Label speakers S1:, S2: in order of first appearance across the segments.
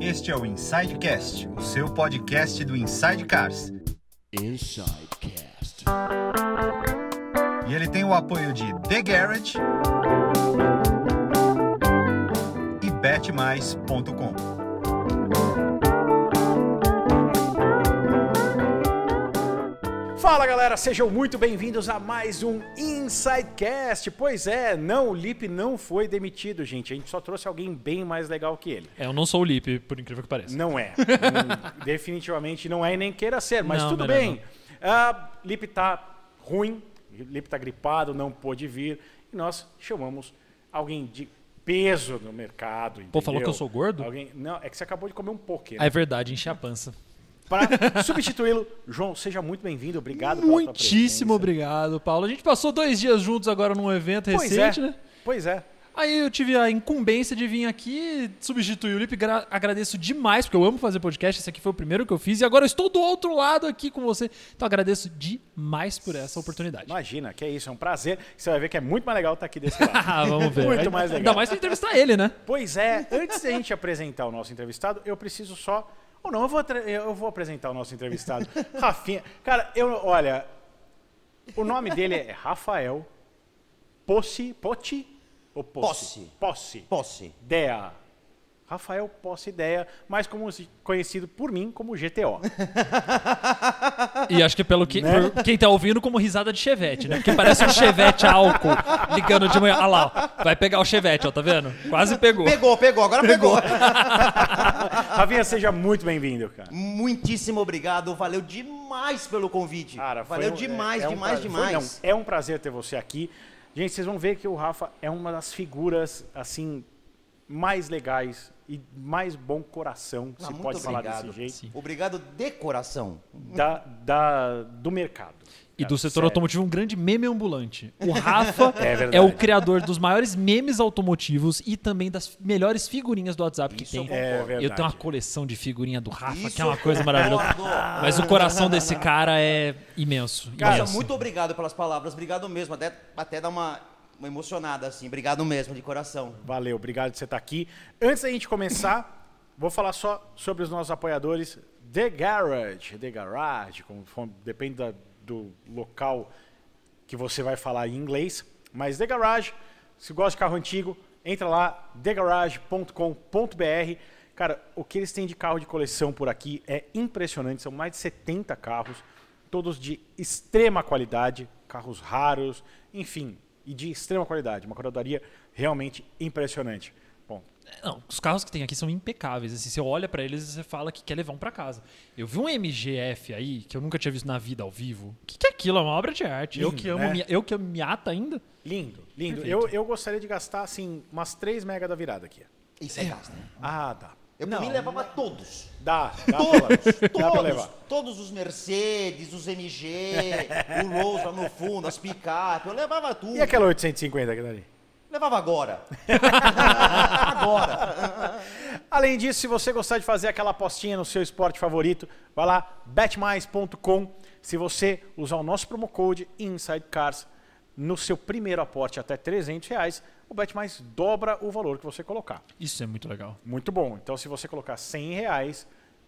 S1: Este é o Insidecast, o seu podcast do Inside Cars.
S2: Insidecast.
S1: E ele tem o apoio de The Garage e betmais.com.
S3: Fala galera, sejam muito bem-vindos a mais um Insidecast. Pois é, não, o Lipe não foi demitido, gente. A gente só trouxe alguém bem mais legal que ele.
S4: É, eu não sou o Lipe, por incrível que pareça.
S3: Não é. Hum, Definitivamente não é e nem queira ser, mas
S4: Não,
S3: tudo
S4: melhor
S3: bem. Ah, Lipe tá ruim, Lipe tá gripado, não pôde vir. E nós chamamos alguém de peso no mercado. entendeu?
S4: falou que eu sou gordo?
S3: Alguém... Não, é que você acabou de comer um poker.
S4: É verdade, encher a pança.
S3: Para substituí-lo, João, seja muito bem-vindo. Obrigado pela tua
S4: Muitíssimo
S3: presença.
S4: obrigado, Paulo. A gente passou dois dias juntos agora num evento
S3: Pois
S4: recente,
S3: é.
S4: né?
S3: Pois é.
S4: Aí eu tive a incumbência de vir aqui substituir o Lipe. Gra- agradeço demais, porque eu amo fazer podcast. Esse aqui foi o primeiro que eu fiz e agora eu estou do outro lado aqui com você. Então agradeço demais por essa oportunidade.
S3: Imagina, que é isso, é um prazer. Você vai ver que é muito mais legal estar aqui desse lado.
S4: Ah, vamos ver.
S3: Muito mais legal.
S4: Ainda mais pra entrevistar ele, né?
S3: pois é, antes da gente apresentar o nosso entrevistado, eu preciso só. Ou não, eu vou, atra- eu vou apresentar o nosso entrevistado. Rafinha. Cara, eu. Olha. O nome dele é Rafael Posse. Pote? Ou Posse? Posse.
S5: Posse.
S3: Dea. Rafael Posse Dea, mais como, conhecido por mim como GTO.
S4: E acho que pelo que.
S5: Né?
S4: por quem tá ouvindo, como risada de chevette, né? Porque parece um chevette álcool ligando de manhã. Olha lá, ó. vai pegar o chevette, ó, tá vendo? Quase pegou.
S5: Pegou, pegou, agora pegou.
S3: Rafinha, seja muito bem-vindo, cara.
S5: Muitíssimo obrigado, valeu demais pelo convite.
S3: Cara, foi
S5: valeu
S3: um-
S5: demais,
S3: é- é um
S5: demais,
S3: prazer- foi
S5: demais.
S3: não, é um prazer ter você aqui. Gente, vocês vão ver que o Rafa é uma das figuras, assim, mais legais e mais bom coração,
S5: Ah,
S3: se
S5: muito
S3: pode falar
S5: obrigado.
S3: desse jeito,
S4: Sim.
S5: Obrigado de coração.
S3: da, da- do mercado.
S4: E
S3: Cara,
S4: do setor
S3: sério.
S4: automotivo, um grande meme ambulante. O Rafa
S3: É
S4: é,
S3: verdade.
S4: o criador dos maiores memes automotivos e também das melhores figurinhas do WhatsApp que
S5: Isso eu
S4: tem.
S5: concordo. É
S4: eu
S3: verdade.
S4: tenho uma coleção de figurinha do Rafa, que
S5: Isso
S4: é uma
S5: eu
S4: coisa maravilhosa.
S5: concordo.
S4: Mas o coração desse cara é imenso.
S5: Cara,
S4: imenso.
S5: muito obrigado pelas palavras, obrigado mesmo, até, até dá uma, uma emocionada assim, obrigado mesmo, de coração.
S3: Valeu, obrigado por você estar aqui. Antes da gente começar, vou falar só sobre os nossos apoiadores. The Garage, The Garage, como for- depende da- do local que você vai falar em inglês. Mas The Garage, se gosta de carro antigo, entra lá, thegarage.com.br. Cara, o que eles têm de carro de coleção por aqui é impressionante. São mais de 70 carros, todos de extrema qualidade, carros raros, enfim, e de extrema qualidade. Uma curadoria realmente impressionante. Bom,
S4: Não, os carros que tem aqui são impecáveis. Assim, você olha pra eles e você fala que quer levar um pra casa. Eu vi um MGF aí que eu nunca tinha visto na vida ao vivo. O que, que é aquilo? É uma obra de arte. eu
S3: Lindo,
S4: que amo,
S3: né?
S4: Mi- eu que amo Miata ainda.
S3: lindo, lindo.
S4: Perfeito.
S3: Eu, eu gostaria de gastar, assim, umas 3 mega da virada aqui.
S5: Isso é gasta. né?
S3: Ah, dá.
S5: Eu por mim levava todos.
S3: Dá, dá pra levar.
S5: Todos,
S3: Dá pra
S5: todos,
S3: levar.
S5: todos os Mercedes, os MG, o Rolls lá no fundo, as picape, eu levava tudo.
S3: E aquela 850 que tá ali?
S5: Levava agora. agora.
S3: Além disso, se você gostar de fazer aquela apostinha no seu esporte favorito, vai lá, betmais.com. Se você usar o nosso promo code InsideCars no seu primeiro aporte até 300 reais, o BetMais dobra o valor que você colocar.
S4: Isso é muito legal.
S3: Muito bom. Então, se você colocar 100 reais,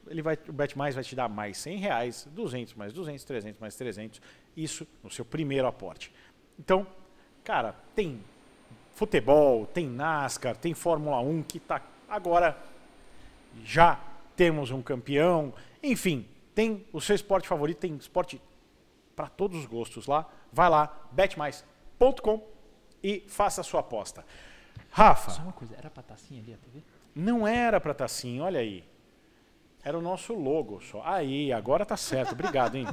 S3: ele vai, o BetMais vai te dar mais 100 reais, 200 mais 200, 300 mais 300, isso no seu primeiro aporte. Então, cara, tem futebol, tem NASCAR, tem Fórmula 1 que tá agora já temos um campeão. Enfim, tem o seu esporte favorito, tem esporte para todos os gostos lá. Vai lá, betmais.com e faça a sua aposta. Rafa,
S4: uma coisa, era pra estar assim ali a TV?
S3: não era pra estar assim, olha aí. Era o nosso logo só. Aí, agora tá certo. Obrigado, hein?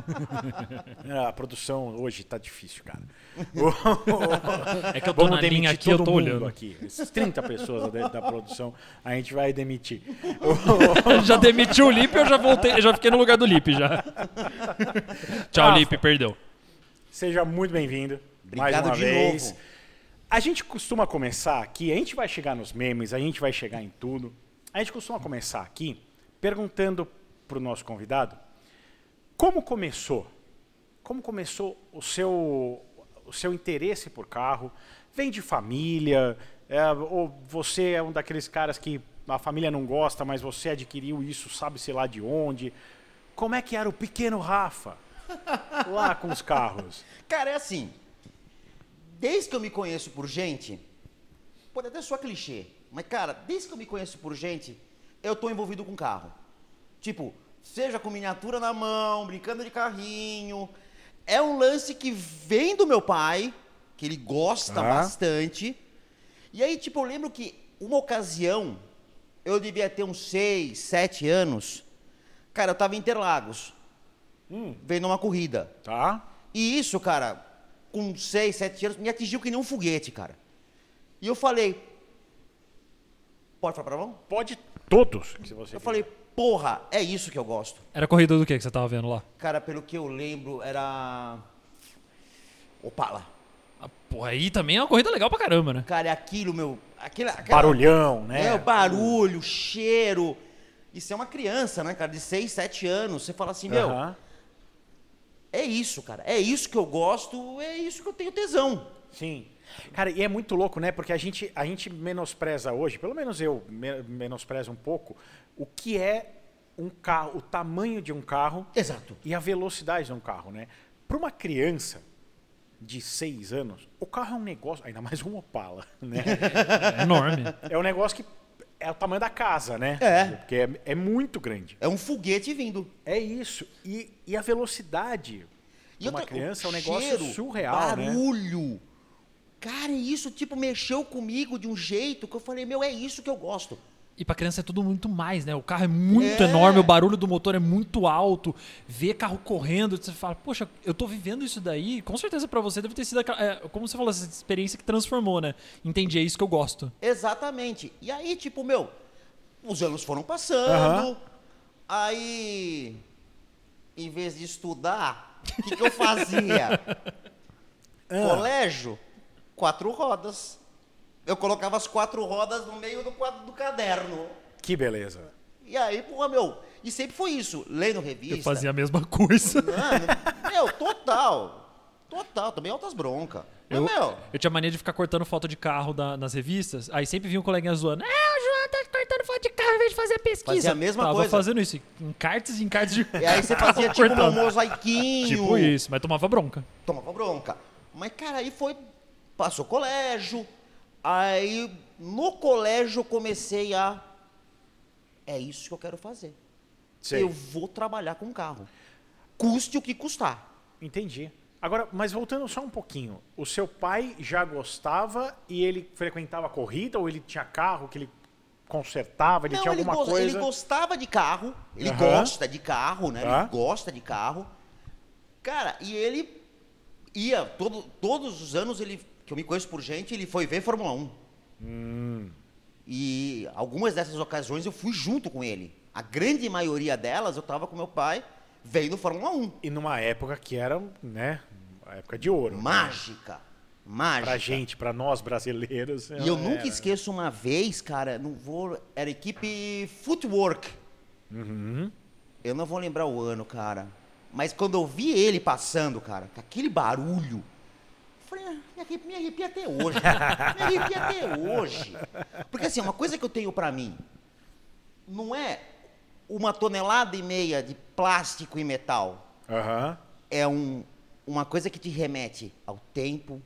S3: Ah, A produção hoje tá difícil, cara.
S4: É que eu tô
S3: Vamos
S4: na
S3: demitir
S4: linha aqui, eu
S3: todo
S4: tô
S3: mundo
S4: olhando.
S3: aqui. Esses 30 pessoas da, da produção, a gente vai demitir.
S4: já demiti o Lipe, eu já voltei, eu já fiquei no lugar do Lipe já. Tchau,
S3: Rafa.
S4: Lipe, perdeu.
S3: Seja muito bem-vindo. mais
S5: Obrigado
S3: uma
S5: de
S3: vez.
S5: novo.
S3: A gente costuma começar aqui, a gente vai chegar nos memes, a gente vai chegar em tudo. A gente costuma começar aqui perguntando para o nosso convidado como começou, como começou o seu o seu interesse por carro. Vem de família? é, ou você é um daqueles caras que a família não gosta, mas você adquiriu isso, sabe sei lá de onde. Como é que era o pequeno Rafa lá com os carros?
S5: Cara, é assim. Desde que eu me conheço por gente, pode até soar clichê, mas cara, desde que eu me conheço por gente, eu tô envolvido com carro. Tipo, seja com miniatura na mão, brincando de carrinho. É um lance que vem do meu pai, que ele gosta
S3: Tá.
S5: bastante. E aí, tipo, eu lembro que uma ocasião, eu devia ter uns 6, 7 anos. Cara, eu tava em Interlagos, vendo uma corrida.
S3: Tá?
S5: E isso, cara, com 6, 7 anos, me atingiu que nem um foguete, cara. E eu falei. Pode falar pra mão?
S3: Pode todos, se você
S5: Eu
S3: quiser.
S5: falei, porra, é isso que eu gosto.
S4: Era corrida do que que você tava vendo lá?
S5: Cara, pelo que eu lembro, era. Opala.
S4: Ah, porra, aí também é uma corrida legal pra caramba, né?
S5: Cara, é aquilo, meu. Aquela, aquela-
S3: Barulhão, né?
S5: É, o barulho, o cheiro. Isso é uma criança, né, cara? De 6, 7 anos. Você fala assim, meu,
S3: Aham.
S5: é isso, cara. É isso que eu gosto, é isso que eu tenho tesão.
S3: Sim. Cara, e é muito louco, né? Porque a gente, a gente menospreza hoje, pelo menos eu me- menosprezo um pouco, o que é um carro, o tamanho de um carro
S5: Exato.
S3: e a velocidade de um carro, né? Para uma criança de 6 anos, o carro é um negócio, ainda mais um Opala, né?
S4: É enorme.
S3: é um negócio que é o tamanho da casa, né?
S5: É.
S3: Porque é, é muito grande.
S5: É um foguete vindo.
S3: É isso. E, e a velocidade de uma
S5: outra-
S3: criança é um
S5: o
S3: negócio
S5: cheiro,
S3: surreal, né?
S5: barulho. Cara, isso tipo mexeu comigo de um jeito que eu falei, meu, é isso que eu gosto.
S4: E pra criança é tudo muito mais, né? O carro é muito
S5: É.
S4: enorme, o barulho do motor é muito alto. Ver carro correndo, você fala, poxa, eu tô vivendo isso daí. Com certeza pra você deve ter sido, aquela- é, como você falou, essa experiência que transformou, né? Entendi, é isso que eu gosto.
S5: Exatamente. E aí, tipo, meu, os anos foram passando. Aí, em vez de estudar, o que, que eu fazia?
S3: Ah.
S5: Colégio, quatro rodas. Eu colocava as quatro rodas no meio do, quad- do caderno.
S3: Que beleza.
S5: E aí, porra, meu, e sempre foi isso. Lendo revista.
S4: Eu fazia a mesma coisa.
S5: Mano, meu, total. Total, também altas broncas. Mas,
S4: Eu,
S5: meu,
S4: eu tinha mania de ficar cortando foto de carro da- nas revistas, aí sempre vinha um coleguinha zoando. É, o João tá cortando foto de carro em vez de fazer pesquisa.
S5: Fazia a mesma
S4: Tava
S5: coisa.
S4: fazendo isso, encartes e encartes de.
S5: e aí você fazia tipo um
S4: Cortando.
S5: mosaiquinho.
S4: Tipo isso, mas tomava bronca.
S5: Tomava bronca. Mas, cara, aí foi. Passou colégio. Aí, no colégio, eu comecei a. É isso que eu quero fazer.
S3: Sei.
S5: Eu vou trabalhar com carro. Custe o que custar.
S3: Entendi. Agora, mas voltando só um pouquinho, o seu pai já gostava e ele frequentava a corrida ou ele tinha carro que ele consertava, ele
S5: Não,
S3: tinha
S5: ele,
S3: alguma
S5: gos-
S3: coisa?
S5: ele gostava de carro. Ele
S3: Aham.
S5: gosta de carro, né?
S3: Tá.
S5: Ele gosta de carro. Cara, e ele ia, todo- todos os anos, ele, que eu me conheço por gente, ele foi ver Fórmula 1.
S3: Hum.
S5: E algumas dessas ocasiões eu fui junto com ele. A grande maioria delas eu tava com meu pai vendo Fórmula 1.
S3: E numa época que era, né, a época de ouro. né?
S5: Mágica. Mágica.
S3: Pra gente, pra nós brasileiros. é.
S5: E eu nunca
S3: era.
S5: esqueço uma vez, cara, não vou. Era equipe Footwork. Eu não vou lembrar o ano, cara. Mas quando eu vi ele passando, cara, com aquele barulho, eu falei, ah, me arrepia, me arrepia até hoje. cara. me arrepia até hoje. Porque assim, uma coisa que eu tenho pra mim, não é uma tonelada e meia de plástico e metal
S3: Aham.
S5: é um, uma coisa que te remete ao tempo,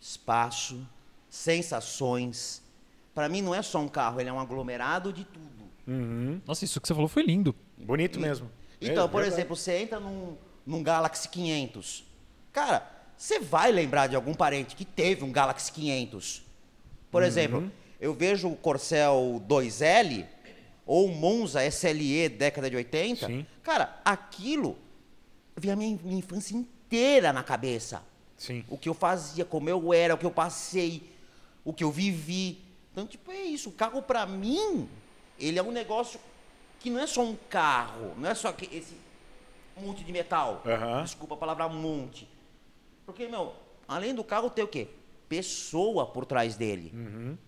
S5: espaço, sensações. Para mim não é só um carro, ele é um aglomerado de tudo.
S4: Nossa, isso que você falou foi lindo.
S3: Bonito mesmo.
S5: Então,
S3: É,
S5: por
S3: verdade.
S5: exemplo, você entra num, num Galaxy 500. Cara, você vai lembrar de algum parente que teve um Galaxy 500. Por
S3: Uhum.
S5: exemplo, eu vejo o Corcel 2L ou o Monza SLE década de 80.
S3: Sim.
S5: Cara, aquilo vem a minha, minha infância inteira na cabeça.
S3: Sim.
S5: O que eu fazia, como eu era, o que eu passei, o que eu vivi. Então, tipo, é isso. O carro, pra mim, ele é um negócio que não é só um carro, não é só que esse monte de metal.
S3: Aham.
S5: Desculpa a palavra monte. Porque, meu, além do carro, tem o quê? Pessoa por trás dele.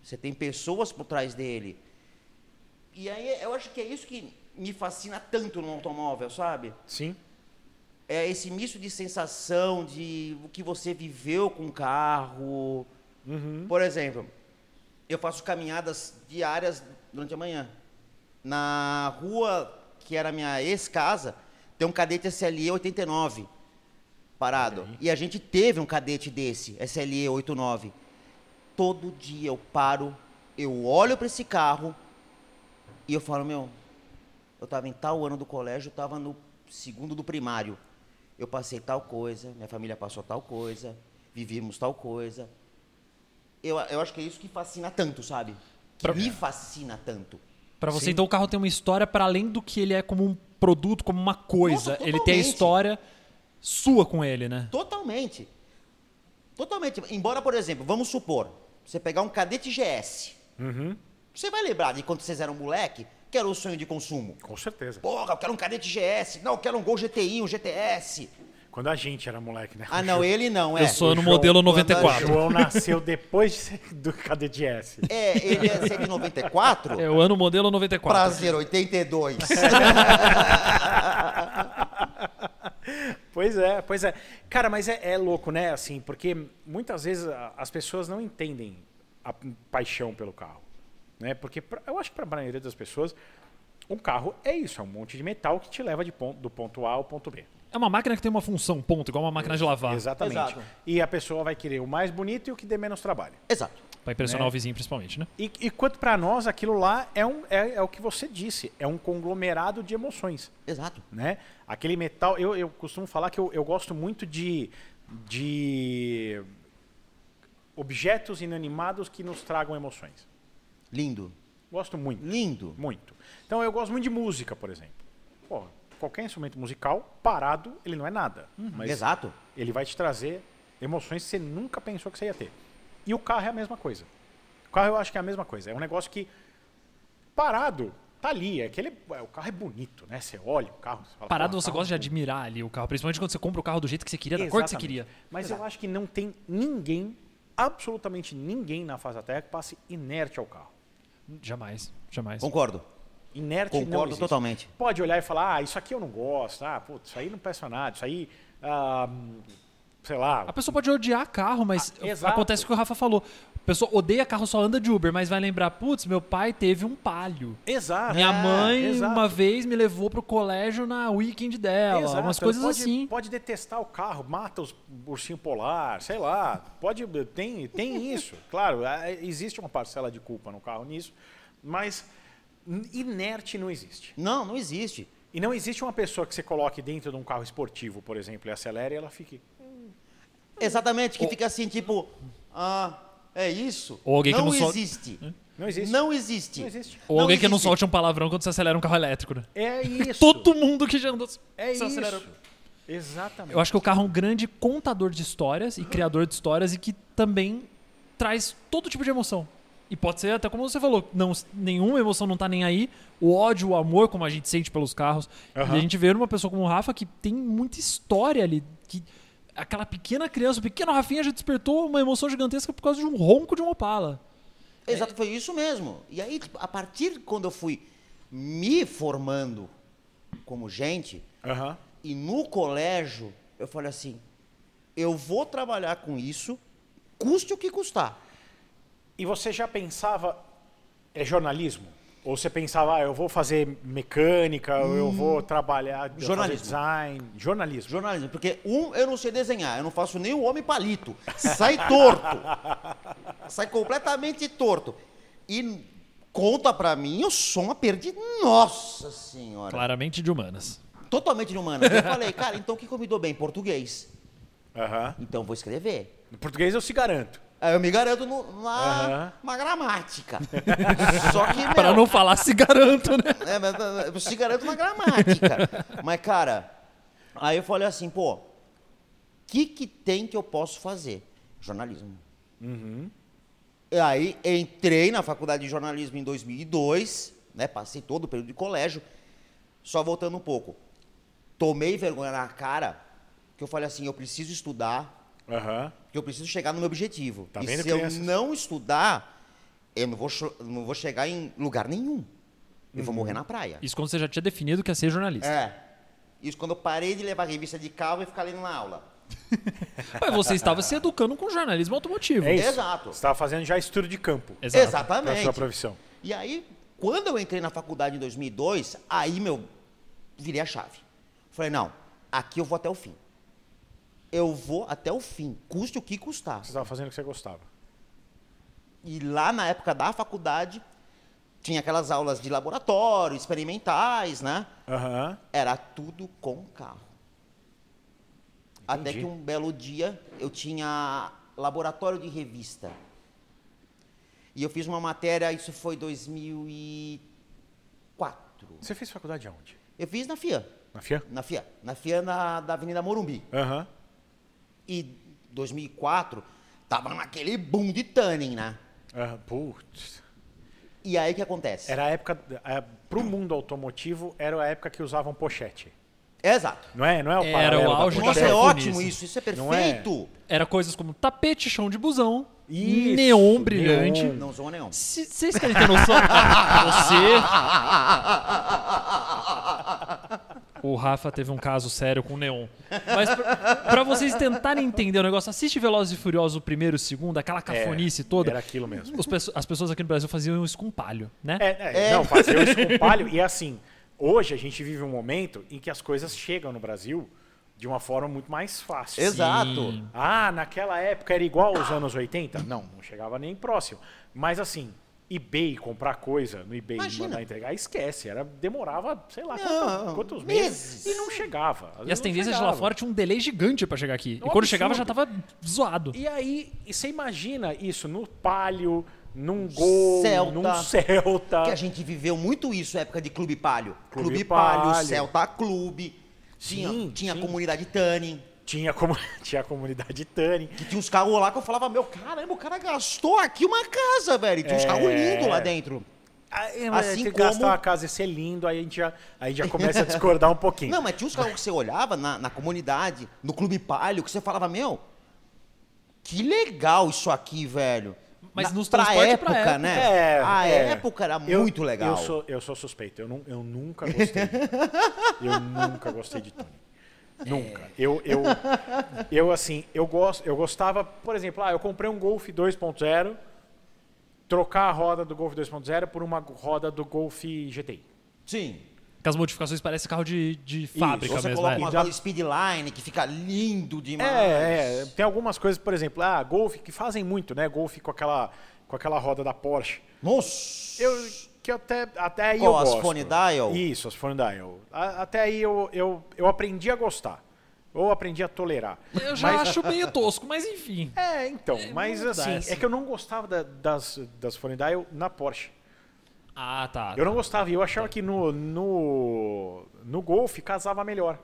S5: Você tem pessoas por trás dele. E aí, eu acho que é isso que me fascina tanto no automóvel, sabe?
S3: Sim.
S5: é esse misto de sensação de o que você viveu com o carro. Por exemplo, eu faço caminhadas diárias durante a manhã. Na rua que era a minha ex-casa, tem um cadete SLE 89 parado. E a gente teve um cadete desse, SLE 89. Todo dia eu paro, eu olho para esse carro e eu falo, meu, eu estava em tal ano do colégio, eu estava no segundo do primário. Eu passei tal coisa, minha família passou tal coisa, vivíamos tal coisa. Eu, eu acho que é isso que fascina tanto, sabe? Que
S4: Pra- é.
S5: me fascina tanto.
S4: Pra você, então, o carro tem uma história para além do que ele é como um produto, como uma coisa.
S5: Nossa,
S4: ele tem a
S5: totalmente.
S4: história sua com ele, né?
S5: Totalmente. Totalmente. Embora, por exemplo, vamos supor, você pegar um cadete GS.
S4: Uhum.
S5: Você vai lembrar de quando vocês eram moleque, que era o sonho de consumo.
S3: Com certeza.
S5: Porra, eu quero um cadete GS. Não, eu quero um Gol GTI, um GTS.
S3: Quando a gente era moleque, né?
S5: Ah, não, ele não, é.
S4: Eu sou no
S3: João-
S4: modelo
S5: João-
S3: O
S4: 94.
S3: João nasceu depois de ser do KDDS.
S5: É, ele é 194.
S4: É o ano modelo 94.
S5: Prazer, 82.
S3: Pois é, pois é. Cara, mas é, é louco, né? Assim, porque muitas vezes a- as pessoas não entendem a p- paixão pelo carro, né? Porque pra- eu acho que para a maioria das pessoas um carro é isso, é um monte de metal que te leva de pon- do ponto A ao ponto B.
S4: É uma máquina que tem uma função, ponto, igual uma máquina de lavar.
S3: Exatamente.
S5: Exato.
S3: E a pessoa vai querer o mais bonito e o que dê menos trabalho.
S5: Exato.
S4: Pra impressionar o vizinho, principalmente, né?
S3: E, e quanto para nós, aquilo lá é, um, é, é o que você disse, é um conglomerado de emoções.
S5: Exato.
S3: né? Aquele metal, eu, eu costumo falar que eu, eu gosto muito de, de objetos inanimados que nos tragam emoções.
S5: Lindo.
S3: Gosto muito,
S5: Lindo.
S3: muito. Então eu gosto muito de música, por exemplo. Pô, qualquer instrumento musical, parado, ele não é nada. Mas
S5: Uhum, Exato.
S3: ele vai te trazer emoções que você nunca pensou que você ia ter. E o carro é a mesma coisa. O carro eu acho que é a mesma coisa. É um negócio que parado, tá ali. É que ele, é, o carro é bonito, né? Você olha o carro. Você fala,
S4: Parado,
S3: "Pô, tá
S4: você
S3: carro
S4: gosta de
S3: bonito."
S4: admirar ali o carro, principalmente quando você compra o carro do jeito que você queria, da cor que você
S3: Exatamente.
S4: queria.
S3: Mas eu acho que não tem ninguém, absolutamente ninguém na fase da Terra que passe inerte ao carro.
S4: Jamais, jamais.
S5: Concordo.
S3: Inerte não
S5: Concordo
S3: existe.
S5: totalmente.
S3: Pode olhar e falar, ah, isso aqui eu não gosto, ah, putz, isso aí não peça nada, isso aí, ah, sei
S4: A
S3: lá.
S4: pessoa pode odiar carro, mas
S3: Ah, exato.
S4: acontece o que o Rafa falou. A pessoa odeia carro, só anda de Uber, mas vai lembrar, putz, meu pai teve um palio.
S3: Exato. É,
S4: Minha mãe
S3: exato.
S4: uma vez me levou pro colégio na weekend dela,
S3: Exato,
S4: umas
S3: ela
S4: coisas
S3: pode,
S4: assim.
S3: Pode detestar o carro, mata os ursinho polar, sei lá. Pode tem tem isso. Claro, a- existe uma parcela de culpa no carro nisso, mas n- inerte não existe.
S5: Não, não existe.
S3: E não existe uma pessoa que você coloque dentro de um carro esportivo, por exemplo, e acelere e ela fique.
S5: Exatamente, que fica assim, tipo, ah, é isso?
S4: Ou alguém que
S5: não
S4: não Hum? sol-
S5: existe.
S3: Não existe.
S5: Não existe.
S3: Não existe.
S4: Ou alguém que não
S5: existe.
S4: solte um palavrão quando você acelera um carro elétrico, né?
S3: É isso.
S4: Todo mundo que já andou.
S3: é
S4: se
S3: isso.
S4: acelerou.
S3: Exatamente.
S4: Eu acho que o carro é um grande contador de histórias e criador de histórias e que também traz todo tipo de emoção. E pode ser até como você falou, não, nenhuma emoção não tá nem aí. O ódio, o amor, como a gente sente pelos carros. E a gente vê uma pessoa como o Rafa que tem muita história ali. Que aquela pequena criança, o pequeno Rafinha já despertou uma emoção gigantesca por causa de um ronco de um Opala.
S5: Exato, foi isso mesmo. E aí, tipo, a partir de quando eu fui me formando como gente,
S3: Aham.
S5: e no colégio, eu falei assim, eu vou trabalhar com isso, custe o que custar.
S3: E você já pensava é jornalismo? Ou você pensava, ah, eu vou fazer mecânica, ou eu vou trabalhar eu vou
S5: Jornalismo.
S3: fazer design, jornalismo.
S5: Jornalismo, porque um, eu não sei desenhar, eu não faço nem o homem palito. Sai torto. Sai completamente torto. E conta pra mim, eu sou uma perdida. Nossa senhora.
S4: Claramente de humanas.
S5: Totalmente inumana. Eu falei, cara, então o que que eu me dou bem? Português.
S3: Aham.
S5: Então eu vou escrever.
S3: No português eu se garanto.
S5: Aí eu me garanto no- na,
S3: Aham.
S5: na gramática. Só que, meu,
S4: Para não falar, se garanto, né?
S5: É, mas, mas, eu se garanto na gramática. mas, cara, aí eu falei assim, pô, o que, que tem que eu posso fazer? Jornalismo.
S3: Uhum.
S5: E aí entrei na faculdade de jornalismo em 2002, né? Passei todo o período de colégio. Só voltando um pouco. Tomei vergonha na cara, que eu falei assim, eu preciso estudar,
S3: Aham.
S5: que eu preciso chegar no meu objetivo.
S3: Tá
S5: e
S3: vendo,
S5: se
S3: crianças?
S5: eu não estudar, eu não vou, cho- não vou chegar em lugar nenhum. Eu
S3: Uhum.
S5: vou morrer na praia.
S4: Isso quando você já tinha definido que ia ser jornalista.
S5: É. Isso quando eu parei de levar revista de carro e ficar lendo na aula.
S4: Mas você estava se educando com jornalismo automotivo.
S3: É isso.
S5: Exato.
S3: Você estava fazendo já estudo de campo
S4: Exato.
S3: para
S5: Exatamente.
S3: sua profissão.
S5: E aí, Quando eu entrei na faculdade em 2002, aí, meu, virei a chave. Falei, não, aqui eu vou até o fim. Eu vou até o fim, custe o que custar.
S3: Você estava fazendo o que você gostava.
S5: E lá na época da faculdade, tinha aquelas aulas de laboratório, experimentais, né?
S3: Aham.
S5: Era tudo com carro. Até
S3: Entendi.
S5: que um belo dia eu tinha laboratório de revista. E eu fiz uma matéria, isso foi 2004.
S3: Você fez faculdade aonde?
S5: Eu fiz na FIA.
S3: Na FIA?
S5: Na FIA. Na FIA na, da Avenida Morumbi.
S3: Aham.
S5: E 2004 tava naquele boom de tanning, né?
S3: Aham. Putz.
S5: E aí o que acontece?
S3: Era a época. É, pro mundo automotivo, era a época que usavam pochete.
S5: Exato.
S3: Não é? Não é o
S4: Era
S3: paralelo
S4: o
S3: da
S4: auge
S5: Nossa,
S3: pochete.
S5: é
S4: Pochete.
S5: ótimo
S4: Nisso.
S5: isso, isso é
S3: Não é?
S5: perfeito.
S4: Era coisas como tapete, chão de busão,
S3: Isso,
S4: neon brilhante.
S3: neon.
S5: Não zoa nenhum.
S4: Se- Vocês querem ter noção? Você, o Rafa teve um caso sério com neon. Mas pra, pra vocês tentarem entender o negócio, assiste Velozes e Furiosos o primeiro, o segundo, aquela cafonice toda.
S3: É, Era aquilo mesmo.
S4: Os pesso- as pessoas aqui no Brasil faziam isso com palho, né?
S3: É, é, não, fazer o escompalho. E assim, hoje a gente vive um momento em que as coisas chegam no Brasil de uma forma muito mais fácil.
S5: Exato.
S4: Sim.
S3: Ah, naquela época era igual aos anos 80? Não, não chegava nem próximo. Mas assim, eBay, comprar coisa no eBay e
S5: Imagina.
S3: mandar entregar, esquece. Era, demorava, sei lá,
S5: Não,
S3: quanto- quantos meses.
S5: meses.
S3: E não chegava. Às
S4: E
S3: vezes
S4: as
S3: não
S4: tendências de lá
S3: chegava.
S4: fora tinham um delay gigante pra chegar aqui. e
S3: um
S4: quando chegava já
S3: absurdo.
S4: tava zoado.
S3: E aí, e você imagina isso no Palio, num Gol,
S5: Celta.
S3: num Celta.
S5: Que a gente viveu muito isso, época de Clube Palio.
S3: Clube
S5: Clube, Palio,
S3: Palio.
S5: Celta Clube. Tinha,
S3: Sim,
S5: tinha
S3: sim.
S5: comunidade Tani.
S3: Tinha, como, tinha a comunidade Tani.
S5: Que tinha uns carros lá que eu falava, meu caramba, o cara gastou aqui uma casa, velho. Tinha uns
S3: É.
S5: carros lindos lá dentro.
S3: Assim
S5: Assim
S3: se
S5: como-
S3: gastar uma casa e ser lindo, aí a gente já, aí já começa a discordar um pouquinho.
S5: Não, mas tinha uns carros que você olhava na, na comunidade, no Clube Palio, que você falava, meu, que legal isso aqui, velho.
S4: Mas
S5: Na-
S4: nos
S5: pra
S4: transporte,
S5: época,
S4: pra época.
S5: né?
S3: É,
S5: a
S3: é.
S5: época era
S3: Eu-
S5: muito legal.
S3: Eu sou, eu sou suspeito. Eu, nu- eu nunca gostei. eu nunca gostei de Tony. Nunca.
S5: É.
S3: Eu, eu, eu assim, eu, gosto, eu gostava, por exemplo, ah, eu comprei um Golf 2.0, trocar a roda do Golf 2.0 por uma roda do Golf GTI.
S5: Sim.
S4: Que as modificações parecem carro de, de fábrica
S5: Você
S4: mesmo.
S5: coloca
S4: né?
S5: uma
S3: E já-
S5: coisa Speedline que fica lindo demais.
S3: É, é, tem algumas coisas, por exemplo, ah, Golf, que fazem muito, né? Golf com aquela, com aquela roda da Porsche.
S5: Nossa!
S3: Eu, que até, até aí
S5: Qual,
S3: eu
S5: as
S3: gosto.
S5: Phone Dial?
S3: Isso, as Phone Dial. A- até aí eu, eu, eu aprendi a gostar. Ou aprendi a tolerar.
S4: Eu já acho meio tosco, mas enfim.
S3: É, então, mas
S4: vamos mudar
S3: assim,
S4: essa.
S3: é que eu não gostava da- das, das Phone Dial na Porsche.
S4: Ah, tá.
S3: Eu não gostava, eu achava que no, no, no Golf casava melhor.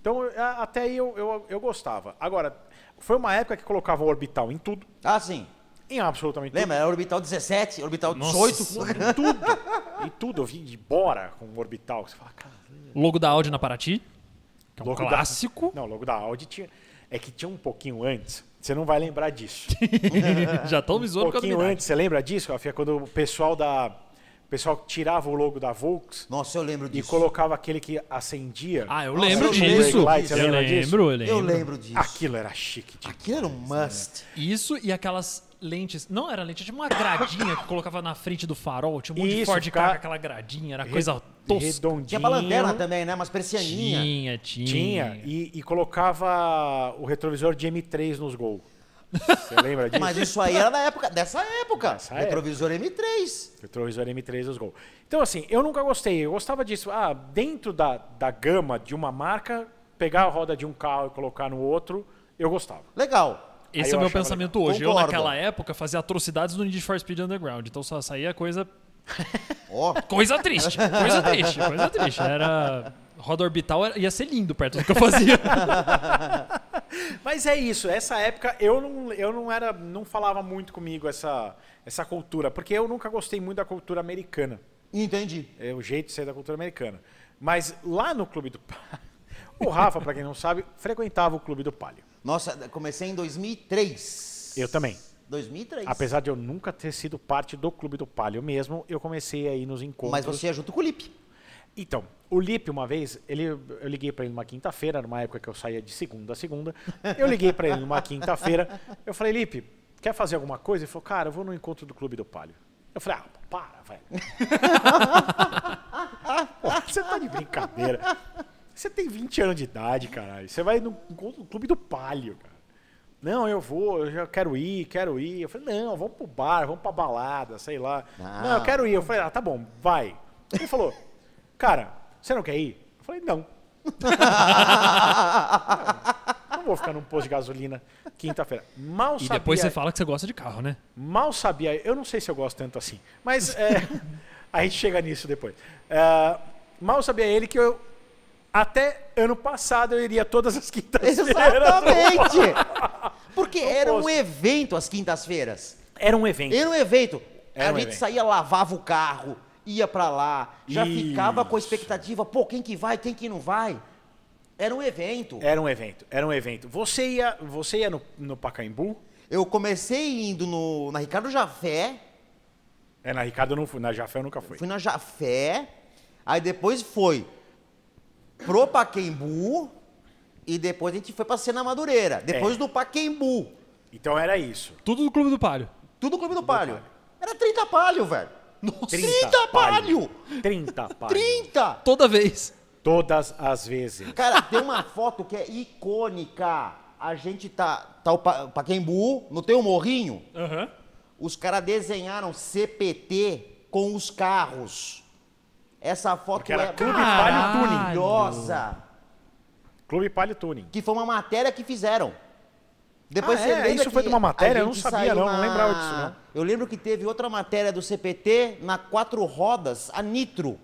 S3: Então, eu- a- até aí eu, eu, eu gostava. Agora, foi uma época que colocava orbital em tudo,
S5: Ah, sim.
S3: em absolutamente tudo.
S5: Lembra? Era orbital 17, orbital
S4: Nossa
S5: 18.
S4: senhora.
S3: Em tudo. Em tudo. Eu vim de Bora com o orbital. que Você fala, cara,
S4: Logo da Audi na Paraty. Que é um
S3: Logo da-
S4: clássico.
S3: Não, logo da Audi tinha. É que tinha um pouquinho antes. Você não vai lembrar disso.
S4: já estão me
S3: um
S4: zoando por causa da
S3: pouquinho
S4: minha idade.
S3: antes, você lembra disso, Rafinha? Quando o pessoal da. O pessoal tirava o logo da Volks
S5: Nossa, eu lembro
S3: e
S5: disso.
S3: colocava aquele que acendia.
S4: Ah, eu
S5: Nossa,
S4: lembro
S5: eu
S4: disso.
S5: lembro
S3: disso.
S4: Eu
S3: Lembra disso?
S4: lembro, eu
S5: Eu
S4: lembro.
S5: lembro disso.
S3: Aquilo era chique. Tipo.
S5: Aquilo era um must.
S4: Isso e aquelas lentes. Não era lente, tinha uma gradinha que colocava na frente do farol. Tinha um monte de
S3: Isso,
S4: Ford
S3: ficava-
S4: Ka com aquela gradinha. Era coisa tosca.
S3: Redondinho.
S5: Tinha pra lanterna também, né? Umas persianinhas.
S4: Tinha, tinha. é
S3: Tinha. E, e colocava o retrovisor de M3 nos Gol. Você lembra disso?
S5: Mas isso aí era da época, dessa época.
S3: Dessa
S5: retrovisor M3.
S3: Retrovisor M3 os Gol. Então, assim, eu nunca gostei. Eu gostava disso. Ah, dentro da, da gama de uma marca, pegar a roda de um carro e colocar no outro, eu gostava.
S5: Legal.
S3: Aí
S4: Esse
S3: eu
S4: é o meu
S3: achava
S4: pensamento hoje. Eu,
S5: Concordo.
S4: naquela época, fazia atrocidades no Need for Speed Underground. Então só saía coisa.
S5: Ó,
S4: Coisa triste. Coisa triste. Coisa triste. Era. Roda orbital era- ia ser lindo perto do que eu fazia.
S3: Mas é isso. Essa época eu não, eu não era. não falava muito comigo essa, essa cultura, porque eu nunca gostei muito da cultura americana.
S5: entendi.
S3: É o jeito de ser da cultura americana. Mas lá no Clube do Palio. O Rafa, pra quem não sabe, frequentava o Clube do Palio.
S5: Nossa, comecei em 2003.
S3: Eu também.
S5: 2003.
S3: Apesar de eu nunca ter sido parte do Clube do Palio mesmo, eu comecei aí nos encontros.
S5: Mas você é junto com o Lipe.
S3: Então, o Lipe, uma vez, ele, eu liguei pra ele numa quinta-feira, numa época que eu saía de segunda a segunda. Eu liguei pra ele numa quinta-feira. Eu falei, Lipe, quer fazer alguma coisa? Ele falou, cara, eu vou no encontro do Clube do Palio. Eu falei, ah, para, velho. Pô, você tá de brincadeira. Você tem 20 anos de idade, caralho. Você vai no, no clube do palio, cara. Não, eu vou, eu já quero ir, quero ir. Eu falei, não, vamos pro bar, vamos pra balada, sei lá.
S5: Não.
S3: Não, eu quero ir. Eu falei, ah, tá bom, vai. Ele falou, cara, você não quer ir? Eu falei, não. Não vou ficar num posto de gasolina quinta-feira. Mal
S4: E
S3: sabia
S4: depois você fala que você gosta de carro, né?
S3: Mal sabia, eu não sei se eu gosto tanto assim, mas é, a gente chega nisso depois. É, mal sabia ele que eu até ano passado eu iria todas as quintas-feiras.
S5: Exatamente! Porque era um
S3: posso.
S5: evento às quintas-feiras.
S3: Era um evento.
S5: Era um evento.
S3: Era
S5: a
S3: um
S5: gente
S3: evento.
S5: saía, lavava o carro, ia pra lá, já ficava com a
S3: Isso.
S5: expectativa, pô, quem que vai, quem que não vai. Era um evento.
S3: Era um evento, era um evento. Você ia, você ia no, no Pacaembu?
S5: Eu comecei indo no, na Ricardo Jafé,
S3: É, na Ricardo eu não fui, na Jafé eu nunca fui.
S5: fui na Jafé, aí depois foi pro Paquembu e depois a gente foi pra Cena Madureira, depois
S3: É.
S5: do Paquembu.
S3: Então era isso.
S4: Tudo do Clube do Palio.
S5: Tudo Clube do Palio. Era 30 palio, velho. Nossa, 30,
S3: 30
S5: palio!
S3: 30 pá.
S5: 30!
S4: Toda vez.
S3: Todas as vezes.
S5: Cara, tem uma foto que é icônica. A gente tá, tá o Pa- Paquembu, não tem o morrinho?
S4: Aham.
S5: Os caras desenharam CPT com os carros. Essa foto
S3: Porque era
S5: é
S3: Clube
S4: Caralho.
S3: Palio Tuning.
S5: maravilhosa.
S3: Clube Palio Tuning.
S5: Que foi uma matéria que fizeram. Depois
S3: Ah,
S5: você
S3: é?
S5: lembra
S3: Isso foi
S5: que
S3: de uma matéria?
S5: a
S3: Eu não
S5: gente
S3: sabia,
S5: saiu
S3: não. Não lembrava disso, não.
S5: Eu lembro que teve outra matéria do CPT na Quatro Rodas, a Nitro.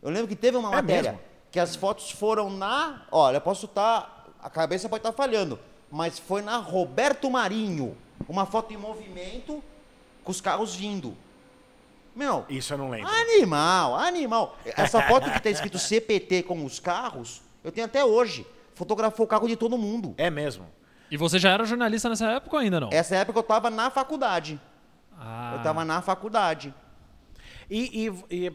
S5: Eu lembro que teve uma
S3: É
S5: matéria
S3: mesmo?
S5: que as fotos foram na... Olha, eu posso estar... a cabeça pode estar falhando. Mas foi na Roberto Marinho. Uma foto em movimento com os carros vindo. Meu,
S3: Isso eu Ah, não lembro.
S5: Animal, animal. Essa foto que tá escrito CPT com os carros, eu tenho até hoje. Fotografou o carro de todo mundo.
S3: É mesmo.
S4: E você já era jornalista nessa época ou ainda não?
S5: Essa época eu tava na faculdade.
S4: Ah.
S5: Eu tava na faculdade.
S3: E, e,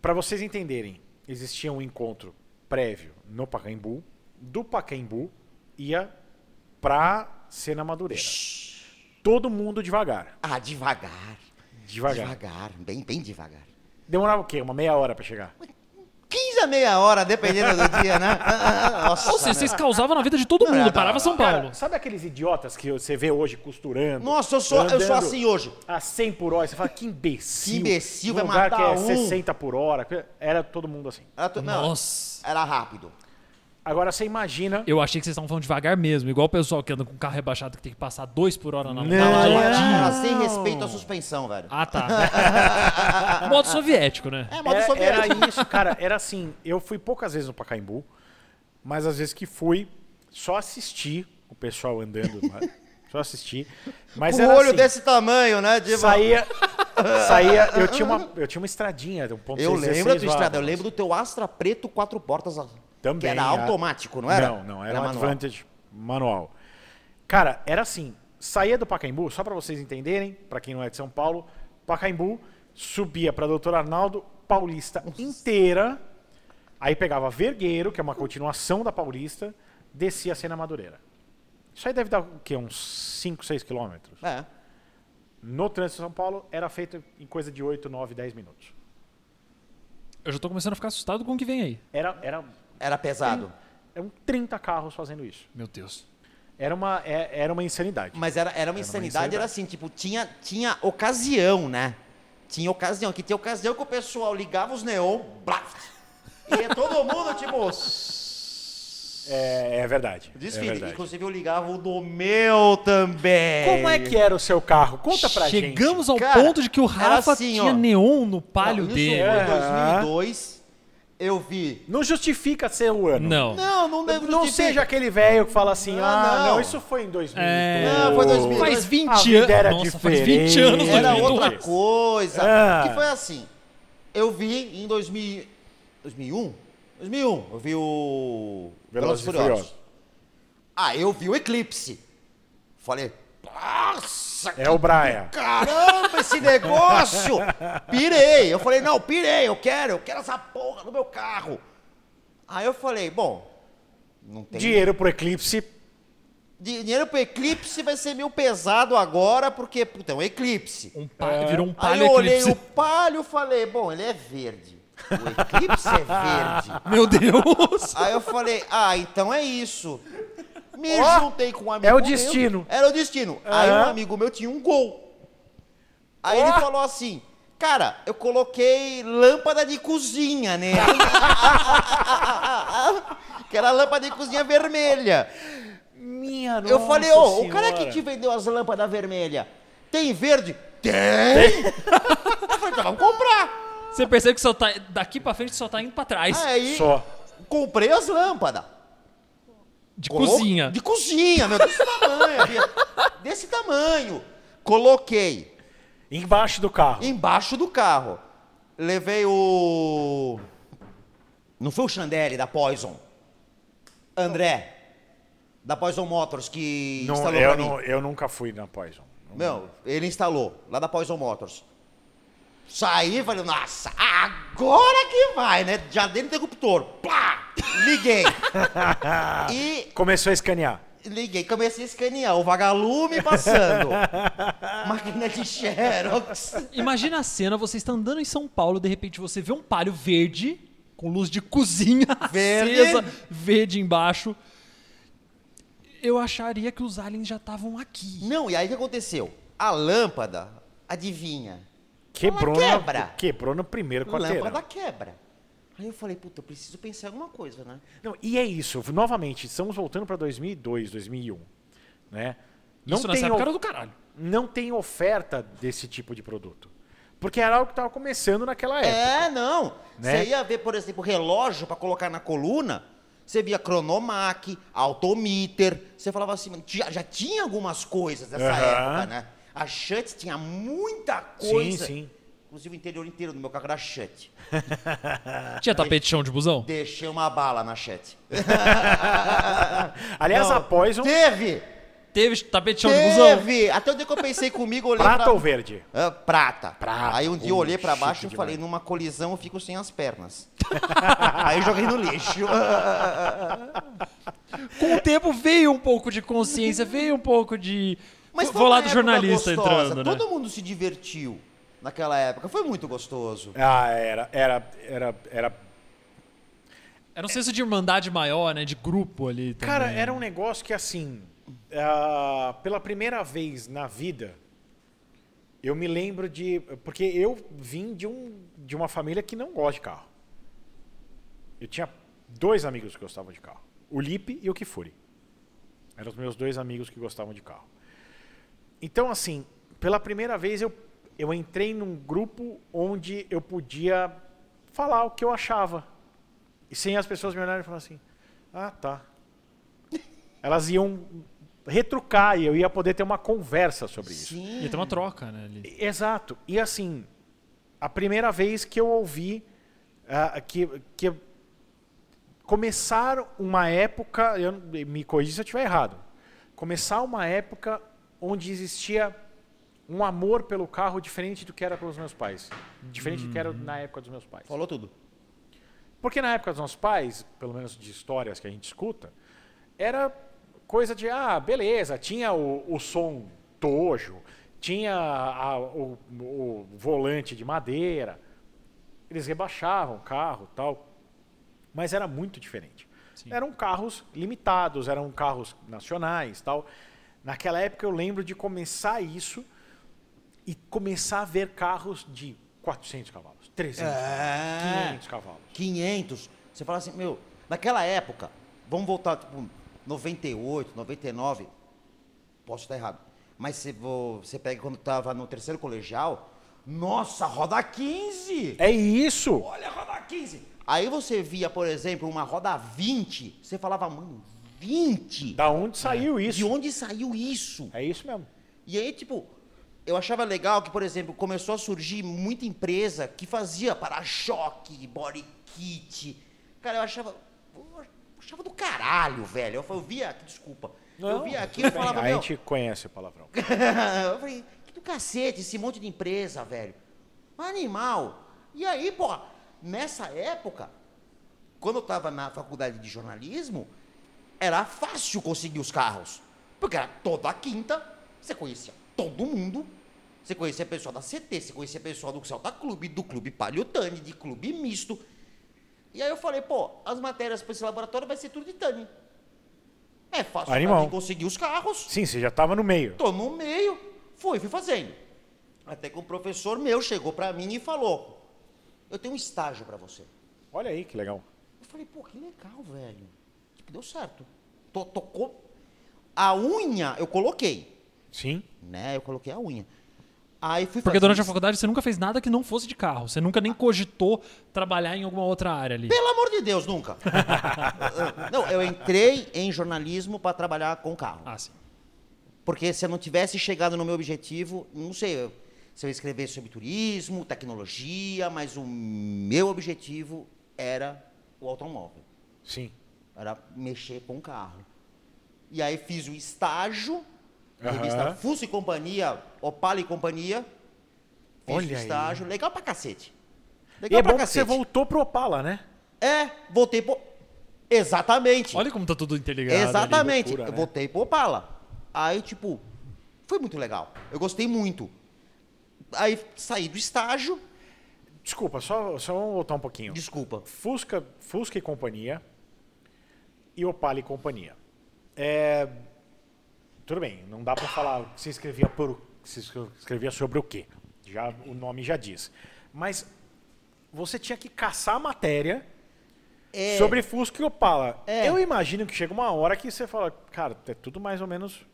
S3: para vocês entenderem, existia um encontro prévio no Pacaembu, do Pacaembu ia pra Cena Madureira. Todo mundo devagar,
S5: Ah, devagar.
S3: devagar.
S5: bem, bem devagar.
S3: Demorava o quê? Uma meia hora pra chegar.
S5: Então, 15 a meia hora, dependendo do dia, né? Nossa,
S4: Ou seja,
S5: né?
S4: vocês causavam na vida de todo
S5: Não,
S4: mundo.
S5: não,
S4: Parava
S5: não,
S4: São
S3: Cara,
S4: Paulo.
S3: sabe aqueles idiotas que você vê hoje costurando?
S5: Nossa, eu sou, eu
S3: andando
S5: sou assim hoje.
S3: A 100 por hora, você fala que imbecil.
S5: Que imbecil, vai
S3: num lugar
S5: matar
S3: que é
S5: um.
S3: 60 por hora. Era todo mundo assim.
S5: Era, tu- não,
S4: Nossa.
S5: era rápido.
S3: Agora você imagina
S4: Eu achei que vocês estavam falando devagar mesmo, igual o pessoal que anda com carro rebaixado que tem que passar dois por hora
S3: Não.
S4: na na
S5: Ela,
S4: latinha.
S5: era sem respeito à suspensão, velho.
S4: Ah, tá. Modo soviético, né?
S5: É, modo
S3: Era,
S5: soviético.
S3: era isso, cara. Era assim, eu fui poucas vezes no Pacaembu, mas as vezes que fui, só assisti o pessoal andando lá. Só assisti. Mas
S5: Com
S3: era
S5: o Um olho
S3: assim,
S5: desse tamanho, né? De
S3: saía, saía, eu tinha uma, eu tinha uma estradinha, um ponto
S5: Eu lembro
S3: 6,
S5: da
S3: 16
S5: tua
S3: válvulas.
S5: estrada, eu lembro do teu Astra preto quatro portas.
S3: Também.
S5: Que era
S3: a-
S5: automático, não era?
S3: Não, não, era, um
S5: manual.
S3: Advantage manual. Cara, era assim, saía do Pacaembu, só pra vocês entenderem, pra quem não é de São Paulo, Pacaembu subia pra Doutor Arnaldo, Paulista inteira, aí pegava Vergueiro, que é uma continuação da Paulista, descia a Sena Madureira. Isso aí deve dar o quê? Uns 5, 6 quilômetros.
S5: É.
S3: No trânsito de São Paulo, era feito em coisa de 8, 9, 10 minutos.
S4: Eu já tô começando a ficar assustado com o que vem aí.
S3: Era, era,
S5: Era pesado.
S3: eram 30 carros fazendo isso.
S4: Meu Deus.
S3: Era uma, é- era uma insanidade.
S5: Mas era, era uma insanidade,
S3: insanidade.
S5: era assim, tipo, tinha, tinha ocasião, né? Tinha ocasião, que tinha ocasião que o pessoal ligava os neon, blaf, e ia todo mundo, tipo,
S3: É, é verdade. é
S5: desfile.
S3: verdade.
S5: Inclusive eu ligava o do meu também.
S3: Como é que era o seu carro? Conta pra gente.
S4: Chegamos ao
S5: Cara,
S4: ponto de que o
S5: era
S4: Rafa
S5: assim,
S4: tinha
S5: ó.
S4: neon no palio
S5: Não, isso
S4: dele.
S5: foi
S3: é.
S5: em 2002, eu vi.
S3: Não justifica ser o ano.
S4: Não.
S5: Não, não
S3: Não,
S5: devo
S3: não
S5: justificar.
S3: seja aquele velho que fala assim,
S5: Não,
S3: ah, não.
S5: não.
S3: isso foi em 2000.
S4: É.
S5: Não, foi 2000.
S4: Faz
S5: A
S4: 20
S3: vida era
S4: anos. Nossa, faz 20 anos.
S5: Era
S3: diferente.
S4: 2002.
S5: outra coisa.
S3: Ah.
S5: Que foi assim. Eu vi em 2000, 2001? 2001. Eu vi o
S3: Velozes
S5: Velozes
S3: e
S5: e Furiosos.
S3: Furiosos.
S5: Ah, eu vi o Eclipse. Falei, nossa,
S3: É o Brian.
S5: caramba, esse negócio! Pirei. Eu falei, não, pirei, eu quero, eu quero essa porra no meu carro. Aí eu falei, bom, não tem
S3: Dinheiro pro Eclipse.
S5: Dinheiro pro eclipse vai ser meio pesado agora, porque, puta, é um eclipse.
S4: Um pa- Virou um
S5: Aí
S4: palho
S5: eu olhei
S4: eclipse.
S5: o palho e falei, bom, ele é verde. O eclipse é verde.
S4: Meu Deus!
S5: Aí eu falei, ah, então é isso. Me
S3: Ó,
S5: juntei com um amigo
S3: é o
S5: meu.
S3: destino.
S5: Era o destino. Aí um
S3: Aham.
S5: amigo meu tinha um gol. Aí ele
S3: Ó.
S5: falou assim, cara, eu coloquei lâmpada de cozinha nele. que era a lâmpada de cozinha vermelha.
S3: Minha
S5: Eu
S3: nossa
S5: falei, ô, o cara
S3: senhora.
S5: que te vendeu as lâmpadas vermelhas, tem verde? Tem! eu falei, então vamos comprar.
S4: Você percebe que só tá. Daqui pra frente só tá indo pra trás.
S5: Aí,
S3: Só.
S5: comprei as lâmpadas.
S4: De
S5: Colo-
S4: cozinha.
S5: De cozinha, meu, desse tamanho. Bia. desse tamanho. Coloquei
S3: Embaixo do carro.
S5: embaixo do carro. Levei o... Não foi o Chandelle da Poison. André, da Poison Motors, que
S3: Não,
S5: instalou
S3: eu,
S5: pra mim.
S3: não- eu nunca fui na Poison.
S5: Meu, ele instalou, lá da Poison Motors. Saí e falei, nossa, agora que vai, né? Já dei no interruptor. Plá! Liguei. e
S3: Começou a escanear.
S5: liguei, comecei a escanear o vagalume passando. Máquina de Xerox.
S4: Imagina a cena, você está andando em São Paulo, de repente você vê um palho verde, com luz de cozinha
S5: Verde.
S4: acesa, verde embaixo. Eu acharia que os aliens já estavam aqui.
S5: Não, e aí o que aconteceu? A lâmpada, adivinha?
S3: Quebrou,
S5: Ela
S3: na-
S5: quebra.
S3: quebrou no primeiro quarteirão.
S5: Lâmpada quebra. Aí eu falei, puta, eu preciso pensar em alguma coisa, né?
S3: Não, e é isso. Novamente, estamos voltando para 2002, 2001. Né? Não,
S4: Isso
S3: tem
S4: nessa época era
S3: o...
S4: do caralho.
S3: não tem oferta desse tipo de produto. Porque era algo que estava começando naquela época.
S5: É, não.
S3: Né?
S5: Você ia ver, por exemplo, relógio pra colocar na coluna, você via cronomac, altometer, você falava assim, mano, já, já tinha algumas coisas dessa
S3: Aham.
S5: época, né? A Shut tinha muita coisa.
S3: sim.
S5: Inclusive o interior inteiro do meu carro era Shut.
S4: Tinha tapete de chão de busão?
S5: Deixei uma bala na Shut.
S3: Aliás, um
S5: Não,
S3: a Poison,
S5: Teve!
S4: Teve tapete de chão de busão?
S5: Teve! Até o dia que eu pensei comigo, eu olhei
S3: prata
S5: pra-
S3: ou verde?
S5: Ah, prata.
S3: Prata.
S5: Aí um dia eu
S3: Uh,
S5: olhei pra baixo e
S3: chique
S5: falei, numa colisão eu fico sem as pernas. Aí eu joguei no lixo.
S4: Com o tempo veio um pouco de consciência, veio um pouco de.
S5: Mas foi
S4: Vou
S5: uma
S4: lá do
S5: época
S4: jornalista
S5: gostosa,
S4: entrando, né?
S5: Todo mundo se divertiu naquela época. Foi muito gostoso.
S4: É
S3: Ah, era, era, era, era.
S4: Era um senso de irmandade maior, né? De grupo ali. Também.
S3: Cara, era um negócio que assim, ah, pela primeira vez na vida, eu me lembro de, porque eu vim de um, de uma família que não gosta de carro. Eu tinha dois amigos que gostavam de carro, o Lipe e o Kifuri. Eram os meus dois amigos que gostavam de carro. Então, assim, pela primeira vez eu, eu entrei num grupo onde eu podia falar o que eu achava. E sem as pessoas me olharem e falar assim, ah, tá. Elas iam retrucar e eu ia poder ter uma conversa sobre isso.
S4: Ia ter uma troca, né? ali.
S3: Exato. E assim, a primeira vez que eu ouvi ah, que, que começar uma época, eu, não- me corrija se eu estiver errado, começar uma época onde existia um amor pelo carro diferente do que era pelos meus pais, diferente do que era na época dos meus pais.
S5: Falou tudo.
S3: Porque na época dos nossos pais, pelo menos de histórias que a gente escuta, era coisa de, ah, beleza, tinha o, o som tojo, tinha a- o, o volante de madeira, eles rebaixavam o carro tal, mas era muito diferente.
S4: Sim.
S3: Eram carros limitados, eram carros nacionais tal. Naquela época eu lembro de começar isso e começar a ver carros de 400 cavalos, 300 cavalos,
S5: É.
S3: 500 cavalos.
S5: 500. Você fala assim, meu, naquela época, vamos voltar, tipo, 98, 99, posso estar errado, mas você, vo- você pega quando tava no terceiro colegial, nossa, roda 15!
S3: É isso!
S5: Olha a roda 15! Aí você via, por exemplo, uma roda 20, você falava, mano, 20?
S3: Da onde saiu isso?
S5: De onde saiu isso?
S3: É isso mesmo.
S5: E aí, tipo, eu achava legal que, por exemplo, começou a surgir muita empresa que fazia para-choque, body kit. Cara, eu achava. eu achava do caralho, velho. Eu, fa- eu via. Desculpa. eu via aquilo e
S3: tudo bem.
S5: falava,
S3: A
S5: meu.
S3: gente conhece o palavrão.
S5: eu falei, que do cacete esse monte de empresa, velho. Um Animal. E aí, pô, nessa época, quando eu tava na faculdade de jornalismo, era fácil conseguir os carros. Porque era toda quinta, você conhecia todo mundo. Você conhecia pessoal da CT, você conhecia pessoal do Celta Clube, do Clube Palhotani, de Clube Misto. E aí eu falei, pô, as matérias para esse laboratório vai ser tudo de Tani. É fácil pra
S3: Animal.
S5: mim conseguir os carros.
S3: Sim, você já tava no meio.
S5: Tô no meio, fui, fui fazendo. Até que um professor meu chegou pra mim e falou: Eu tenho um estágio pra você.
S3: Olha aí que legal.
S5: Eu falei, pô, que legal, velho. Tipo, deu certo. To- tocou. A unha eu coloquei,
S3: Sim.
S5: né? Eu coloquei a unha. Aí fui
S4: Porque
S5: fazer
S4: durante a
S5: isso.
S4: faculdade você nunca fez nada que não fosse de carro. Você nunca nem cogitou trabalhar em alguma outra área ali.
S5: Pelo amor de Deus, nunca. Eu- eu- não, eu entrei em jornalismo pra trabalhar com carro.
S4: Ah, sim.
S5: Porque se eu não tivesse chegado no meu objetivo, não sei eu- se eu escrever sobre turismo, tecnologia, mas o meu objetivo era o automóvel,
S3: Sim.
S5: era mexer com o carro. E aí fiz o estágio, na
S3: Aham.
S5: revista Fuso e Companhia, Opala e Companhia. Fiz
S3: Olha
S5: o
S3: aí.
S5: estágio, legal pra cacete.
S3: E
S5: Legal
S3: é
S5: pra
S3: bom que você
S5: cacete.
S3: voltou pro Opala, né?
S5: É, voltei pro... Exatamente.
S4: Olha como tá tudo interligado. ali.
S5: Exatamente.
S3: loucura,
S5: eu
S3: né?
S5: voltei pro Opala. Aí, tipo, foi muito legal. Eu gostei muito. Aí saí do estágio.
S3: Desculpa, só, só vamos voltar um pouquinho.
S5: Desculpa.
S3: Fusca, Fusca e companhia e Opala e companhia. É, tudo bem, não dá pra falar o que você escrevia por, que você escrevia sobre o quê? Já o nome já diz. Mas você tinha que caçar a matéria
S5: É,
S3: sobre Fusca e Opala.
S5: É.
S3: Eu imagino que chega uma hora que você fala, cara, é tudo mais ou menos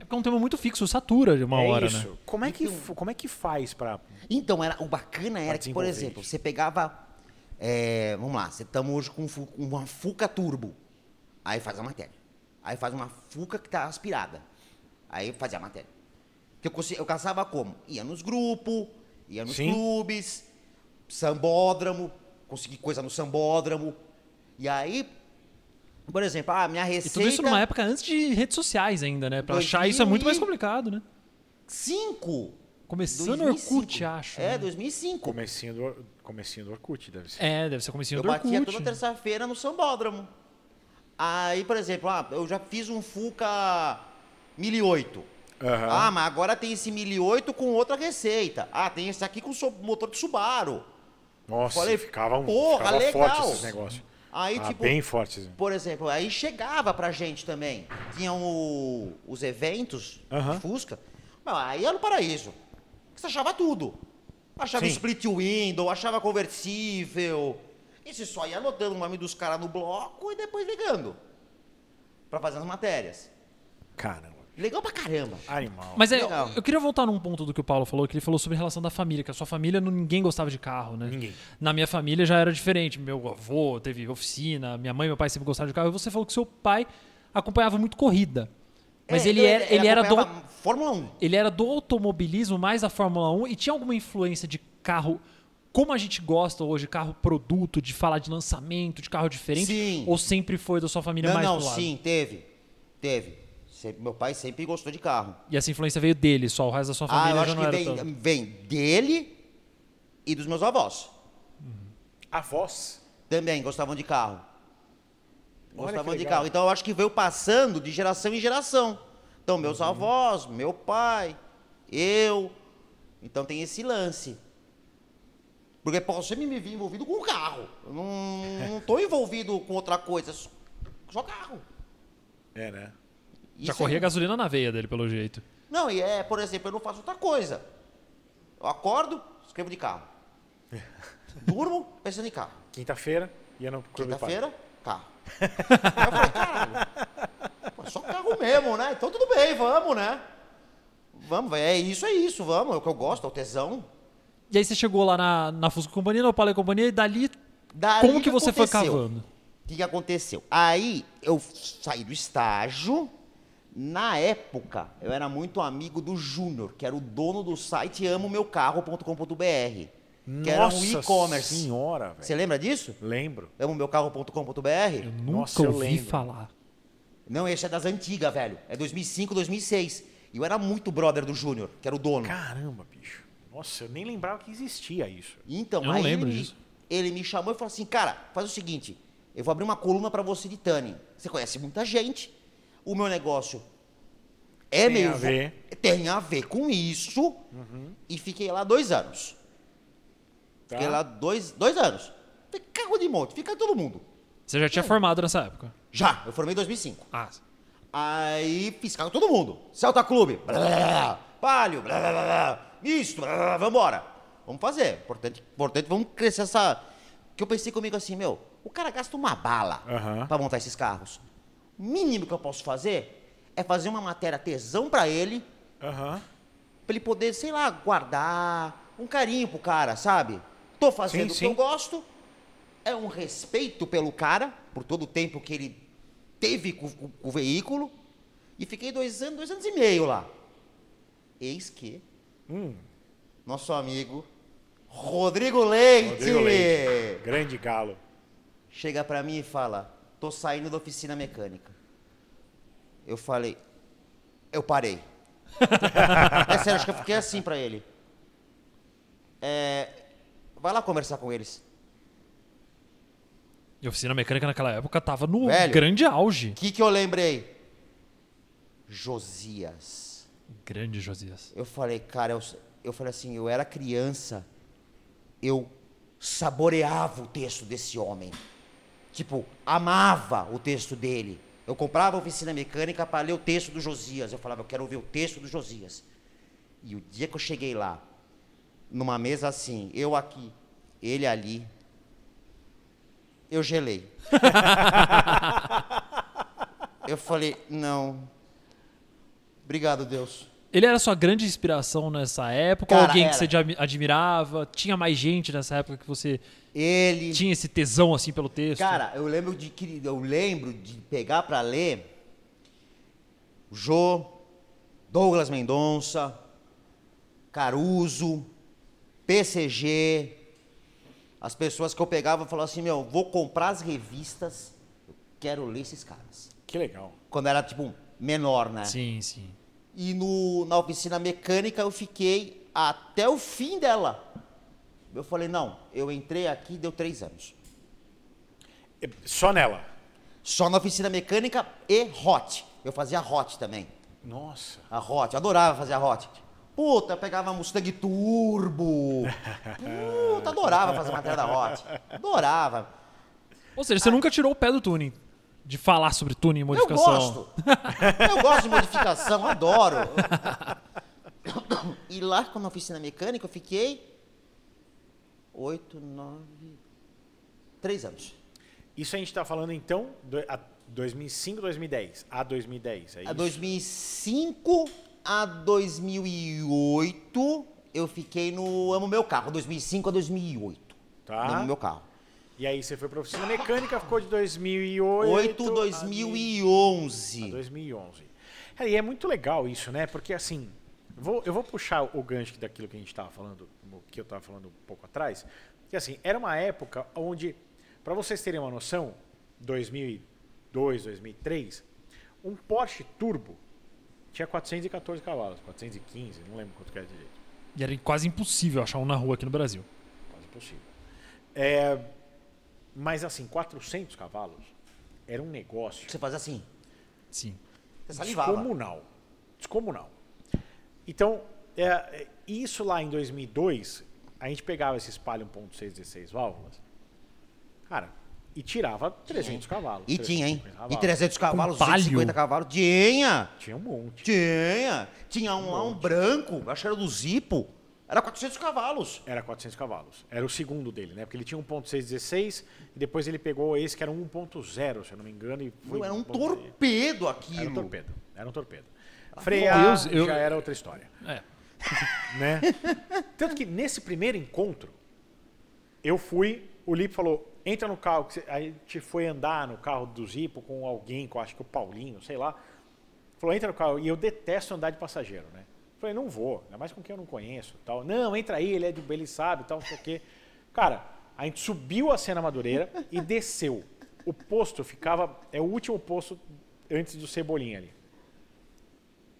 S4: É porque é um tema muito fixo, satura de uma
S3: é
S4: hora,
S3: isso.
S4: né?
S3: Como é que fu- como é que faz pra...
S5: Então, era, o bacana era
S3: Pra
S5: que, por
S3: desenvolver
S5: exemplo,
S3: isso.
S5: você pegava. é, vamos lá, você estamos hoje com um fu- com uma Fuca Turbo. Aí faz a matéria. Aí faz uma Fuca que tá aspirada. Aí fazia a matéria. Que eu, consi- eu caçava como? Ia nos grupos, ia nos
S3: Sim.
S5: clubes, sambódromo, consegui coisa no sambódromo. E aí, por exemplo, a minha
S4: E
S5: receita.
S4: tudo isso numa época antes de redes sociais ainda, né? Pra achar isso é muito mais complicado, né?
S5: 5!
S4: Começando é Orkut, acho.
S5: É,
S4: né?
S5: 2005.
S3: Comecinho do, Or- comecinho do Orkut, deve ser.
S4: É, deve ser comecinho
S5: Eu
S4: do Orkut. né?
S5: batia toda terça-feira no sambódromo. Aí, por exemplo, ah, eu já fiz um Fuca 1008.
S3: Aham.
S5: Ah, mas agora tem esse 1008 com outra receita. Ah, tem esse aqui com so- motor de Subaru.
S3: Nossa,
S5: Falei,
S3: ficava, um,
S5: porra,
S3: ficava
S5: legal.
S3: forte esses negócios.
S5: Aí,
S3: Ah,
S5: tipo,
S3: bem fortes. né?
S5: por exemplo, aí chegava pra gente também. Tinham o- os eventos
S3: Aham.
S5: de Fusca. Mas aí era o paraíso. Você achava tudo. Achava
S3: Sim.
S5: split window, achava conversível. E você só ia anotando o nome dos caras no bloco e depois ligando. Pra fazer as matérias.
S3: Caramba,
S5: Legal pra caramba.
S3: animal.
S4: Mas é,
S5: Legal.
S4: eu queria voltar num ponto do que o Paulo falou, que ele falou sobre a relação da família, que a sua família não- ninguém gostava de carro, né?
S3: Ninguém.
S4: Na minha família já era diferente. Meu avô teve oficina, minha mãe e meu pai sempre gostaram de carro. E você falou que seu pai acompanhava muito corrida. Mas
S5: É,
S4: ele, era, ele, era do,
S5: acompanhava Fórmula 1.
S4: ele era do automobilismo mais da Fórmula 1 e tinha alguma influência de carro como a gente gosta hoje, carro produto, de falar de lançamento, de carro diferente?
S5: Sim.
S4: Ou sempre foi da sua família
S5: Não,
S4: mais
S5: não,
S4: pro lado?
S5: sim, teve. Teve. Sempre- meu pai sempre gostou de carro.
S4: E essa influência veio dele só, o resto da sua
S5: Ah, eu
S4: família já
S5: acho
S4: não
S5: que
S4: era
S5: vem,
S4: tanto.
S5: vem dele e dos meus avós.
S3: A voz.
S5: Também gostavam de carro.
S3: Olha
S5: Gostavam
S3: que
S5: de
S3: legal.
S5: carro. Então eu acho que veio passando de geração em geração. Então, meus
S3: Uhum.
S5: avós, meu pai, eu. Então tem esse lance. Porque posso sempre me vir envolvido com o carro. Eu não,
S4: É.
S5: não tô envolvido com outra coisa, só, só carro.
S3: É, né?
S4: Já
S5: Isso
S4: corria
S5: é-
S4: gasolina na veia dele, pelo jeito.
S5: Não, e é, por exemplo, eu não faço outra coisa. Eu acordo, escrevo de carro. Durmo, pensando em carro.
S3: Quinta-feira, ia no Clube
S5: Quinta-feira, carro. Tá. Aí eu falei, caralho, pô, é só carro mesmo, né? Então tudo bem, vamos, né? Vamos, vai, é isso, é isso, vamos. É o que eu gosto, é o tesão.
S4: E aí você chegou lá na, na Fusco Companhia, na Opala e Companhia, e dali,
S5: Dali
S4: como que
S5: que
S4: você foi
S5: aconteceu?
S4: cavando?
S5: O que, que aconteceu? Aí eu saí do estágio. Na época, eu era muito amigo do Júnior, que era o dono do site amomeucarro.com.br.
S3: Nossa
S5: Que era um e-commerce.
S3: senhora,
S5: Você
S3: velho.
S5: lembra disso?
S3: Lembro.
S4: Eu
S5: amomeucarro.com.br?
S4: nunca
S3: Nossa, eu
S4: ouvi
S3: lembro.
S4: falar.
S5: Não, esse é das antigas, velho. É 2005, 2006. E eu era muito brother do Júnior, que era o dono.
S3: Caramba, bicho. Nossa, eu nem lembrava que existia isso.
S5: Então,
S4: Eu não
S5: aí
S4: lembro
S5: ele, me-
S4: disso.
S5: ele me chamou e falou assim, cara, faz o seguinte, eu vou abrir uma coluna pra você de Tani. Você conhece muita gente, o meu negócio É
S3: Tem
S5: meio.
S3: a
S5: vo-
S3: ver.
S5: Tem a ver com isso. E fiquei lá dois anos.
S3: Tá?
S5: Fiquei lá dois, dois anos. Fiquei Cago de monte, fica todo mundo.
S4: Você já
S5: É.
S4: tinha formado nessa época.
S5: Já, eu formei em 2005.
S4: Ah,
S5: Aí fiz cago todo mundo. Celta Clube, blá, blá, blá, Palio, blá, blá, blá, blá, misto, blá, blá, blá, vambora. Vamos fazer. Importante, importante, vamos crescer essa. Que eu pensei comigo assim, meu, o cara gasta uma bala
S3: Aham.
S5: pra montar esses carros. O mínimo que eu posso fazer é fazer uma matéria tesão pra ele,
S3: Aham.
S5: pra ele poder, sei lá, guardar um carinho pro cara, sabe? Tô fazendo
S3: Sim,
S5: o que
S3: sim.
S5: eu gosto, é um respeito pelo cara, por todo o tempo que ele teve com, com- com o veículo, e fiquei dois anos, dois anos e meio lá. Eis que
S3: Hum.
S5: nosso amigo Rodrigo Leite,
S3: Rodrigo Leite. Grande galo.
S5: chega pra mim e fala: tô saindo da oficina mecânica. Eu falei, eu parei. é sério, acho que eu fiquei assim pra ele. É, vai lá conversar com eles.
S4: E a oficina mecânica naquela época tava no
S5: Velho.
S4: grande auge.
S5: O que, que eu lembrei? Josias.
S4: Grande, Josias.
S5: Eu falei, cara, eu, eu falei assim, eu era criança, eu saboreava o texto desse homem. Tipo, amava o texto dele. Eu comprava a oficina mecânica para ler o texto do Josias. Eu falava, eu quero ouvir o texto do Josias. E o dia que eu cheguei lá, numa mesa assim, eu aqui, ele ali, eu gelei. eu falei, não. Obrigado, Deus.
S4: Ele era sua grande inspiração nessa época?
S5: Cara,
S4: alguém
S5: era.
S4: que você admi- admirava? Tinha mais gente nessa época que você
S5: Ele.
S4: tinha esse tesão assim pelo texto?
S5: Cara, eu lembro de que eu lembro de pegar pra ler Jô, Douglas Mendonça, Caruso, PCG. As pessoas que eu pegava falavam assim: "Meu, vou comprar as revistas, eu quero ler esses caras".
S3: Que legal.
S5: Quando era tipo menor, né?
S4: Sim, sim.
S5: E no, na oficina mecânica eu fiquei até o fim dela. Eu falei, não, eu entrei aqui, deu três anos.
S3: E- É, Só nela.
S5: Só na oficina mecânica e hot. Eu fazia hot também.
S3: Nossa.
S5: A hot, eu adorava fazer a hot. Puta, eu pegava Mustang Turbo. Puta, adorava fazer matéria da hot. Adorava.
S4: Ou seja, você nunca tirou o pé do tuning. De falar sobre tuning e
S5: Ah. Eu
S4: modificação.
S5: gosto. Eu gosto de modificação, adoro. E lá na oficina mecânica eu fiquei oito, nove, três anos.
S3: Isso a gente tá falando então, do, a 2005, 2010. A 2010, é
S5: A
S3: isso?
S5: 2005 a 2008, eu fiquei no Amo Meu Carro. 2005 a 2008.
S3: Tá.
S5: No Amo Meu Carro.
S3: E aí você foi pra oficina mecânica, ficou de 2008
S5: 8,
S3: a 2011.
S5: 2011.
S3: 2011. Cara, e é muito legal isso, né? Porque assim, vou- eu vou puxar o gancho daquilo que a gente estava falando, o que eu estava falando um pouco atrás, que assim, era uma época onde, para vocês terem uma noção, 2002, 2003, um Porsche Turbo tinha 414 cavalos, 415, não lembro quanto que era direito.
S4: E era quase impossível achar um na rua aqui no Brasil.
S3: Quase impossível. É, mas assim, 400 cavalos era um negócio
S5: Você faz assim.
S4: Sim.
S5: Você salivava.
S3: Descomunal. Descomunal. Então, é, é, isso lá em 2002, a gente pegava esse um espalho 1.6, 16 válvulas, cara, e tirava 300 cavalos.
S5: E tinha, hein?
S3: 350
S5: E
S3: cavalos.
S5: 300 cavalos,
S4: palio.
S5: 250 cavalos. Tinha!
S3: Tinha um monte.
S5: Tinha! Tinha um lá, um branco, acho que era do Zipo. Era 400 cavalos.
S3: Era 400 cavalos. Era o segundo dele, né? Porque ele tinha 1.616 e depois ele pegou esse que era 1.0, se eu não me engano. E foi
S5: Meu, era um
S3: bom- né?
S5: torpedo aquilo.
S3: Era um torpedo. Era um torpedo. Frear
S4: Deus, eu-
S3: já era outra história.
S4: É.
S3: né? Tanto que nesse primeiro encontro, eu fui, o Lipe falou, entra no carro, que você- aí a gente foi andar no carro do Zipo com alguém, que eu acho que o Paulinho, sei lá. Falou, entra no carro, e eu detesto andar de passageiro, né? Falei, não vou, ainda mais com quem eu não conheço tal. Não, entra aí, ele é de ele sabe tal, não sei o quê. Cara, a gente subiu a cena madureira e desceu. O posto ficava, é o último posto antes do Cebolinha ali.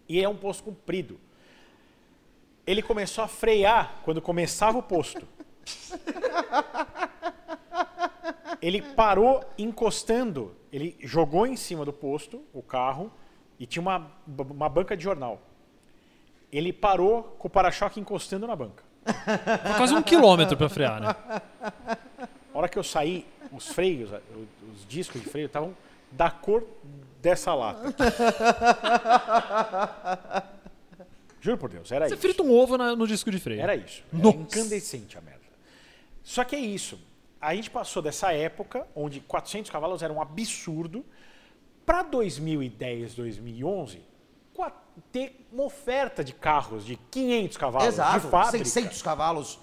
S3: E é um posto comprido ele começou a frear quando começava o posto. Ele parou encostando, ele jogou em cima do posto o carro E tinha uma, uma banca de jornal. Ele parou com o para-choque encostando na banca.
S4: Foi quase um quilômetro pra frear, né?
S3: A hora que eu saí, os freios, o- os discos de freio estavam da cor dessa lata. Juro por Deus, era
S4: Você
S3: isso.
S4: frita um ovo na- no disco de freio.
S3: Era isso. Era
S4: Nossa.
S3: incandescente a merda. Só que é isso. A gente passou dessa época, onde 400 cavalos era um absurdo, para 2010, 2011, qua- ter uma oferta de carros de 500 cavalos
S5: Exato,
S3: de fábrica.
S5: 600 cavalos.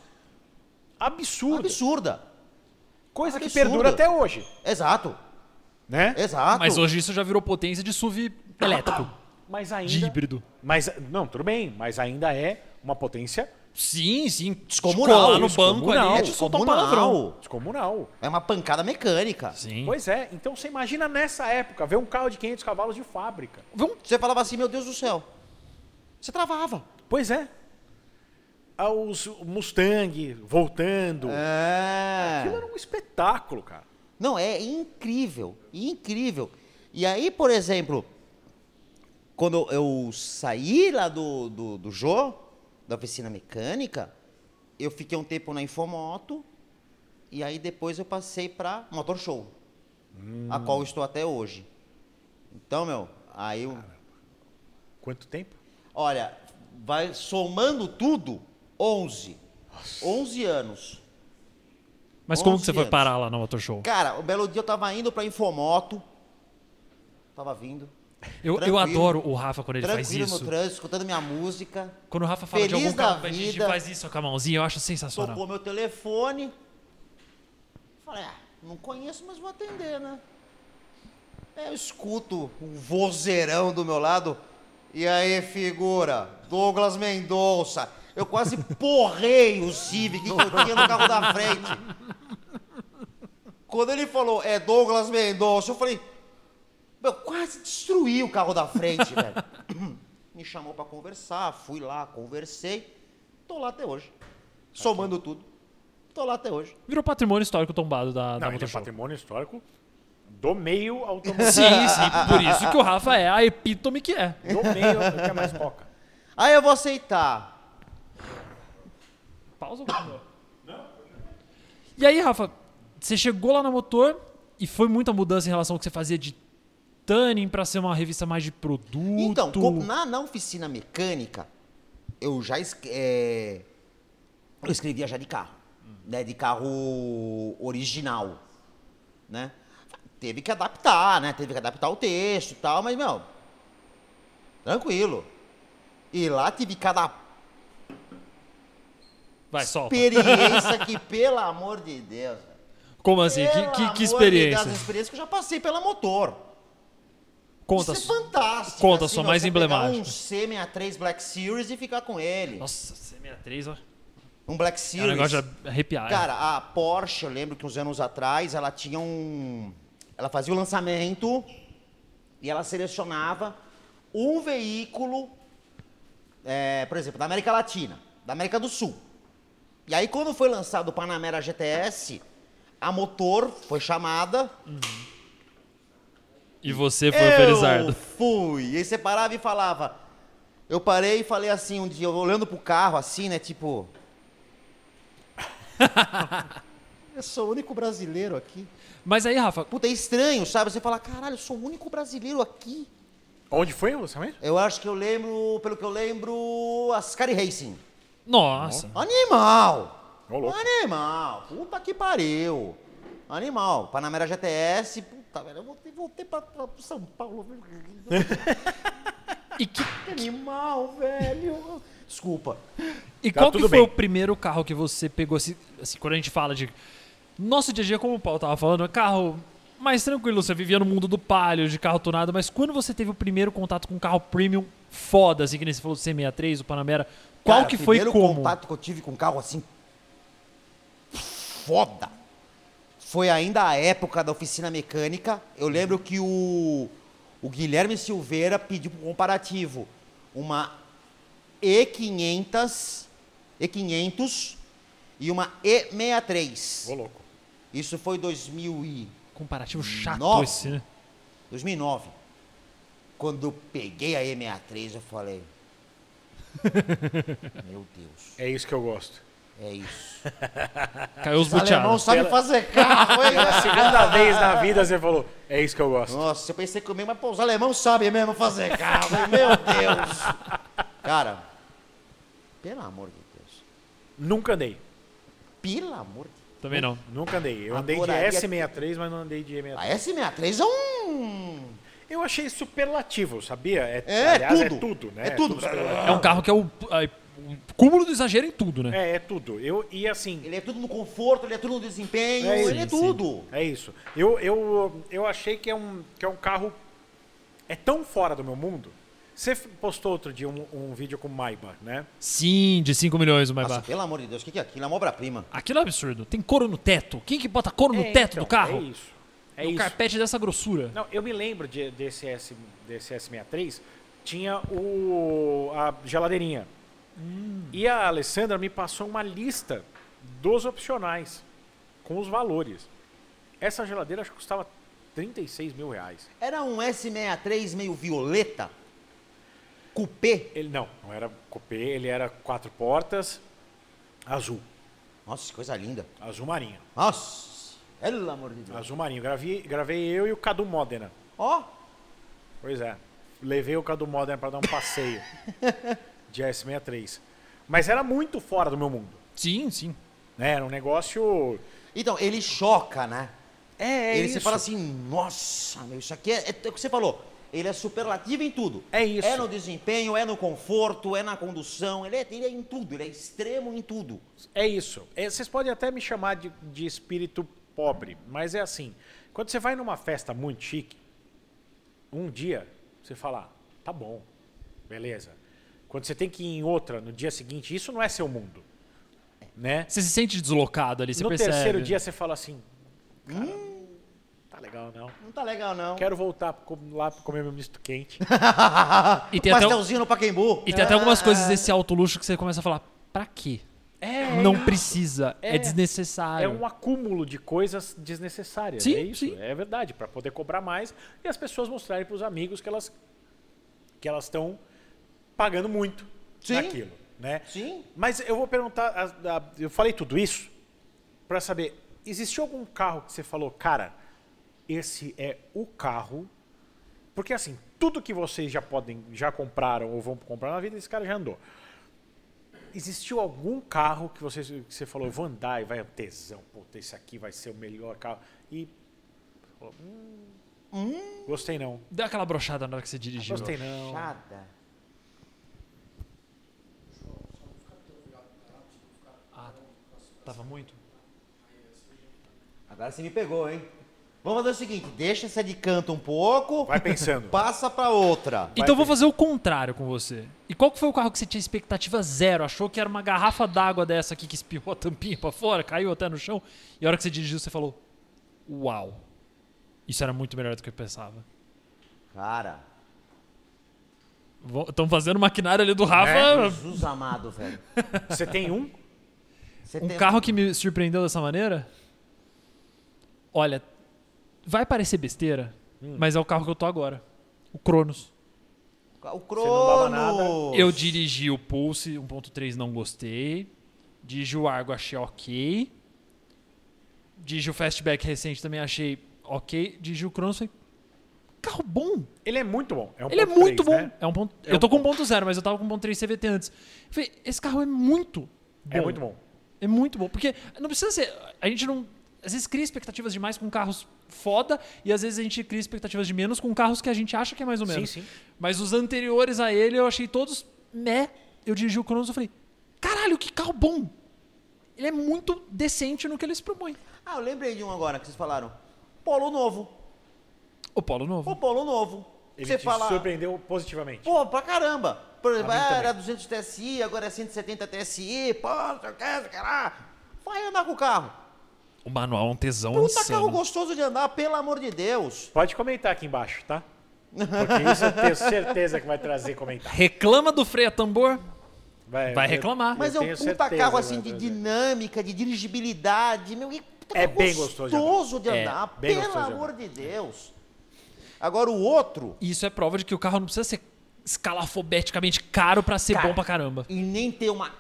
S3: Absurdo.
S5: Absurda.
S3: Coisa que
S5: absurdo. É.
S3: perdura até hoje.
S5: Exato,
S3: Né?
S5: exato.
S4: Mas hoje isso já virou potência de SUV elétrico,
S3: Mas ainda...
S4: de híbrido.
S3: Mas, não, tudo bem, mas ainda é uma potência
S4: Sim, sim.
S5: Descomunal,
S4: Descolar no banco
S3: descomunal,
S4: ali é de soltar um
S5: descomunal.
S4: palavrão.
S3: descomunal.
S5: É uma pancada mecânica.
S4: Sim.
S3: Pois é, então você imagina nessa época ver um carro de 500 cavalos de fábrica.
S5: Você falava assim, meu Deus do céu. Você travava.
S3: Pois é. Ah, Os Mustang voltando. Aquilo
S5: É.
S3: era um espetáculo, cara.
S5: Não, é incrível, incrível. E aí, por exemplo, quando eu saí lá do, do, do Jô, da oficina mecânica, eu fiquei um tempo na Infomoto e aí depois eu passei para Motor Show, a qual eu estou até hoje. Então, meu, aí eu,
S3: Quanto tempo?
S5: olha, vai somando tudo, 11. 11 anos.
S4: Mas como que
S5: 11
S4: você foi
S5: anos.
S4: parar lá no Motor Show?
S5: Cara, um belo dia eu tava indo pra Infomoto. Tava vindo.
S4: Eu, eu
S5: tranquilo.
S4: adoro o Rafa quando ele faz
S5: tranquilo
S4: isso.
S5: no trânsito, escutando minha música.
S4: Quando o Rafa fala de
S5: Feliz
S4: algum carro
S5: da
S4: que vai dirigir,
S5: vida.
S4: faz isso com a mãozinha, eu acho sensacional.
S5: Tocou meu telefone. Falei, ah, não conheço, mas vou atender, né? Aí Eu escuto um vozeirão do meu lado. E aí, figura? Douglas Mendonça. Eu quase porrei o Civic que eu tinha no carro da frente. Quando ele falou, é Douglas Mendonça, eu falei, meu, quase destruí o carro da frente, velho. Me chamou pra conversar, fui lá, conversei. Tô lá até hoje. Somando tudo. Tô lá até hoje.
S4: Virou patrimônio histórico tombado da, da
S3: Não, ele
S4: Motor
S3: é
S4: Show.
S3: patrimônio histórico do meio automobilístico.
S4: Sim, sim. Por isso que o Rafa é a epítome que é.
S3: do meio, não quer mais coca.
S5: Aí eu vou aceitar.
S4: Pausa ou E aí, Rafa, você chegou lá na Motor e foi muita mudança em relação ao que você fazia de Tuning pra ser uma revista mais de produto.
S5: Então, co- na, na oficina mecânica, eu já es- é, eu escrevia já de carro. Né, de carro original. Né? Teve que adaptar, né? Teve que adaptar o texto e tal, mas, meu, tranquilo. E lá tive cada
S4: Vai, solta.
S5: experiência que, pelo amor de Deus. velho.
S4: Como assim? Que-
S5: Pelo
S4: Que, que,
S5: amor de
S4: experiência?
S5: Deus, as experiências que eu já passei pela motor.
S4: Conta.
S5: Isso é fantástico.
S4: conta sua
S5: meu,
S4: mais
S5: você
S4: emblemática.
S5: Pegar um C63 Black Series e ficar com ele.
S4: Nossa, C63, ó.
S5: Um Black
S4: É um
S5: Series.
S4: negócio de arrepiar.
S5: Cara, a Porsche, eu lembro que uns anos atrás, ela tinha um. Ela fazia o lançamento e ela selecionava um veículo, é, por exemplo, da América Latina, da América do Sul. E aí, quando foi lançado o Panamera GTS, a motor foi chamada.
S4: E você foi o
S5: Eu
S4: Felizardo.
S5: fui! E aí você parava e falava. Eu parei e falei assim um dia, eu olhando pro carro assim, né? Tipo. eu sou o único brasileiro aqui.
S4: Mas aí, Rafa,
S5: Puta, é estranho, sabe? Você fala, caralho, eu sou o único brasileiro aqui.
S3: Onde foi o lançamento?
S5: Eu acho que eu lembro, pelo que eu lembro, Ascari Racing.
S4: nossa.
S5: Animal!
S3: Ô, louco.
S5: Animal! Puta que pariu! Animal! Panamera GTS, puta, velho, eu voltei, voltei pra, pra São Paulo. velho.
S4: E, que-
S5: Animal, velho! Desculpa.
S4: e
S3: Tá
S4: qual que
S3: tudo
S4: foi
S3: bem.
S4: o primeiro carro que você pegou? Assim, assim, quando a gente fala de. Nosso dia a dia, como o Paulo tava falando, é carro mais tranquilo. Você vivia no mundo do palio, de carro tunado, mas quando você teve o primeiro contato com um carro premium foda, assim, que nem você falou do C63, o Panamera, qual
S5: Cara,
S4: que foi e
S5: O
S4: como?
S5: primeiro contato que eu tive com um carro assim. Foda! Foi ainda a época da oficina mecânica. Eu lembro que o, o Guilherme Silveira pediu para um comparativo uma E500, E500 e uma
S3: Ô,
S5: E63.
S3: louco.
S5: Isso foi 2000 e
S4: Comparativo chato
S5: Nossa.
S4: esse, né?
S5: 2009. Quando eu peguei a M63, eu falei. Meu Deus,
S3: É isso que eu gosto.
S5: é isso.
S4: Caiu os
S5: Os alemão
S4: buteados.
S5: sabe
S3: Pela-
S5: fazer carro, né? hein?
S3: Pela segunda vez na vida você falou, é isso que eu gosto.
S5: Nossa, eu pensei comigo, mas pô, os alemão sabem mesmo fazer carro, hein? meu Deus. Cara, pelo amor de Deus.
S3: Nunca andei.
S5: Pelo amor de Deus.
S4: Também não.
S3: Nunca andei. Eu andei de
S5: Adoraria-
S3: S63, mas não andei de M63.
S5: A S63 é um.
S3: Eu achei superlativo, sabia? É,
S5: É,
S3: aliás,
S5: tudo.
S3: é tudo, né?
S5: É tudo.
S3: superlativo.
S4: É um carro que é o, a- o cúmulo do exagero em tudo, né?
S3: É, é tudo. Eu, e assim,
S5: Ele é tudo no conforto, ele é tudo no desempenho,
S3: É isso.
S5: ele é
S4: Sim,
S5: tudo.
S3: é isso. Eu, eu, eu achei que é, um, que é um carro. É tão fora do meu mundo. Você f- postou outro dia um, um vídeo com Maiba, né?
S4: Sim, de 5 milhões o mais
S5: Nossa,
S4: baixo.
S5: pelo amor de Deus, o que que é aquilo? É uma obra-prima.
S4: Aquilo é um absurdo. Tem couro no teto. Quem que bota couro no
S3: É,
S4: teto
S3: então,
S4: do carro?
S3: É isso. É
S4: um
S3: isso.
S4: carpete dessa grossura.
S3: Não, eu me lembro de- desse, S, desse S63, tinha o, a geladeirinha.
S4: Hum.
S3: E a Alessandra me passou uma lista dos opcionais, com os valores. Essa geladeira acho que custava 36 mil reais.
S5: Era um S63 meio violeta, cupê.
S3: Ele não, não era copê, ele era quatro portas, azul.
S5: Nossa, que coisa linda.
S3: Azul marinho.
S5: Nossa, pelo amor de Deus.
S3: Azul marinho. Gravei, gravei eu e o Cadu Modena.
S5: Ó,
S3: Pois é. Levei o Cadu Modena pra dar um passeio de S63. Mas era muito fora do meu mundo.
S4: Sim, sim.
S3: né? Era um negócio.
S5: então, ele choca, né?
S3: É,
S5: ele se fala assim, nossa, meu, isso aqui é, é o que você falou. Ele é superlativo em tudo.
S3: É isso.
S5: É no desempenho, é no conforto, é na condução, ele é, ele é em tudo, ele é extremo em tudo.
S3: É isso. É, vocês podem até me chamar de, de espírito pobre, mas é assim. Quando você vai numa festa muito chique, um dia você fala, "Ah, tá bom, beleza. Quando você tem que ir em outra no dia seguinte, isso não é seu mundo, né?
S4: Você se sente deslocado ali, você
S3: no
S4: percebe. né?
S3: terceiro dia você fala assim, "Cara, tá legal não.
S5: Não tá legal, não.
S3: Quero voltar pro- lá pra comer meu misto quente.
S4: E tem até um-
S5: Pastelzinho no Pacaembu. É.
S4: E tem até algumas coisas desse alto luxo que você começa a falar, pra quê?
S3: Ah. É,
S4: não precisa,
S3: É.
S4: é, desnecessário.
S3: É um acúmulo de coisas desnecessárias.
S4: Sim,
S3: é isso,
S4: sim.
S3: é verdade, para poder cobrar mais e as pessoas mostrarem para os amigos que elas que elas estão pagando muito
S5: Sim.
S3: naquilo, né?
S4: um
S5: Sim.
S3: Mas eu vou perguntar, a- a- eu falei tudo isso para saber, existiu algum carro que você falou, cara, esse é o carro? Porque assim, tudo que vocês já podem, já compraram ou vão comprar na vida, esse cara já andou. Existiu algum carro que você, que você falou, eu vou andar e vai um tesão, puta, esse aqui vai ser o melhor carro. E. falou, hum, Gostei não.
S4: Dá aquela brochada na hora que você dirigiu.
S3: Gostei não.
S5: Chada.
S4: Tava muito.
S5: Agora você me pegou, hein? Vamos fazer o seguinte, deixa essa de canto um pouco,
S3: Vai pensando.
S5: passa pra outra.
S4: Então eu vou fazer o contrário com você. E qual que foi o carro que você tinha expectativa zero? Achou que era uma garrafa d'água dessa aqui que espirrou a tampinha pra fora, caiu até no chão, e a hora que você dirigiu você falou: "Uau. Isso era muito melhor do que eu pensava".
S5: Cara,
S4: Estão fazendo maquinário ali do Rafa.
S3: É, Ah.
S5: Jesus amado, velho.
S3: Você tem um?
S5: Você
S4: Um
S5: tem-
S4: carro que me surpreendeu dessa maneira? Olha, vai parecer besteira,
S3: Hum.
S4: mas é o carro que eu tô agora. O Cronos.
S5: O
S3: não dava nada.
S5: Crono.
S4: Eu dirigi o Pulse 1.3, não gostei. Dirigi o Argo, achei ok. Dirigi o Fastback recente, também achei ok. Dirigi o Cronos, falei, carro bom.
S3: Ele é muito bom. É um
S4: Ele é
S3: ponto
S4: muito
S3: três,
S4: bom.
S3: né?
S4: É um ponto...
S3: É
S4: eu
S3: um
S4: tô com 1.0, mas eu tava com 1.3 CVT antes. Eu Falei, esse carro é muito bom.
S3: É muito bom.
S4: É muito bom. Porque não precisa ser. A gente não. Às vezes cria expectativas demais com carros foda e às vezes a gente cria expectativas de menos com carros que a gente acha que é mais ou
S3: Sim,
S4: menos.
S3: sim.
S4: Mas os anteriores a ele eu achei todos né. Eu dirigi o Cronos e falei: caralho, que carro bom! Ele é muito decente no que ele se propõe.
S5: Ah, eu lembrei de um agora que vocês falaram. Polo Novo.
S4: O Polo Novo.
S5: O Polo Novo.
S3: Ele
S5: você
S3: te
S5: fala,
S3: surpreendeu positivamente.
S5: pô, pra caramba. Por exemplo,
S3: A mim
S5: ah,
S3: também.
S5: era 200 TSI, agora é 170 TSI, pô, não sei o que, não sei o que lá. Vai andar com o
S3: Tá
S5: carro.
S4: O manual é um tesão
S5: Puta carro
S4: insano.
S5: gostoso de andar, pelo amor de Deus.
S3: Pode comentar aqui embaixo, tá? Porque isso eu tenho certeza que vai trazer comentário.
S4: Reclama do freio a tambor? Vai
S3: eu-
S4: reclamar.
S5: Mas é um
S3: tenho
S5: puta
S3: certeza
S5: carro
S3: que
S5: assim
S3: vai
S5: de
S3: trazer.
S5: dinâmica, de dirigibilidade, meu. e puta
S3: É
S5: carro
S3: bem gostoso de andar.
S5: gostoso de
S4: É,
S5: andar,
S3: bem
S5: pelo
S3: gostoso de
S5: amor de Deus. Agora o outro,
S4: E isso é prova de que o carro não precisa ser escalafobeticamente caro pra ser
S5: Cara,
S4: bom pra caramba.
S5: e nem ter uma,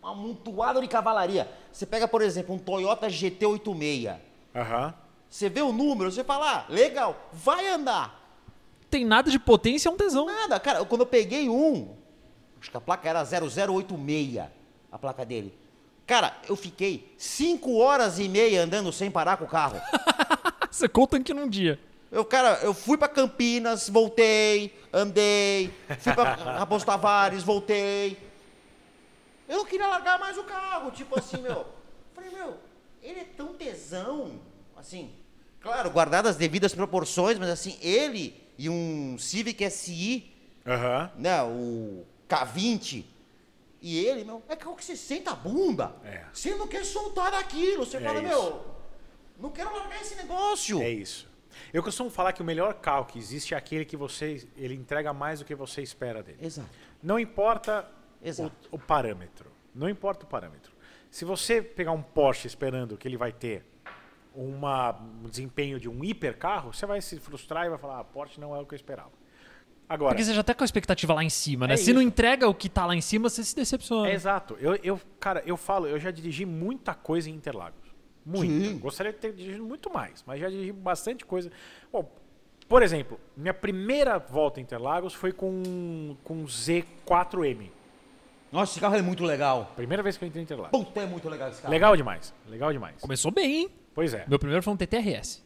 S5: uma amontoada de cavalaria. Você pega, por exemplo, um Toyota GT86.
S3: Aham.
S5: Você vê o número, você fala, ah, legal, vai andar.
S4: Tem nada de potência, é um tesão.
S5: Nada, cara, quando eu peguei um, acho que a placa era 0086, a placa dele. Cara, eu fiquei 5 horas e meia andando sem parar com o carro.
S4: Você conta que num dia.
S5: Eu, cara, eu fui pra Campinas, voltei, andei, fui pra Raposo Tavares, voltei. Eu não queria largar mais o carro, tipo assim, meu. Falei, meu, ele é tão tesão, assim. Claro, guardado as devidas proporções, mas assim, ele e um Civic SI,
S3: Aham.
S5: né, o K20, e ele, meu, é carro que você senta a bunda.
S3: É.
S5: Você não quer soltar daquilo, você
S3: É
S5: fala,
S3: isso.
S5: meu, não quero largar esse negócio.
S3: É isso. Eu costumo falar que o melhor carro que existe é aquele que você. Ele entrega mais do que você espera dele.
S5: Exato.
S3: Não importa
S5: Exato.
S3: o, o parâmetro. Não importa o parâmetro. Se você pegar um Porsche esperando que ele vai ter uma- um desempenho de um hipercarro, você vai se frustrar e vai falar: ah, Porsche não é o que eu esperava. Agora,
S4: Porque você já tá com a expectativa lá em cima, né?
S3: É
S4: se não
S3: isso.
S4: entrega o que tá lá em cima, você se decepciona.
S3: É, exato. Eu, eu, cara, eu falo, eu já dirigi muita coisa em Interlagos. Muita.
S5: Sim.
S3: Gostaria de ter dirigido muito mais, mas já dirigi bastante coisa. Bom, por exemplo, minha primeira volta em Interlagos foi com, um com Z4M.
S5: Nossa, esse carro é muito legal.
S3: Primeira vez que eu entrei em Interlagos.
S5: Puta, é muito legal esse carro.
S3: Legal demais. Legal demais.
S4: Começou bem, hein?
S3: Pois é.
S4: Meu primeiro foi um TTRS.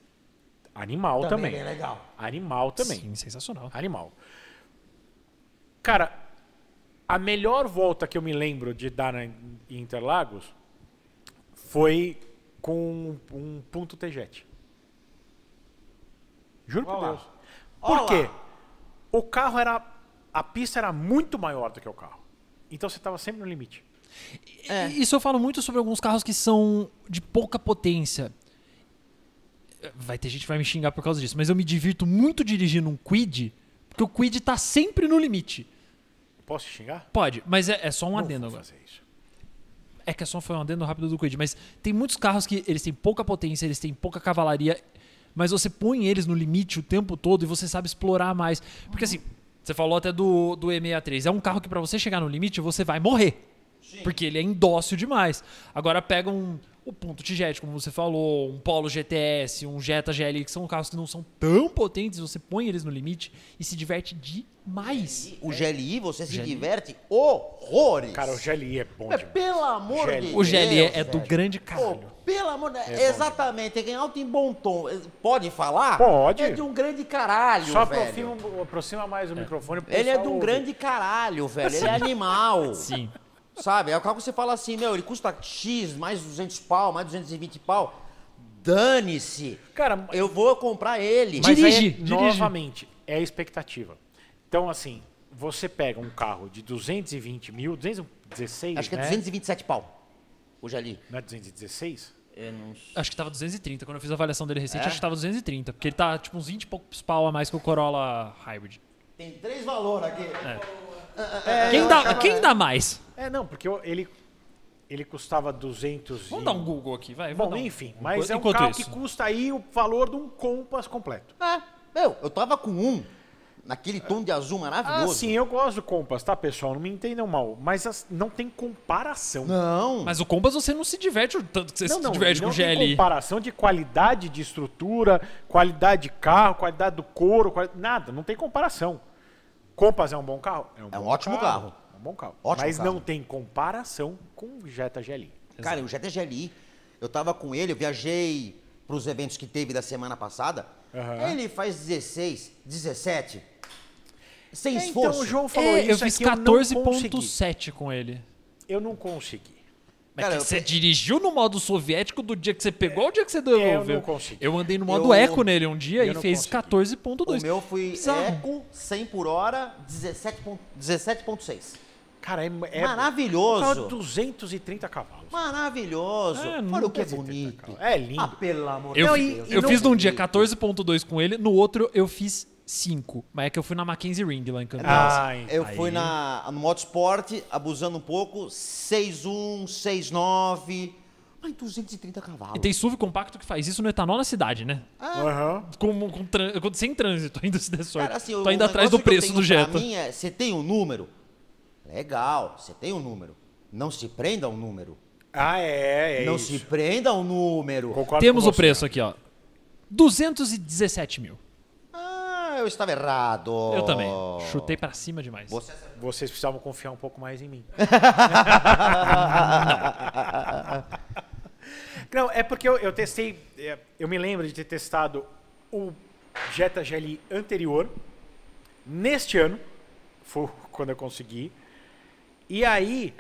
S3: Animal também.
S5: é legal.
S3: Animal também.
S4: Sim, sensacional.
S3: Animal. Cara, a melhor volta que eu me lembro de dar na- em Interlagos foi com um ponto T-Jet. Juro por
S5: Olha lá.
S3: Deus.
S5: Olha
S3: Por
S5: lá.
S3: quê? O carro era. A pista era muito maior do que o carro. Então você estava sempre no limite.
S4: E-
S3: É.
S4: Isso eu falo muito sobre alguns carros que são de pouca potência. Vai ter gente que vai me xingar por causa disso, mas eu me divirto muito dirigindo um Quid, porque o Quid tá sempre no limite.
S3: Posso te xingar?
S4: Pode, mas é, é só um
S3: Não
S4: adendo
S3: vou
S4: agora.
S3: fazer isso.
S4: É que é só foi um adendo rápido do Quid, mas tem muitos carros que eles têm pouca potência, eles têm pouca cavalaria, mas você põe eles no limite o tempo todo e você sabe explorar mais. Porque assim, você falou até do, do E63, é um carro que pra você chegar no limite você vai morrer. Porque ele é indócil demais. Agora pega um o ponto T-Jet, como você falou, um Polo GTS, um Jetta GL, que são carros que não são tão potentes, você põe eles no limite e se diverte demais.
S5: O GLI, você se diverte horrores.
S3: Cara, o GLI é bom
S5: Mas
S3: demais.
S5: pelo amor
S3: GLI.
S5: de
S4: O GLE
S5: Deus,
S4: é do
S5: velho.
S4: grande
S5: Pô,
S4: caralho.
S5: pelo amor de
S3: É
S5: Deus. Exatamente, tem que alto em bom tom. Eh, Pode falar?
S3: Pode.
S5: É de um grande caralho,
S3: Só
S5: velho.
S3: aproxima, um, aproxima mais o microfone. pro
S5: Ele é
S3: pessoal
S5: de um
S3: ouvir.
S5: grande caralho, velho. Ele é animal.
S4: Sim.
S5: Sabe? É o carro que você fala assim, meu, ele custa X, mais 200 pau, mais 220 pau. Dane-se.
S3: Cara,
S5: Eu vou comprar ele.
S3: Mas
S4: Dirige,
S3: aí,
S4: dirige.
S3: novamente, é a expectativa. Então, assim, você pega um carro de 220 mil, 216,
S5: Acho que é
S3: né?
S5: 227 pau. O GLI.
S3: Não é 216?
S5: Eu não sei.
S4: Acho que tava 230. Quando eu fiz a avaliação dele recente,
S5: É?
S4: acho que tava 230. Porque ele tá, tipo, uns 20 e poucos pau a mais que o Corolla Hybrid.
S5: Tem três valores aqui.
S4: quem, dá, quem dá mais?
S3: É, não, porque eu- ele, ele custava 200
S4: Vamos
S3: e-
S4: dar um Google aqui, vai.
S3: Bom,
S4: vamos dar um-
S3: enfim, mas é um
S4: enquanto
S3: carro
S4: isso.
S3: que custa aí o valor de um Compass completo.
S5: Ah, meu, eu tava com um naquele tom de azul
S3: Ah,
S5: maravilhoso.
S3: sim, eu gosto do Compass, tá, pessoal? Não me entendam mal, mas as- não tem comparação.
S5: Não.
S4: Mas o Compass você não se diverte o tanto que você se diverte com o
S3: tem
S4: GLI.
S3: comparação de qualidade de estrutura, qualidade de carro, qualidade do couro, quali- nada, não tem comparação. Compass é um bom carro?
S5: É um
S3: bom
S5: ótimo carro.
S3: É um bom carro.
S5: Ótimo
S3: Mas
S5: carro.
S3: não tem comparação com o Jetta GLI.
S5: Cara, o GTGLI, eu tava com ele, eu viajei pros eventos que teve da semana passada.
S3: Aham.
S5: Ele faz 16, 17. Sem
S3: É, então,
S5: esforço.
S3: o João falou
S4: É,
S3: isso
S4: eu fiz
S3: aqui, não
S4: 14.7 com ele.
S3: consegui. Eu não consegui.
S4: Mas
S5: Cara,
S4: que
S5: eu-
S4: você dirigiu no modo soviético do dia que você pegou ao dia que você devolveu.
S3: É, não consegui.
S4: Eu andei no modo
S5: Eu-
S4: eco nele um dia
S3: eu
S4: e
S3: não
S4: fez
S3: consegui.
S4: 14.2.
S5: O meu foi
S4: Bizarro.
S5: eco, 100 por hora, 17 pon- 17.6.
S3: Cara, é, é
S5: Maravilhoso.
S3: Tá 230 cavalos.
S5: Maravilhoso.
S4: É,
S5: Olha o que é
S3: 230
S5: bonito.
S3: cavalos. É lindo.
S5: Ah, pelo amor de
S4: Eu,
S5: Deus.
S4: fi-
S5: E
S4: eu
S5: não-
S4: fiz num dia 14.2 com ele, no outro eu fiz 5. Mas é que eu fui na Mackenzie Ring lá em Campinas.
S3: Ah, então.
S5: Eu fui um, na, no Motorsport, abusando um pouco, 6-1, 6-9, Mas 230 cavalos.
S4: E tem SUV compacto que faz isso no etanol na cidade, né?
S3: Aham.
S4: Como com tran- sem trânsito, ainda se der sorte.
S5: Cara, assim,
S4: Tô
S5: o
S4: ainda atrás do
S5: negócio que eu
S4: preço
S5: tenho
S4: do Jetta.
S5: Pra mim é, você tem um número? Legal, você tem um número. Não se prenda ao número.
S3: Ah, é, é
S5: não se
S3: isso.
S5: prenda ao número.
S3: Concordo
S4: Temos
S3: com
S4: o
S3: você.
S4: preço aqui, ó. 217 mil.
S5: Ah, eu estava errado.
S4: Eu também. Chutei pra cima demais.
S5: Oh. Você-
S3: Vocês precisavam confiar um pouco mais em mim. Não, é porque eu, eu testei. é, Eu me lembro de ter testado o Jetta GLI anterior, neste ano, foi quando eu consegui. E aí,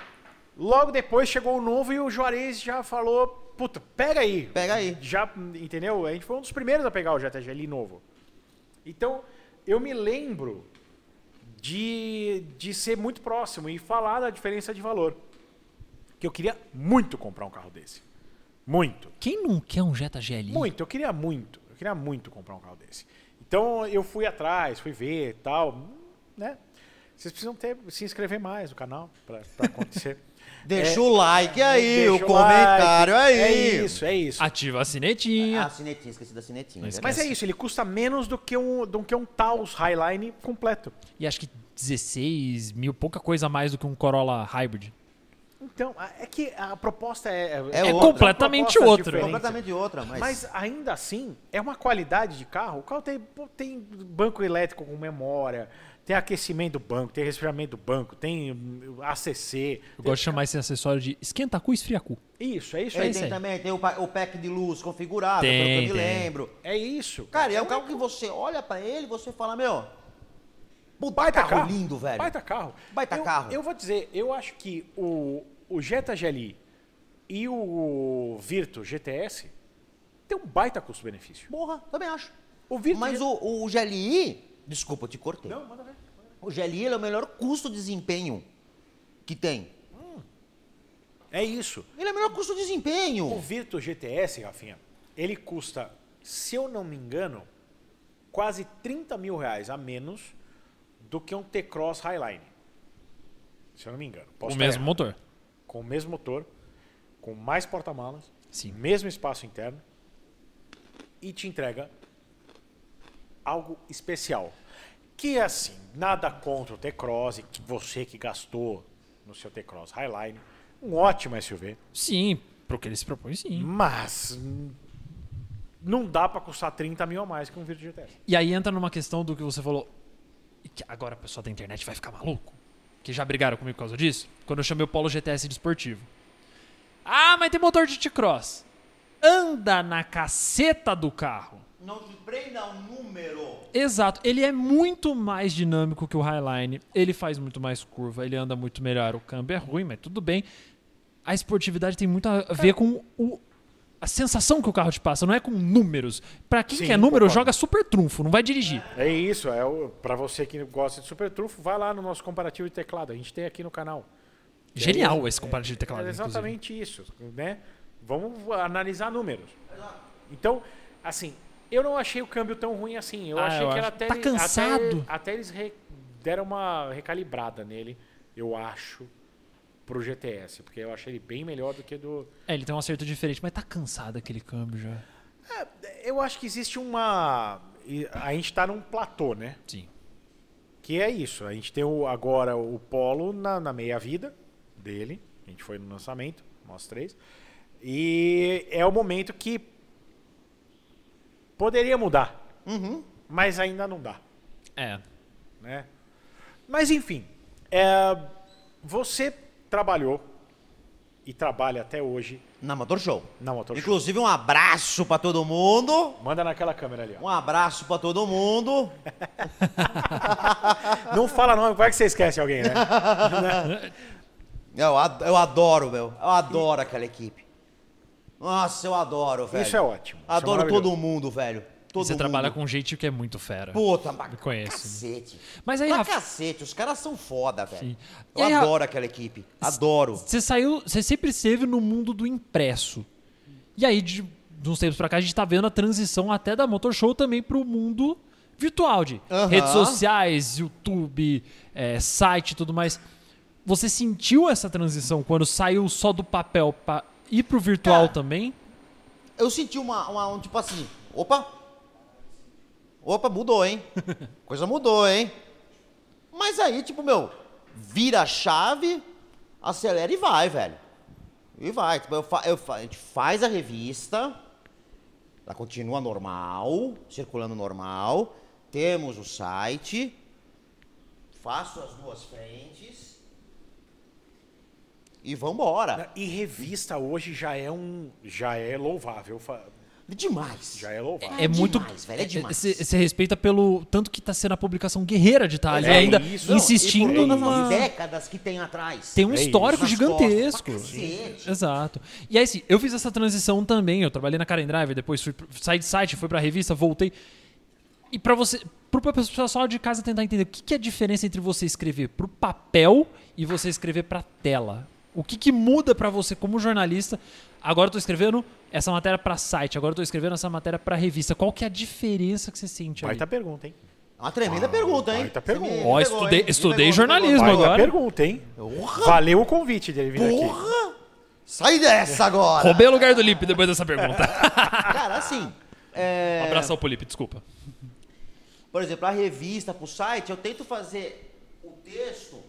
S3: logo depois chegou o novo e o Juarez já falou: puta, pega aí.
S5: Pega aí.
S4: É.
S3: Já, entendeu? A gente foi um dos primeiros a pegar o Jetta GLI novo. Então, eu me lembro de, de ser muito próximo e falar da diferença de valor. Que eu queria muito comprar um carro desse. Muito.
S4: Quem não quer um Jetta GLI?
S3: Muito, eu queria muito. Eu queria muito comprar um carro desse. Então eu fui atrás, fui ver e tal, né? Vocês precisam ter, se inscrever mais no canal para acontecer.
S5: Deixa o like aí,
S3: Deixa
S5: o comentário
S3: like.
S5: aí.
S3: É isso, é isso.
S4: Ativa a sinetinha.
S5: Ah, sinetinha, esqueci da sinetinha.
S4: Mas-
S3: Mas é isso, ele custa menos do que um, do que um Taos Highline completo.
S4: E acho que 16 mil, pouca coisa a mais do que um Corolla Hybrid.
S3: Então, a- é que a proposta é.
S5: É
S3: são
S5: outra.
S4: Completamente
S3: propostas
S4: outra.
S3: diferentes.
S5: Completamente outra, mas...
S3: Mas ainda assim, é uma qualidade de carro. O carro tem, pô, tem banco elétrico com memória, tem aquecimento do banco, tem resfriamento do banco, tem hum, ACC.
S4: Eu gosto de chamar esse acessório de esquenta cu, esfria cu.
S3: Isso, é isso
S5: Aí
S3: aí.
S4: isso
S5: tem
S4: aí.
S5: também, tem o, pa- o pack de luz configurado,
S4: Tem,
S5: pelo que eu me
S4: tem.
S5: lembro.
S3: É isso.
S5: Cara, é um carro que você olha pra ele e você fala, meu, puta
S3: Baita
S5: carro lindo, velho.
S3: Baita carro.
S5: Baita
S3: eu,
S5: carro.
S3: Eu vou dizer, eu acho que o, o Jetta GLI e o Virtus GTS tem um baita custo-benefício.
S5: Porra, também acho.
S3: O Virtus
S5: Mas o, o GLI, desculpa, eu te cortei.
S3: Não, manda ver.
S5: O GLI ele é o melhor custo-desempenho que tem.
S3: É isso.
S5: Ele é o melhor custo-desempenho.
S3: O Virtus GTS, Rafinha, ele custa, se eu não me engano, quase 30 mil reais a menos do que um T-Cross Highline. Se eu não me engano. Posso
S4: o
S3: estar
S4: mesmo
S3: errado.
S4: motor.
S3: Com o mesmo motor, com mais porta-malas,
S4: Sim.
S3: mesmo espaço interno e te entrega algo especial. Que assim, nada contra o T-Cross e que você que gastou no seu T-Cross Highline, um ótimo SUV.
S4: Sim, pro que ele se propõe, sim.
S3: Mas hum, não dá pra custar 30 mil a mais que um Virtus GTS.
S4: E aí entra numa questão do que você falou. e que agora o pessoal da internet vai ficar maluco. Que já brigaram comigo por causa disso. Quando eu chamei o Polo GTS de esportivo. Ah, mas tem motor de T-Cross. Anda na caceta do carro.
S5: Não se prenda ao número.
S4: Exato, ele é muito mais dinâmico que o Highline, ele faz muito mais curva, ele anda muito melhor, o câmbio é ruim, mas tudo bem. A esportividade tem muito a ver com o- a sensação que o carro te passa, não é com números. Pra quem
S3: Sim,
S4: quer número,
S3: concordo.
S4: joga super trunfo, não vai dirigir.
S3: É isso, é o, pra você que gosta de super trunfo, vai lá no nosso comparativo de teclado. A gente tem aqui no canal.
S4: Genial esse comparativo de teclado,
S3: é
S4: inclusive.
S3: exatamente isso, né? Vamos analisar números. Então, assim, eu não achei o câmbio tão ruim assim. Eu
S4: Ah,
S3: achei
S4: eu
S3: que era
S4: acho.
S3: até
S4: Tá
S3: até-
S4: cansado.
S3: Até, eles re- deram uma recalibrada nele, eu acho, pro GTS, porque eu achei ele bem melhor do que do
S4: É, ele tem um acerto diferente, mas tá cansado aquele câmbio já.
S3: Eu acho que existe uma. e A gente tá num platô, né?
S4: Sim.
S3: Que é isso. A gente tem o- agora o Polo na, na meia-vida dele. A gente foi no lançamento, nós três. E é o momento que poderia mudar,
S5: Uhum.
S3: mas ainda não dá,
S4: É.
S3: né? Mas enfim, é, você trabalhou e trabalha até hoje
S5: Na Motor Show.
S3: na Motor Show.
S5: Inclusive, um abraço pra todo mundo.
S3: Manda naquela câmera ali, ó.
S5: Um abraço pra todo mundo.
S3: Não fala nome, vai que você esquece alguém, né?
S5: Eu, ad- eu adoro, meu. Eu adoro aquela equipe. Nossa, eu adoro, velho.
S3: Isso é ótimo. Isso é
S5: Adoro
S3: maravilhoso.
S5: todo mundo, velho. Todo
S4: E você
S5: mundo.
S4: trabalha com um jeito que é muito fera.
S5: Puta, pra
S4: conheço.
S5: cacete.
S4: Mas aí,
S5: pra
S4: Rafa-
S5: cacete, os caras são foda, velho.
S4: Sim.
S5: Eu
S4: E aí, Ra-
S5: adoro aquela equipe. Adoro.
S4: Você saiu, você sempre esteve no mundo do impresso. E aí, de, de uns tempos pra cá, a gente tá vendo a transição até da Motor Show também pro mundo virtual de
S5: Aham.
S4: redes sociais, YouTube, é, site e tudo mais. Você sentiu essa transição quando saiu só do papel pra ir pro virtual
S5: Cara.
S4: também?
S5: Eu senti uma, uma- um tipo assim, opa, opa, mudou, hein? Coisa mudou, hein? Mas aí, tipo, meu, vira a chave, acelera e vai, velho. E vai. Tipo, eu fa- eu fa- a gente faz a revista, ela continua normal, circulando normal. Temos o site, faço as duas frentes e vambora.
S3: Ah, E revista hoje já é um. Já é louvável. fa-
S5: Demais.
S3: Já é louvável.
S4: É,
S5: É
S4: muito.
S5: demais, velho, é
S4: é-
S5: demais.
S4: Você você respeita pelo. Tanto que tá sendo a publicação guerreira de tá ali
S3: É
S4: ainda
S3: isso.
S5: e
S4: insistindo
S5: por é todas as
S4: numa.
S5: décadas que tem atrás.
S4: Tem um
S3: É isso.
S4: histórico
S5: Nas
S4: gigantesco.
S5: costas, pra cacete.
S4: Exato. E aí, assim, eu fiz essa transição também. Eu trabalhei na Karen Drive, depois fui, pro- saí de site, fui pra revista, voltei. E pra você. Pro pessoal só de casa tentar entender, o que, que é a diferença entre você escrever pro papel e você escrever pra tela? O que, que muda pra você como jornalista? Agora eu tô escrevendo essa matéria pra site, agora eu tô escrevendo essa matéria pra revista. Qual que é a diferença que você sente aí?
S3: Baita pergunta, hein?
S5: Uma tremenda pergunta, hein?
S3: Ah, baita
S5: Você me-
S3: pergunta.
S5: me
S4: Ó,
S5: pegou,
S4: estudei-
S5: hein? Me
S4: estudei
S5: pegou, me
S4: jornalismo
S5: pegou.
S3: Baita
S4: agora.
S3: pergunta, hein? Valeu o convite dele vir aqui.
S5: Porra! Sai dessa agora!
S4: Roubei o lugar do Lipe depois dessa pergunta.
S5: Cara, assim,
S4: Um abração pro Lipe, desculpa.
S5: por exemplo, a revista pro site, eu tento fazer o texto,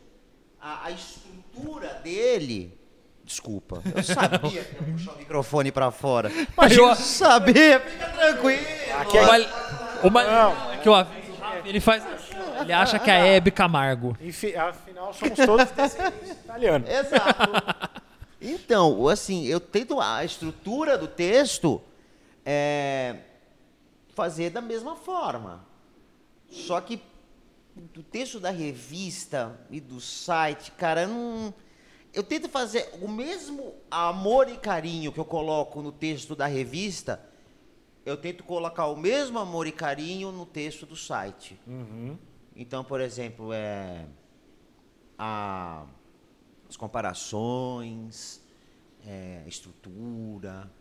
S5: a, a estrutura dele. Desculpa, eu sabia que eu ia puxar o microfone pra fora.
S4: Mas eu-
S5: eu sabia, fica tranquilo.
S3: Aqui é-
S4: O Mal- O Mal- que eu aviso, o Rafa, ele faz. Ele acha que a Hebe Camargo.
S3: Enfim, afinal, somos todos descendentes italianos.
S5: Exato. Então, assim, eu tento a estrutura do texto é, fazer da mesma forma. Só que do texto da revista e do site, cara, eu não. Eu tento fazer o mesmo amor e carinho que eu coloco no texto da revista, eu tento colocar o mesmo amor e carinho no texto do site. Então, por exemplo, é. A as comparações, é, estrutura.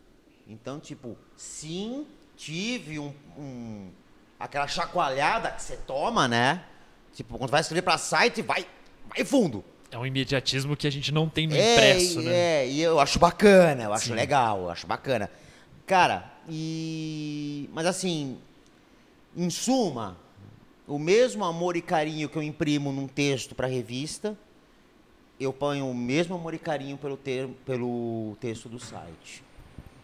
S5: Então, tipo, sim, tive um, um- aquela chacoalhada que você toma, né? Tipo, quando vai escrever pra site, vai, vai fundo.
S4: É um imediatismo que a gente não tem no impresso,
S5: é,
S4: né?
S5: É, e eu acho bacana, eu acho
S4: Sim.
S5: legal, eu acho bacana. Cara, e. Mas assim, em suma, o mesmo amor e carinho que eu imprimo num texto pra revista, eu ponho o mesmo amor e carinho pelo, ter... pelo texto do site.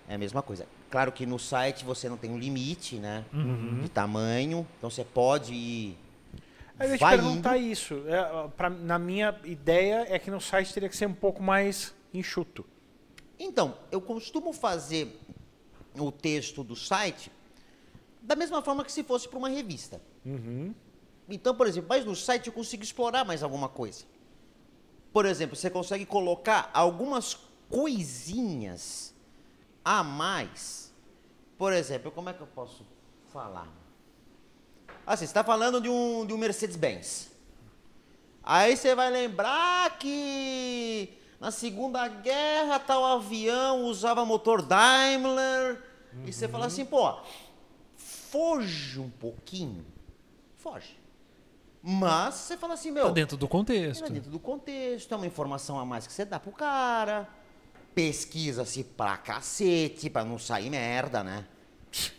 S5: É a mesma coisa. Claro que no site você não tem um limite, né?
S4: Uhum.
S5: De tamanho. Então você pode ir.
S3: Mas eu ia te
S5: vai
S3: perguntar isso. É, pra- na minha ideia é que no site teria que ser um pouco mais enxuto.
S5: Então, eu costumo fazer o texto do site da mesma forma que se fosse para uma revista. Então, por exemplo, mas no site eu consigo explorar mais alguma coisa. Por exemplo, você consegue colocar algumas coisinhas a mais. Por exemplo, como é que eu posso falar? Assim, você está falando de um, de um Mercedes-Benz. Aí você vai lembrar que na Segunda Guerra tal avião usava motor Daimler. E você fala assim, pô, foge um pouquinho. Foge. Mas você fala assim, meu.
S4: Tá dentro do contexto.
S5: Era dentro do contexto, é uma informação a mais que você dá pro cara. Pesquisa-se pra cacete, pra não sair merda, né?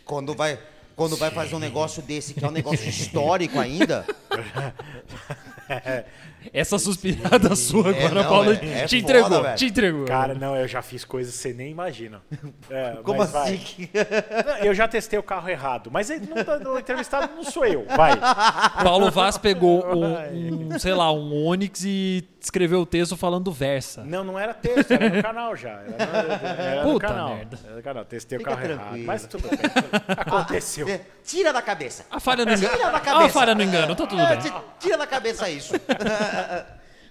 S5: Quando vai, quando vai fazer um negócio desse, que é um negócio histórico ainda.
S4: Essa suspirada sua
S5: É,
S4: agora,
S5: não,
S4: Paulo,
S5: é- é
S4: te
S5: foda,
S4: entregou,
S5: velho.
S4: te entregou.
S3: Cara, não, eu já fiz coisas que você nem imagina. É,
S5: Como
S3: mas vai.
S5: assim? que-
S3: Não, Eu já testei o carro errado, mas ele não tá- o entrevistado não sou eu. Vai.
S4: Paulo Vaz pegou um, um, sei lá, um Onix e escreveu o texto falando versa.
S3: Não, não era texto, era no canal já. Era, no- era
S4: Puta
S3: no canal.
S4: merda.
S3: Era no canal. Testei
S5: Fica
S3: o carro errado.
S5: tranquilo.
S3: Mas tudo bem. Aconteceu.
S5: É, Tira da cabeça.
S4: A falha no engano.
S5: Tira da
S4: Ah,
S5: cabeça.
S4: A falha no engano, tá tudo
S5: É,
S4: bem.
S5: ti- Tira da cabeça isso.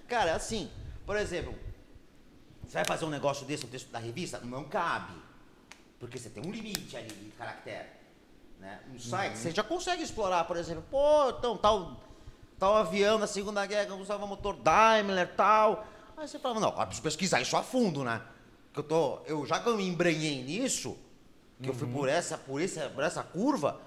S5: Cara, assim, por exemplo, você vai fazer um negócio desse, um texto da revista? Não cabe. Porque você tem um limite ali de caractere. Né? No site, você já consegue explorar, por exemplo, pô, então, tal, tal avião da Segunda Guerra usava motor Daimler, tal. Aí você fala, não, eu preciso pesquisar isso a fundo, né? Que eu tô, eu, já que eu me embranhei nisso, que eu fui por essa, por essa, por essa curva,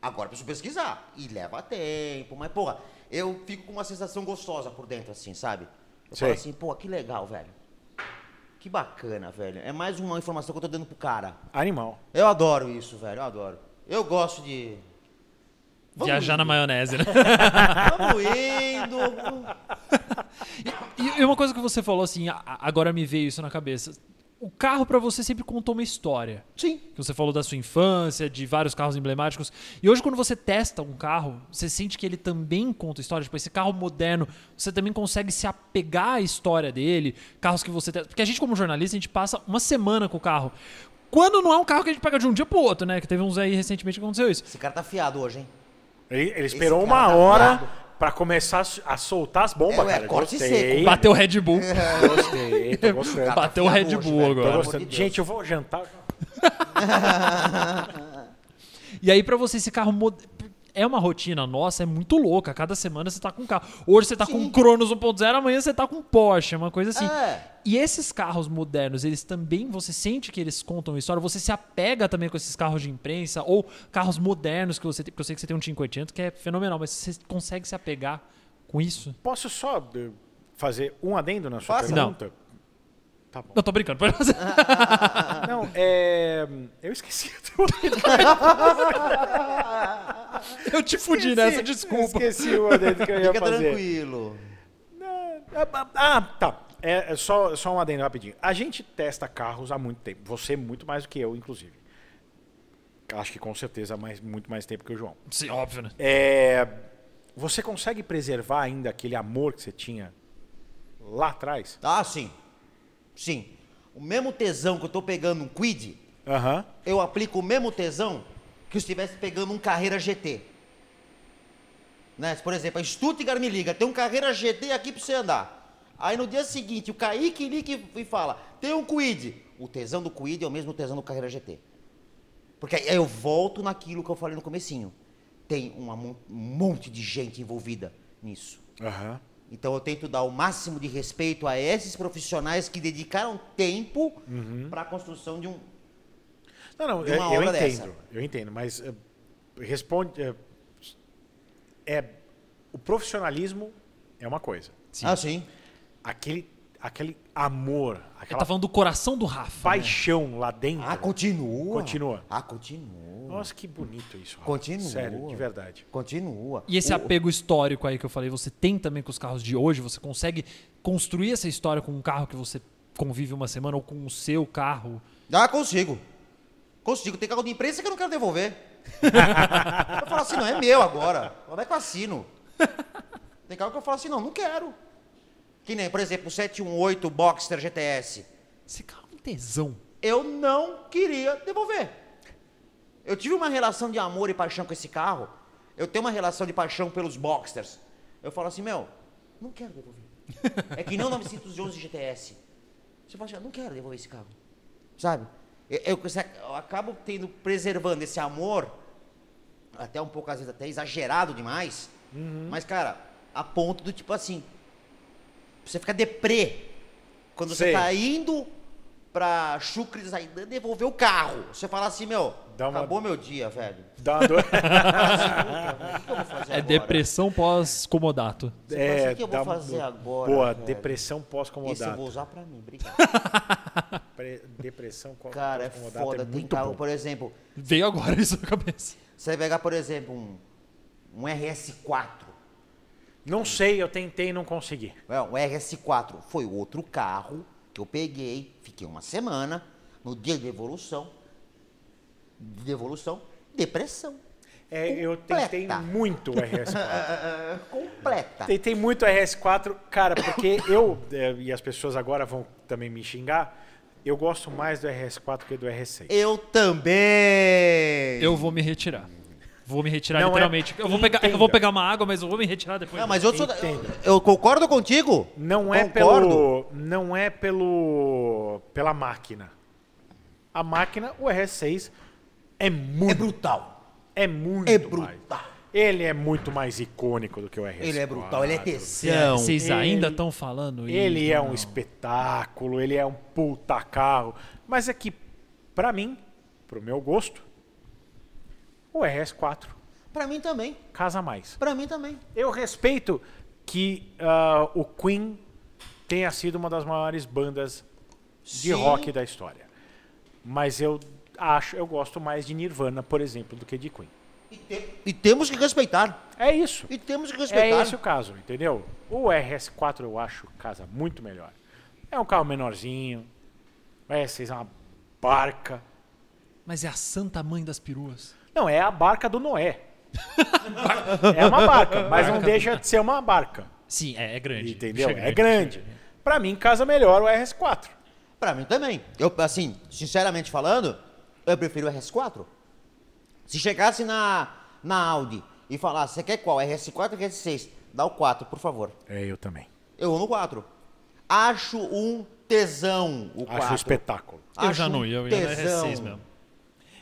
S5: agora eu preciso pesquisar. E leva tempo, mas, porra, eu fico com uma sensação gostosa por dentro, assim, sabe? Eu
S3: Sei.
S5: falo assim, pô, que legal, velho. Que Que bacana, velho. É mais uma informação que eu tô dando pro cara.
S3: Animal.
S5: Eu adoro isso, velho. Eu adoro. Eu gosto de. Vamos
S4: Viajar na
S5: indo.
S4: maionese, né?
S5: Vamos indo.
S4: E, e uma coisa que você falou assim, a- a- agora me veio isso na cabeça. O carro pra você sempre contou uma história.
S5: Sim.
S4: Que você falou da sua infância, de vários carros emblemáticos. E hoje, quando você testa um carro, você sente que ele também conta história. Tipo, esse carro moderno, você também consegue se apegar à história dele. Carros que você testa. Porque a gente, como jornalista, a gente passa uma semana com o carro. Quando não é um carro que a gente pega de um dia pro outro, né? Que teve uns aí recentemente que aconteceu isso.
S5: Esse cara tá fiado hoje, hein?
S3: Ele, ele esperou
S5: cara
S3: uma
S5: tá
S3: hora
S5: brabo.
S3: pra começar a su- a soltar as bombas,
S5: É, é,
S3: cara.
S5: corte
S3: Gostei.
S5: seco.
S4: Bateu o Red Bull.
S3: Gostei, tô gostando.
S5: Cara,
S4: Bateu o Red
S5: fiado É, tá hoje,
S4: Bull
S5: velho.
S4: agora.
S3: Tô
S5: Pelo amor
S3: gostando.
S5: de Deus.
S3: Gente, eu vou jantar.
S4: E aí, pra você, esse carro mod- é uma rotina nossa, é muito louca. Cada semana você tá com um carro. Hoje você tá com um Cronos 1.0, amanhã você tá com um Porsche, é uma coisa assim.
S5: É.
S4: E esses carros modernos, eles também, você sente que eles contam história? Você se apega também com esses carros de imprensa ou carros modernos que você tem? Porque eu sei que você tem um 580 que é fenomenal, mas você consegue se apegar com isso?
S3: Posso só eh, fazer um adendo na sua
S5: Faça.
S3: pergunta? Tá bom.
S4: Eu tô brincando, pode fazer.
S5: Ah.
S3: Não, é. Eu esqueci o adendo.
S4: Eu te fudi nessa, desculpa.
S3: Esqueci o adendo que eu ia
S5: Fica
S3: fazer.
S5: tranquilo.
S3: Ah, ah, Ah, tá. É, é só, só um adendo rapidinho. A gente testa carros há muito tempo. Você muito mais do que eu, inclusive. Acho que com certeza mais, muito mais tempo que o João.
S4: Sim, óbvio, né?
S3: É, você consegue preservar ainda aquele amor que você tinha lá atrás?
S5: Ah, sim. Sim. O mesmo tesão que eu tô pegando um quid,
S3: Aham.
S5: eu aplico o mesmo tesão que eu estivesse pegando um carreira GT. Né? Por exemplo, a Stuttgart me liga, tem um carreira GT aqui pra você andar. Aí no dia seguinte, o Kaique liga e fala, tem um quid. O tesão do quid é o mesmo tesão do carreira GT. Porque aí eu volto naquilo que eu falei no comecinho. Tem um amon- um monte de gente envolvida nisso.
S3: Aham.
S5: Então eu tento dar o máximo de respeito a esses profissionais que dedicaram tempo para a construção de um.
S3: Não, não,
S5: De
S3: eu,
S5: uma
S3: eu entendo.
S5: obra dessa.
S3: Eu entendo, mas eh, responde. eh, É, o profissionalismo é uma coisa.
S4: Sim.
S5: Ah, sim.
S3: Aquele, aquele amor,
S4: Ele
S3: aquela
S4: tá falando do coração do Rafa. né?
S3: paixão lá dentro.
S5: Ah, continua.
S3: Continua.
S5: Ah, continua.
S3: Nossa, que bonito isso. Rafa.
S5: Continua.
S3: Sério, de verdade.
S5: Continua.
S4: E esse
S5: O-
S4: apego histórico aí que eu falei, você tem também com os carros de hoje? Você consegue construir essa história com um carro que você convive uma semana ou com o seu carro?
S5: Ah, consigo. Consigo. Tem carro de imprensa que eu não quero devolver. eu falo assim, não, é meu agora. Como é que eu assino? Tem carro que eu falo assim, não, não quero. Que nem, por exemplo, o 718 Boxster GTS.
S4: Esse carro é um tesão.
S5: eu não queria devolver. Eu tive uma relação de amor e paixão com esse carro. Eu tenho uma relação de paixão pelos Boxsters. Eu falo assim, meu, não quero devolver. É que nem o 911 GTS. Você fala assim, "Eu não quero devolver esse carro. Sabe? Eu, eu- eu acabo tendo, preservando esse amor, até um pouco, às vezes, até exagerado demais. Mas, cara, a ponto do tipo assim, você fica deprê quando
S3: Sei.
S5: você tá indo pra Chucre de Zaidan devolver o carro. Você fala assim, meu,
S3: Dá uma-
S5: acabou meu dia, velho.
S3: Dá uma dor.
S5: O que eu vou fazer
S4: É
S5: agora?
S4: depressão pós-comodato.
S5: Você fala assim, o que eu vou
S3: É, dá uma
S5: fazer
S3: dor.
S5: agora,
S3: Boa,
S5: velho?
S3: depressão
S5: Isso eu
S3: pós-comodata.
S5: vou usar pra mim, obrigado.
S3: Pre- Depressão co-
S5: Cara, é
S3: pós-comodata
S5: foda. Tem
S3: muito
S5: carro,
S3: bom.
S5: por exemplo,
S4: Veio agora isso na cabeça.
S5: você vai pegar, por exemplo, um, um RS4.
S3: Não sei, eu tentei e não consegui.
S5: É, um RS4 foi outro carro que eu peguei, fiquei uma semana, no dia de devolução, de devolução, depressão.
S3: É, eu
S5: Completa.
S3: tentei muito o RS4.
S5: Ah, completa.
S3: tentei muito o RS4, cara, porque eu, é, e as pessoas agora vão também me xingar, eu gosto mais do RS4 que do RS6.
S5: Eu também.
S4: Eu vou me retirar. Vou me retirar
S3: Não é-
S4: literalmente. Eu, vou pegar, eu
S3: Entenda.
S4: vou pegar uma água, mas eu vou me retirar depois.
S5: Não, mas eu, sou da- eu,
S3: Entendo.
S5: eu concordo contigo.
S3: Não é
S5: concordo.
S3: pelo. Não é pelo. pela máquina. A máquina, o RS6, é
S5: É
S3: muito.
S5: brutal.
S3: É muito.
S5: É
S3: mais.
S5: brutal.
S3: Ele é muito mais icônico do que o RS4.
S5: Ele é brutal, ele é
S4: Cê-
S5: tesão.
S4: Vocês
S3: Ele-
S4: ainda estão falando isso? né?
S3: Ele é um
S4: não.
S3: espetáculo, ele é um puta carro. Mas é que, pra mim, pro meu gosto, o RS4
S5: Pra mim também.
S3: casa mais.
S5: Pra mim também.
S3: Eu respeito que ah, o Queen tenha sido uma das maiores bandas de rock da história. Mas eu acho, eu gosto mais de Nirvana, por exemplo, do que de Queen.
S5: E, te- e temos que respeitar.
S3: É isso.
S5: E temos que
S3: É
S5: respeitar.
S3: esse o caso, entendeu? O RS4 eu acho casa muito melhor. É um carro menorzinho. O R6 é uma barca.
S4: Mas é a santa mãe das peruas.
S3: Não, é a barca do Noé. é uma barca, mas não deixa de ser uma barca.
S4: Sim, é, é grande.
S3: Entendeu?
S4: Bicho
S3: É grande. Pra mim, casa melhor o RS4.
S5: Pra mim também. Eu, assim, sinceramente falando, eu prefiro o RS4. Se chegasse na, na Audi e falasse, você quer qual? RS4 ou RS6? Dá o 4, por favor.
S3: É, eu também.
S5: Eu vou no 4. Acho um tesão o 4.
S3: Acho um espetáculo.
S4: Eu já não ia, eu ia na R6 mesmo.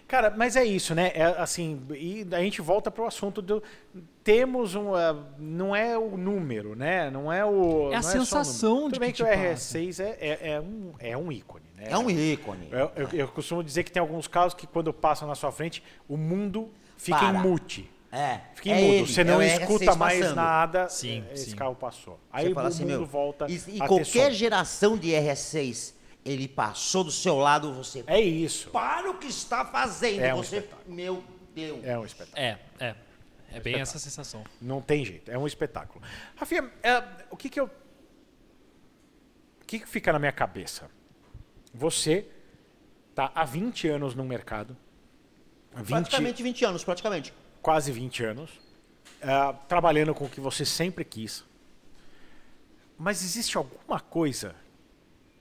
S3: Cara, mas é isso, né? É, assim, e a gente volta pro assunto do temos um, ah, não é o número, né? Não é o
S4: É a
S3: não só o número.
S4: sensação de
S3: Tudo bem que
S4: que
S3: o
S4: te
S3: RS6 é, é, é um é um ícone, né?
S5: tipo, ah, É um ícone.
S3: Eu, eu- eu costumo dizer que tem alguns carros que quando passam na sua frente, o mundo fica
S5: Para.
S3: em mute.
S5: É.
S3: Fica
S5: é
S3: em mudo.
S5: ele,
S3: Você
S5: é
S3: não
S5: o RS6
S3: escuta mais
S5: passando.
S3: nada.
S4: Sim,
S3: esse
S4: sim.
S3: carro passou.
S5: Você
S3: Aí o
S5: fala assim,
S3: mundo
S5: meu,
S3: volta.
S5: E, e
S3: a ter
S5: qualquer
S3: som.
S5: geração de RS6, ele passou do seu lado, você.
S3: É isso.
S5: Para o que está fazendo.
S3: É um
S5: você. meu Deus.
S3: É um espetáculo.
S4: É, é. É bem essa sensação.
S3: Não tem jeito, é um espetáculo. Rafinha, é, o que que eu... O que que fica na minha cabeça? Você tá há 20 anos no mercado, 20,
S5: Praticamente 20 anos, praticamente.
S3: quase 20 anos, é, trabalhando com o que você sempre quis. Mas existe alguma coisa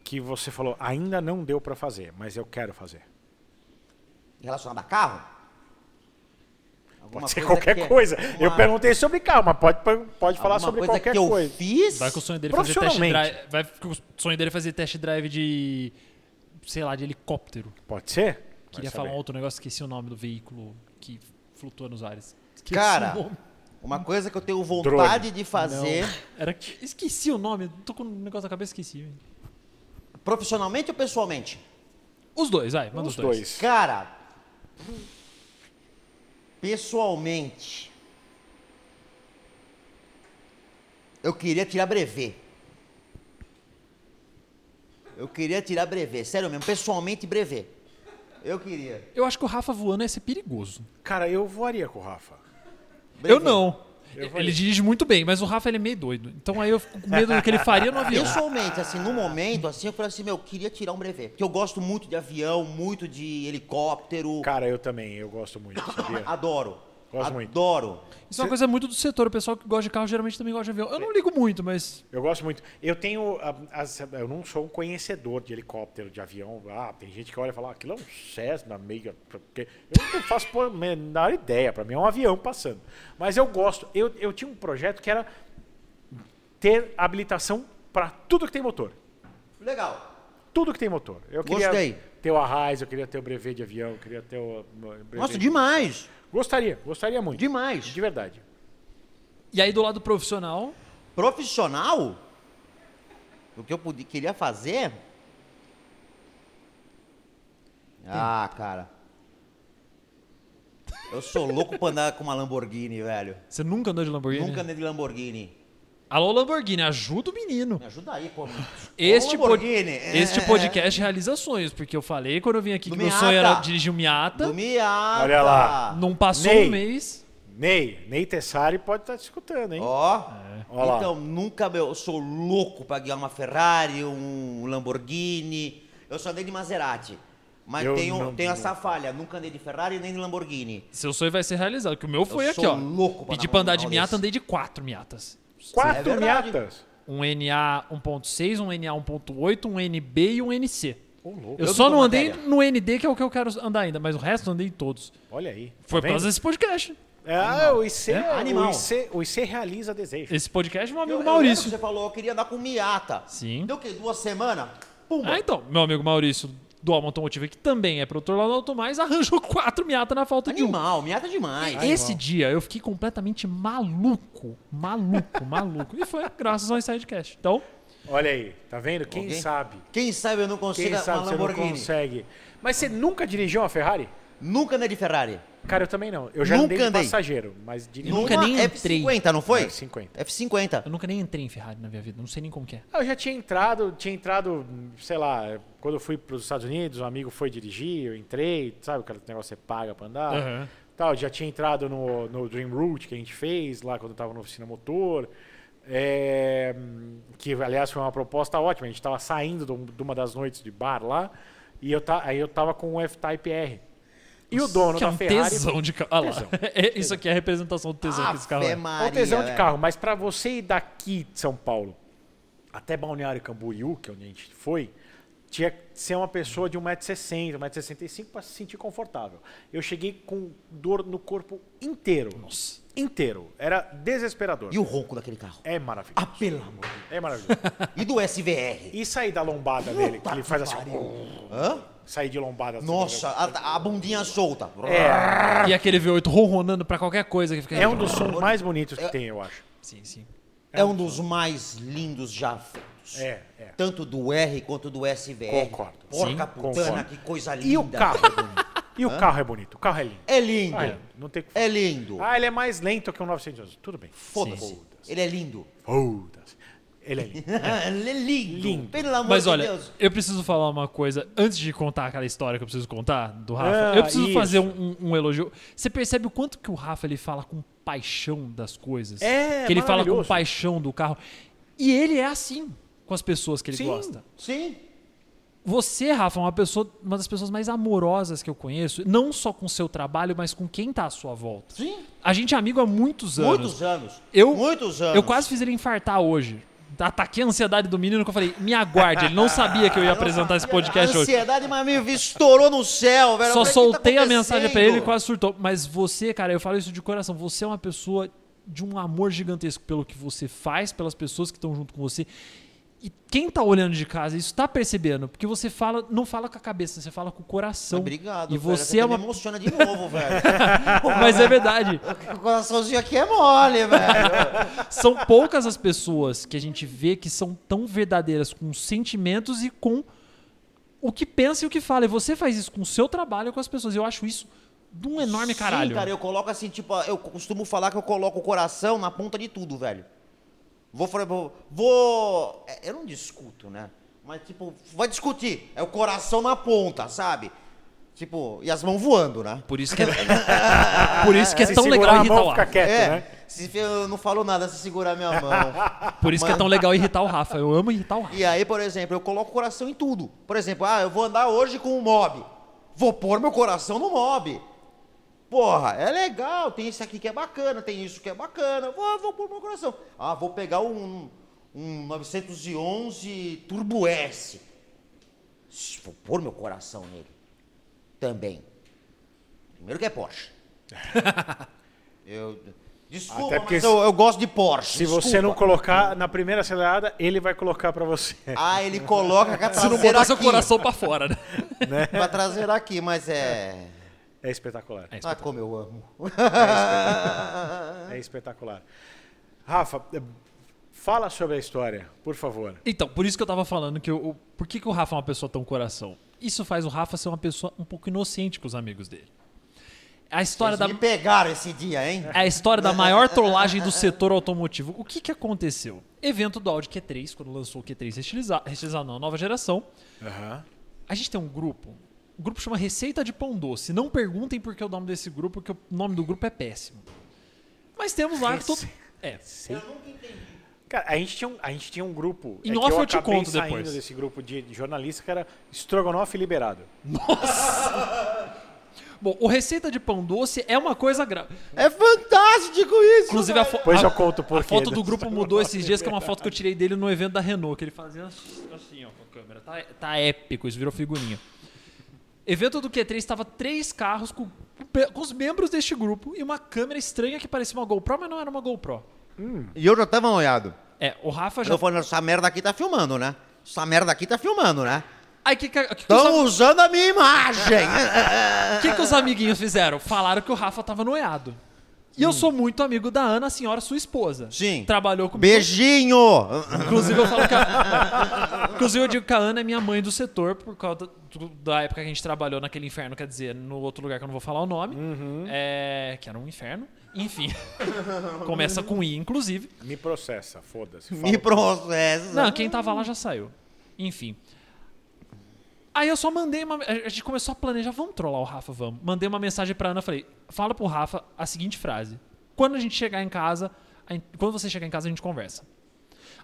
S3: que você falou, ainda não deu para fazer, mas eu quero fazer?
S5: Relacionado a carro?
S3: Pode ser qualquer
S5: é
S3: coisa. Eu
S5: pergunto
S3: perguntei sobre carro, mas pode, pode falar sobre qualquer
S5: que eu
S3: coisa.
S5: fiz?
S4: Vai com o sonho dele fazer test
S3: Profissionalmente.
S4: drive. Vai com o sonho dele fazer test drive de. sei lá, de helicóptero.
S3: Pode ser? Vai
S4: Queria
S3: saber.
S4: falar um outro negócio, esqueci o nome do veículo que flutua nos ares. Esqueci
S5: Cara,
S4: o nome.
S5: uma coisa que eu tenho vontade de fazer,
S4: Era... Esqueci o nome, tô com um negócio na cabeça, esqueci.
S5: profissionalmente ou pessoalmente?
S4: Os dois, vai, manda
S3: Os
S4: os,
S3: dois.
S5: Cara, pessoalmente, eu queria tirar brevet. Eu queria tirar brevet, sério mesmo, pessoalmente brevet. Eu queria.
S4: Eu acho que o Rafa voando ia ser perigoso.
S3: Cara, eu voaria com o Rafa.
S4: Eu
S5: Brevet.
S4: não. ele dirige muito bem, mas o Rafa ele é meio doido. Então aí eu fico com medo do que ele faria no avião.
S5: Pessoalmente, assim, no momento, assim, eu falei assim, meu, eu queria tirar um brevet. Porque eu gosto muito de avião, muito de helicóptero.
S3: Cara, eu também, eu gosto muito, sabia?
S5: Adoro.
S3: Gosto muito.
S5: adoro.
S4: Isso é uma coisa muito do setor. O pessoal que gosta de carro geralmente também gosta de avião. Eu não ligo muito, mas.
S3: Eu gosto muito. Eu tenho. ah, as- eu não sou um conhecedor de helicóptero, de avião. Ah, tem gente que olha e fala, "Ah, aquilo é um Cessna, meio. Porque eu não faço pô, a menor ideia. Pra mim é um avião passando. Mas eu gosto. Eu, eu tinha um projeto que era ter habilitação pra tudo que tem motor.
S5: Legal.
S3: Tudo que tem motor. Eu queria
S5: Gostei.
S3: ter o Arraiz, eu queria ter o brevet de avião, eu queria ter o. brevet
S5: Nossa,
S3: de-
S5: demais.
S3: Gostaria, gostaria muito.
S5: Demais.
S3: De verdade.
S4: E aí do lado profissional,
S5: Profissional? O que eu podia, queria fazer? Ah, cara. Eu sou louco pra andar com uma Lamborghini, velho.
S4: você nunca andou de Lamborghini?
S5: Nunca andei de Lamborghini.
S4: Alô, Lamborghini, ajuda o menino.
S5: Me ajuda aí, pô.
S4: Este,
S5: Ô,
S4: pod-
S5: Lamborghini. é.
S4: este podcast realiza sonhos, porque eu falei quando eu vim aqui
S5: Do
S4: que meu
S5: Miata.
S4: sonho era dirigir um Miata.
S5: Do Miata.
S3: Olha
S5: tá.
S3: lá.
S4: Não passou
S3: Ney.
S4: um mês.
S3: Ney, Ney Tessari pode estar te escutando, hein?
S5: Ó.
S4: É.
S3: Ó lá.
S5: Então, nunca, meu, eu sou louco pra guiar uma Ferrari, um Lamborghini. Eu só andei de Maserati. Mas
S3: Eu
S5: tenho,
S3: não-
S5: tenho essa falha. Nunca andei de Ferrari nem de Lamborghini.
S4: Seu sonho vai ser realizado. Que o meu foi
S5: sou
S4: aqui, ó.
S5: louco pra
S4: Pedi
S5: dar
S4: pra
S5: um
S4: andar de
S5: mal
S4: Miata,
S5: desse.
S4: andei de quatro Miatas.
S5: É
S3: Quatro
S5: verdade.
S3: miatas.
S4: Um NA 1.6, um NA 1.8, um NB e um NC.
S3: Ô, louco.
S5: Eu
S4: Eu, só
S5: que dou
S4: não andei
S5: matéria.
S4: no ND, que é o que eu quero andar ainda, mas o resto eu andei em todos.
S3: Olha aí. tá
S4: Foi por
S3: vendo?
S4: causa desse podcast.
S3: Ah, o IC,
S4: É?
S3: o
S4: Animal.
S3: IC, o IC realiza desejo.
S4: Esse podcast é meu
S5: Eu- eu
S4: amigo
S5: lembro que
S4: Maurício.
S5: Você falou, eu queria andar com Miata.
S4: Sim.
S5: Deu o quê? Duas semanas? Pumba.
S4: Ah, então, meu amigo Maurício do Automotive, que também é produtor lá do Automais, arranjou quatro Miata na falta de um. É,
S5: Animal, Miata é demais.
S4: Esse dia eu fiquei completamente maluco, maluco, maluco. E foi graças ao Insidecast. Então,
S3: Olha aí, tá vendo? Quem
S5: Alguém?
S3: sabe?
S5: Quem sabe eu não
S3: Quem
S5: consigo uma
S3: sabe você não
S5: Lamborghini.
S3: consegue. Mas você nunca dirigiu uma Ferrari?
S5: Nunca andei de Ferrari.
S3: Cara, eu também não. Eu já
S5: Nunca
S3: andei de
S5: andei.
S3: passageiro, mas de
S4: Nunca
S5: Numa
S4: nem entrei.
S5: F50, não foi?
S3: F50.
S5: F50.
S4: Eu nunca nem entrei em Ferrari na minha vida, não sei nem como que é.
S3: Ah, Eu já tinha entrado, tinha entrado, sei lá, quando eu fui para os Estados Unidos, um amigo foi dirigir, eu entrei, sabe aquele negócio que você paga para andar?
S4: Aham.
S3: Tal, já tinha entrado no, no Dream Route que a gente fez lá quando eu estava na oficina motor, é, que aliás foi uma proposta ótima, a gente estava saindo de um- de uma das noites de bar lá, e eu ta, aí eu estava com um F-Type R. E o dono
S4: que é
S3: da
S4: um
S3: Ferrari...
S4: tesão de carro. Olha lá.
S3: Tesão.
S4: É, Isso aqui é a representação do tesão que esse carro
S5: Ave
S4: é.
S5: Maria, né?
S3: É um tesão de
S5: velho.
S3: carro, mas para você ir daqui de São Paulo até Balneário Camboriú, que é onde a gente foi, tinha que ser uma pessoa de 1,60m, 1,65m para se sentir confortável. Eu cheguei com dor no corpo inteiro.
S4: Nossa.
S3: Inteiro. Era desesperador.
S5: E o ronco daquele carro?
S3: É maravilhoso.
S5: Ah, pelo amor.
S3: É maravilhoso.
S5: E do SVR?
S3: E sair da lombada dele, que ele faz assim.
S5: Hã?
S3: Sair de lombada assim.
S5: Nossa, a, a bundinha solta.
S3: É,
S4: E aquele V8 ronronando pra qualquer coisa que fica.
S3: é um dos sons mais bonitos que tem, eu acho.
S4: Sim, sim.
S5: É um dos mais lindos já feitos.
S3: É, é.
S5: Tanto do R quanto do SVR.
S3: Concordo.
S5: Porca
S4: Sim,
S5: putana,
S3: concordo.
S5: que coisa linda.
S3: E o carro é bonito. E o carro é bonito. O carro é lindo.
S5: É lindo.
S3: Ah, não tem o que falar.
S5: É lindo.
S4: Tipo,
S3: Ah, ele é mais lento que o 911. Tudo bem.
S5: Foda-se. Ele é lindo.
S3: Foda-se. Ele é lindo.
S5: ele é lindo.
S3: Lindo.
S5: Pelo amor
S4: Mas
S5: de
S4: olha,
S5: Deus.
S4: eu preciso falar uma coisa antes de contar aquela história que eu preciso contar do Rafa.
S3: Ah,
S4: eu preciso
S3: isso.
S4: fazer um, um- um elogio. Você percebe o quanto que o Rafa ele fala com paixão das coisas?
S3: É,
S4: que ele fala com
S3: maravilhoso.
S4: paixão do carro. E ele é assim com as pessoas que ele
S3: Sim.
S4: gosta.
S5: Sim.
S4: Você, Rafa, é uma pessoa, uma das pessoas mais amorosas que eu conheço, não só com seu trabalho, mas com quem tá à sua volta.
S5: Sim.
S4: A gente é amigo há muitos anos.
S5: Muitos anos.
S4: Eu,
S5: Muitos anos.
S4: Eu quase fiz ele infartar hoje. Ataquei a ansiedade do menino que eu falei, me aguarde. Ele não sabia que eu ia apresentar esse podcast
S5: a
S4: hoje.
S5: ansiedade, mas me estourou no céu, velho.
S4: Só
S5: Eu falei, "O que tá
S4: soltei a mensagem pra ele e
S5: acontecendo?"
S4: quase surtou. Mas você, cara, eu falo isso de coração. Você é uma pessoa de um amor gigantesco pelo que você faz, pelas pessoas que estão junto com você. E quem tá olhando de casa, isso tá percebendo. Porque você fala, não fala com a cabeça, você fala com o coração.
S5: Obrigado.
S4: E
S5: velho,
S4: você é
S5: até
S4: uma.
S5: me emociona de novo, velho. um
S4: Mas é verdade.
S5: o coraçãozinho aqui é mole, velho.
S4: São poucas as pessoas que a gente vê que são tão verdadeiras com os sentimentos e com o que pensa e o que fala. E você faz isso com o seu trabalho e com as pessoas. Eu acho isso de um enorme caralho.
S5: Sim, cara, eu coloco assim, tipo, eu costumo falar que eu coloco o coração na ponta de tudo, velho. Vou falar, vou. vou- é, eu não discuto, né? Mas, tipo, vai discutir. É o coração na ponta, sabe? Tipo, e as mãos voando, né?
S4: Por isso que é, por isso que é
S3: Se
S4: tão
S3: segurar
S4: legal
S3: a mão,
S4: irritar o
S3: fica
S4: Rafa.
S3: quieto,
S5: É,
S3: né?
S5: se eu não falo nada se segurar minha mão.
S4: Por isso que é tão legal irritar o Rafa. Eu amo irritar o Rafa.
S5: E aí, por exemplo, eu coloco o coração em tudo. Por exemplo, ah, eu vou andar hoje com o mob. Vou pôr meu coração no mob. Porra, é legal, tem isso aqui que é bacana, tem isso que é bacana. Vou, vou pôr meu coração. Ah, vou pegar um, um 911 Turbo S. Vou pôr meu coração nele. Também. Primeiro que é Porsche. eu,
S3: Até
S5: desculpa,
S3: porque
S5: mas
S3: se-
S5: eu, eu gosto de Porsche.
S3: Se você não
S5: desculpa.
S3: colocar na primeira acelerada, ele vai colocar pra você.
S5: Ah, ele coloca com a
S4: Se não
S5: traseira
S4: botar seu
S5: aqui.
S4: coração pra fora, né?
S5: pra É. trazer aqui, mas é.
S3: É espetacular.
S4: É.
S5: Ah, como eu amo. Ah.
S3: É espetacular. Rafa, eh, fala sobre a história, por favor.
S4: Então, por isso que eu tava falando que eu, o- por que, que o Rafa é uma pessoa tão coração? Isso faz o Rafa ser uma pessoa um pouco inocente com os amigos dele. A história
S5: Vocês
S4: da
S5: Me pegaram esse dia, hein?
S4: É a história da maior trollagem do setor automotivo. O que, que aconteceu? Evento do Audi Q3, quando lançou o Q3 restiliza- restiliza não, nova geração. A gente tem um grupo, o grupo chama Receita de Pão Doce. Não perguntem por que é o nome desse grupo, porque o nome do grupo é péssimo. Mas temos lá que todo... É,
S3: Cara, a gente tinha um, a gente tinha um grupo.
S4: Em
S3: que
S4: off eu te
S3: acabei
S4: conto
S3: saindo
S4: depois.
S3: desse grupo de de jornalista que era Estrogonofe Liberado.
S4: bom, o Receita de Pão Doce é uma coisa grave.
S5: É fantástico isso!
S4: Inclusive, a, fo-
S3: Depois
S4: a-
S3: eu conto por
S4: a
S3: quê.
S4: foto do grupo mudou esses dias, que é uma foto que eu tirei dele no evento da Renault, que ele fazia assim, ó, com a câmera. Tá, tá épico, isso virou figurinha. Evento do Q3 estava três carros com, com os membros deste grupo e uma câmera estranha que parecia uma GoPro, mas não era uma GoPro.
S5: E eu já tava olhado.
S4: É, o Rafa já.
S5: Eu falei, essa merda aqui tá filmando, né? Essa merda aqui tá filmando, né?
S4: Aí o que, que, que, que os,
S5: Estão usando a minha imagem!
S4: am- que que os amiguinhos fizeram? Falaram que o Rafa tava noiado. E eu sou muito amigo da Ana, a senhora, sua esposa.
S5: Sim.
S4: Trabalhou comigo.
S5: Beijinho!
S4: Inclusive eu falo que a... Inclusive eu digo que a Ana é minha mãe do setor por causa do- da época que a gente trabalhou naquele inferno, quer dizer, no outro lugar que eu não vou falar o nome, é, que era um inferno. Enfim, começa com I, inclusive.
S3: Me processa, foda-se.
S5: Me
S3: fala.
S5: processa.
S4: Não, quem tava lá já saiu. Enfim. Aí eu só mandei uma. A gente começou a planejar, vamos trollar o Rafa, vamos. Mandei uma mensagem pra Ana, falei, fala pro Rafa a seguinte frase. Quando a gente chegar em casa, a gente- quando você chegar em casa, a gente conversa.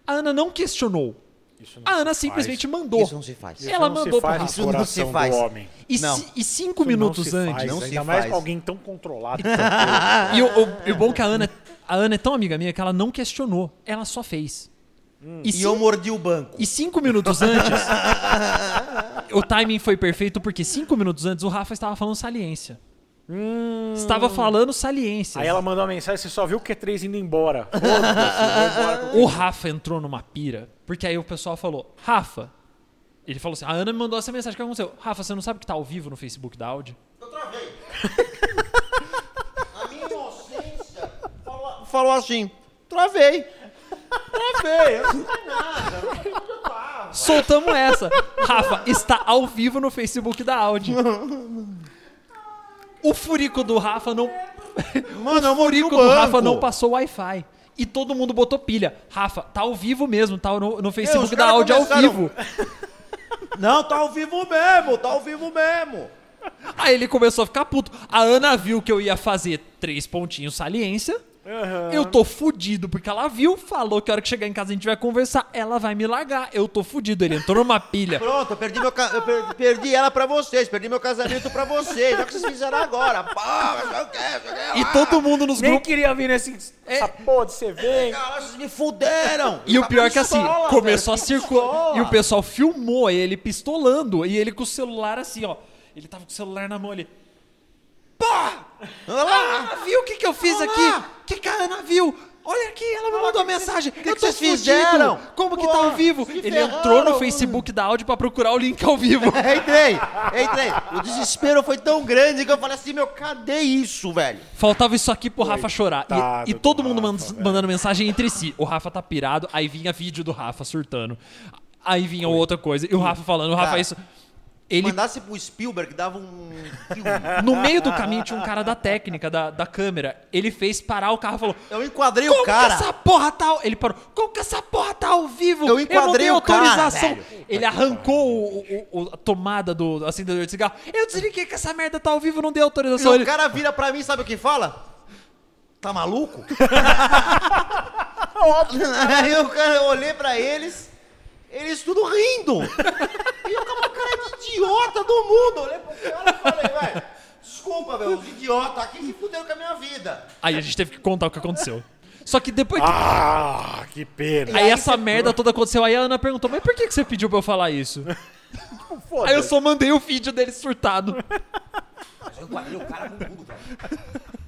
S4: A Ana não questionou.
S3: Isso
S4: A Ana simplesmente mandou.
S5: Isso não se faz.
S4: Ela
S3: não se
S4: mandou pro
S3: faz no
S4: Rafa.
S5: Isso não
S3: coração
S5: se
S3: do
S5: faz.
S3: homem.
S4: E,
S5: Não.
S4: ci- e cinco
S3: Isso não
S4: minutos
S3: se faz,
S4: antes.
S5: Não
S3: Ainda
S5: se
S3: mais
S5: faz.
S3: com alguém tão controlado.
S4: E o, o, o bom é que a Ana, a Ana é tão amiga minha que ela não questionou. Ela só fez. E,
S5: E
S4: cinco,
S5: eu mordi o banco.
S4: e cinco minutos antes. o timing foi perfeito porque cinco minutos antes o Rafa estava falando saliência. Estava falando saliência.
S3: Hum. Aí ela mandou uma mensagem, você só viu o Q3 indo embora. Foda-se, vou embora.
S4: O Rafa entrou numa pira, porque aí o pessoal falou: Rafa. Ele falou assim: a Ana me mandou essa mensagem que aconteceu. Rafa, você não sabe que tá ao vivo no Facebook da Audi?
S5: Eu travei. A minha inocência falou, falou assim: travei. Travei. eu não sei nada.
S4: Soltamos essa. Rafa, está ao vivo no Facebook da Audi. O furico do Rafa não.
S5: Mano, eu morri
S4: O
S5: no
S4: furico do
S5: banco.
S4: Rafa não passou Wi-Fi. E todo mundo botou pilha. Rafa, tá ao vivo mesmo, tá no, no
S5: É,
S4: Facebook
S5: os
S4: da
S5: caras
S4: Audi ao
S5: começaram-
S4: vivo.
S5: Não, tá ao vivo mesmo, tá ao vivo mesmo.
S4: Aí ele começou a ficar puto. A Ana viu que eu ia fazer três pontinhos saliência. Eu tô fudido, porque ela viu, falou que a hora que chegar em casa a gente vai conversar, ela vai me largar. Eu tô fudido. Ele entrou numa pilha.
S5: Pronto, eu perdi, meu ca- eu perdi, perdi ela pra vocês, perdi meu casamento pra vocês. Olha o que vocês fizeram agora. Pá, eu quero, eu quero.
S4: E todo mundo nos
S3: Nem
S4: grupos.
S3: queria vir nesse,
S5: É.
S3: essa porra de CV.
S5: Caralho, Ah, vocês me fuderam. Tá
S4: E o pior é que assim,
S5: Pistola,
S4: começou a
S5: velho,
S4: circular.
S5: pistola.
S4: E o pessoal filmou ele pistolando. E ele com o celular assim, ó. Ele tava com o celular na mão ali. Pá!
S5: Olha lá.
S4: Ela viu o que, que eu fiz aqui? O que, que a Ana viu? Olha aqui, ela me mandou uma mensagem.
S5: que
S4: eu
S5: que
S4: tô
S5: vocês
S4: fudido.
S5: fizeram?
S4: Como que
S5: Pô,
S4: tá ao vivo?
S5: se
S4: Ele
S5: ferraram.
S4: entrou no Facebook da Audi pra procurar o link ao vivo.
S5: Entrei, entrei. O desespero foi tão grande que eu falei assim, meu, cadê isso, velho?
S4: Faltava isso aqui pro Rafa chorar. E-
S3: Coitado
S4: E, todo
S3: do
S4: mundo man-
S3: Rafa, velho.
S4: mandando mensagem entre si. O Rafa tá pirado, aí vinha vídeo do Rafa surtando. Aí vinha outra coisa. E o Rafa falando, o Rafa,
S5: Cara,
S4: isso.
S5: Se
S4: Ele
S5: mandasse pro Spielberg, dava um filme.
S4: No meio do caminho tinha um cara da técnica, da, da câmera. Ele fez parar o carro e falou:
S5: Eu enquadrei
S4: Como
S5: o cara.
S4: que essa porra tá. ao-" Ele parou: Como que essa porra tá ao vivo?
S5: Eu enquadrei
S4: não dei
S5: o cara,
S4: autorização.
S5: velho.
S4: ele arrancou o- o- o- a tomada do acendedor de cigarro. Eu desliguei que essa merda tá ao vivo, não dei
S5: E
S4: autorização.
S5: o
S4: Ele,
S5: cara vira pra mim, sabe o que fala? Tá maluco? Aí o cara, eu olhei pra eles, eles tudo rindo. E eu com a cara de idiota do mundo. Eu olhei pro cara e falei, velho, desculpa, meu, os idiotas aqui se fuderam com a minha vida.
S4: Aí a gente teve que contar o que aconteceu. Só que depois.
S3: Ah, que pena.
S4: aí essa merda toda aconteceu. Aí a Ana perguntou: Mas por que, que você pediu pra eu falar isso?
S3: Foda-se.
S4: aí eu só mandei o vídeo dele surtado.
S5: É. Eu enquadrei o cara com tudo, velho.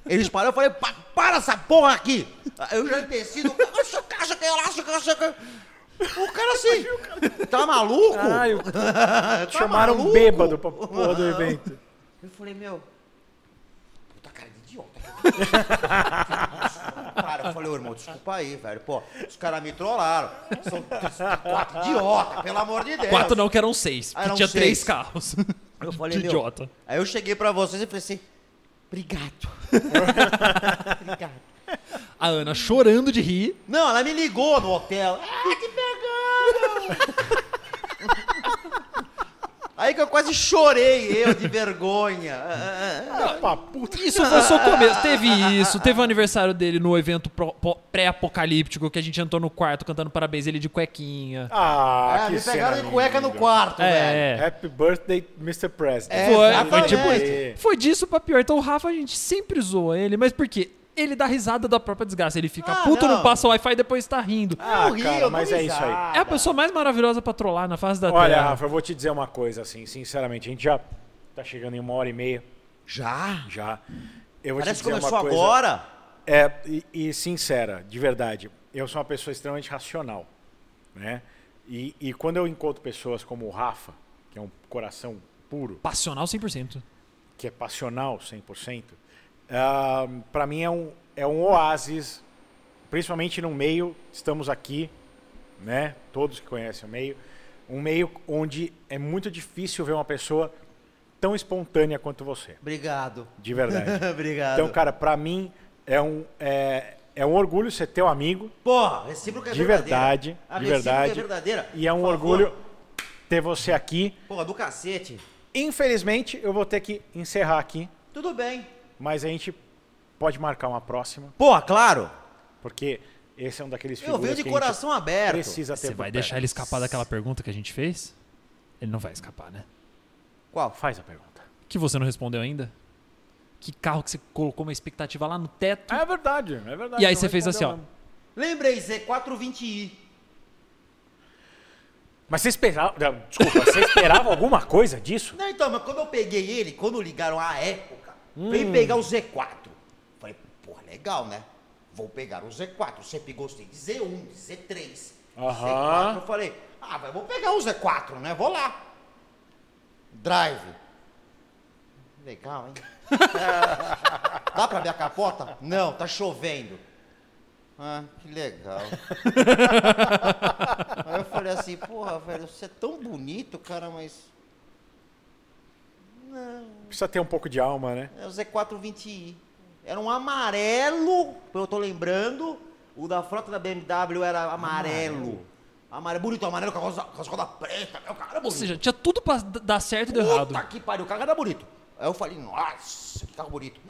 S5: Eles pararam, eu falei, "Pa- para essa porra aqui! Aí Eu já desci do carro, "Acho que- acho que- acho que- acho que-" O cara assim, tá maluco?
S3: Caralho,
S5: Tá
S3: chamaram um
S5: maluco?"
S3: bêbado pra porra do evento.
S5: Eu falei, meu, puta cara de idiota. cara, eu falei, ô irmão, desculpa aí, velho. Pô, os caras me trollaram. São quatro idiotas, pelo amor de Deus.
S4: Quatro não, que eram seis. Porque
S5: eram
S4: tinha três
S5: seis.
S4: carros.
S5: Eu falei,
S4: de
S5: meu,
S4: idiota.
S5: Aí eu cheguei pra vocês e falei assim, obrigado. obrigado.
S4: A Ana chorando de rir.
S5: Não, ela me ligou no hotel. Ah, que pegando! Aí que eu quase chorei, eu, de vergonha. Ah, ah, ah.
S3: Pra puta.
S4: Isso foi só o começo. Teve isso, teve o aniversário dele no evento pro- po- pré-apocalíptico, que a gente entrou no quarto cantando parabéns ele de cuequinha.
S3: Ah,
S5: Ah,
S3: que
S5: me
S3: cena
S5: pegaram de cueca no
S3: linda.
S5: quarto, Ah, velho.
S4: é.
S3: Happy birthday, Mr. President.
S5: É,
S4: Foi,
S5: exatamente.
S4: foi tipo
S3: É.
S4: isso. Foi disso pra pior. Então o Rafa, a gente sempre zoa ele, mas por quê? Ele dá risada da própria desgraça. Ele fica
S5: Ah,
S4: puto, não,
S5: não.
S4: passa o Wi-Fi e depois tá rindo.
S3: Ah,
S5: Eu ri,
S3: cara,
S5: eu dou
S3: mas é isso aí.
S4: é a pessoa mais maravilhosa pra trollar na face da
S3: Olha,
S4: terra.
S3: Rafa, eu vou te dizer uma coisa, assim, sinceramente, a gente já tá chegando em uma hora e meia,
S5: Já?
S3: já. Eu vou
S5: Parece que
S3: te dizer
S5: começou
S3: uma coisa.
S5: agora.
S3: É, e, e sincera, de verdade, eu sou uma pessoa extremamente racional, né? E, e quando eu encontro pessoas como o Rafa, que é um coração puro,
S4: Passional 100%.
S3: que é passional 100%, Ah, pra mim é um, é um oásis, principalmente no meio, estamos aqui, né? Todos que conhecem o meio. Um meio onde é muito difícil ver uma pessoa tão espontânea quanto você,
S5: Obrigado.
S3: de verdade.
S5: Obrigado.
S3: então, cara, pra mim é um, é, é um orgulho ser teu amigo
S5: Porra, recíproca é
S3: De
S5: verdadeira.
S3: verdade,
S5: A
S3: de
S5: recíproca
S3: verdade.
S5: é verdadeira.
S3: e é um
S5: Por
S3: orgulho
S5: favor.
S3: ter você aqui.
S5: Porra, do cacete.
S3: Infelizmente, eu vou ter que encerrar aqui,
S5: Tudo bem.
S3: mas a gente pode marcar uma próxima,
S5: Porra, claro.
S3: porque esse é um daqueles
S5: Eu
S3: figuras
S5: venho de
S3: que a gente
S5: coração aberto.
S3: precisa ter
S4: Você
S3: por
S4: vai
S3: perto.
S4: deixar ele escapar daquela pergunta que a gente fez? Ele não vai escapar, né?
S5: Qual?
S3: Faz a pergunta.
S4: Que você não respondeu ainda? Que carro que você colocou uma expectativa lá no teto?
S3: É verdade, é verdade.
S4: E aí
S3: não
S4: você fez
S3: respondeu
S4: assim, ó.
S3: mesmo.
S5: Lembrei, Z420i.
S3: Mas você esperava. não, Desculpa, você esperava alguma coisa disso?
S5: Não, então, mas quando eu peguei ele, quando ligaram à época, veio pegar o Z4. Falei, porra, legal, né? Vou pegar o Z4. Sempre gostei de Z1, de Z3.
S3: Aham.
S5: Z4, eu falei, ah, mas vou pegar o Z4, né? Vou lá. Drive. Legal, hein? Dá pra ver a capota? Não, tá chovendo. Ah, que legal. Aí eu falei assim, porra, velho, você é tão bonito, cara, mas.
S3: Precisa ter um pouco de alma, né?
S5: É o Z420i. Era um amarelo, eu tô lembrando. O da frota da BMW era amarelo. Amarelo. Bonito, amarelo com a rosa- com as rodas pretas. O cara era
S4: Ou
S5: bonito.
S4: seja, tinha tudo pra d- dar certo e deu errado.
S5: Puta que pariu, o cara era bonito. Aí eu falei, nossa, que carro bonito.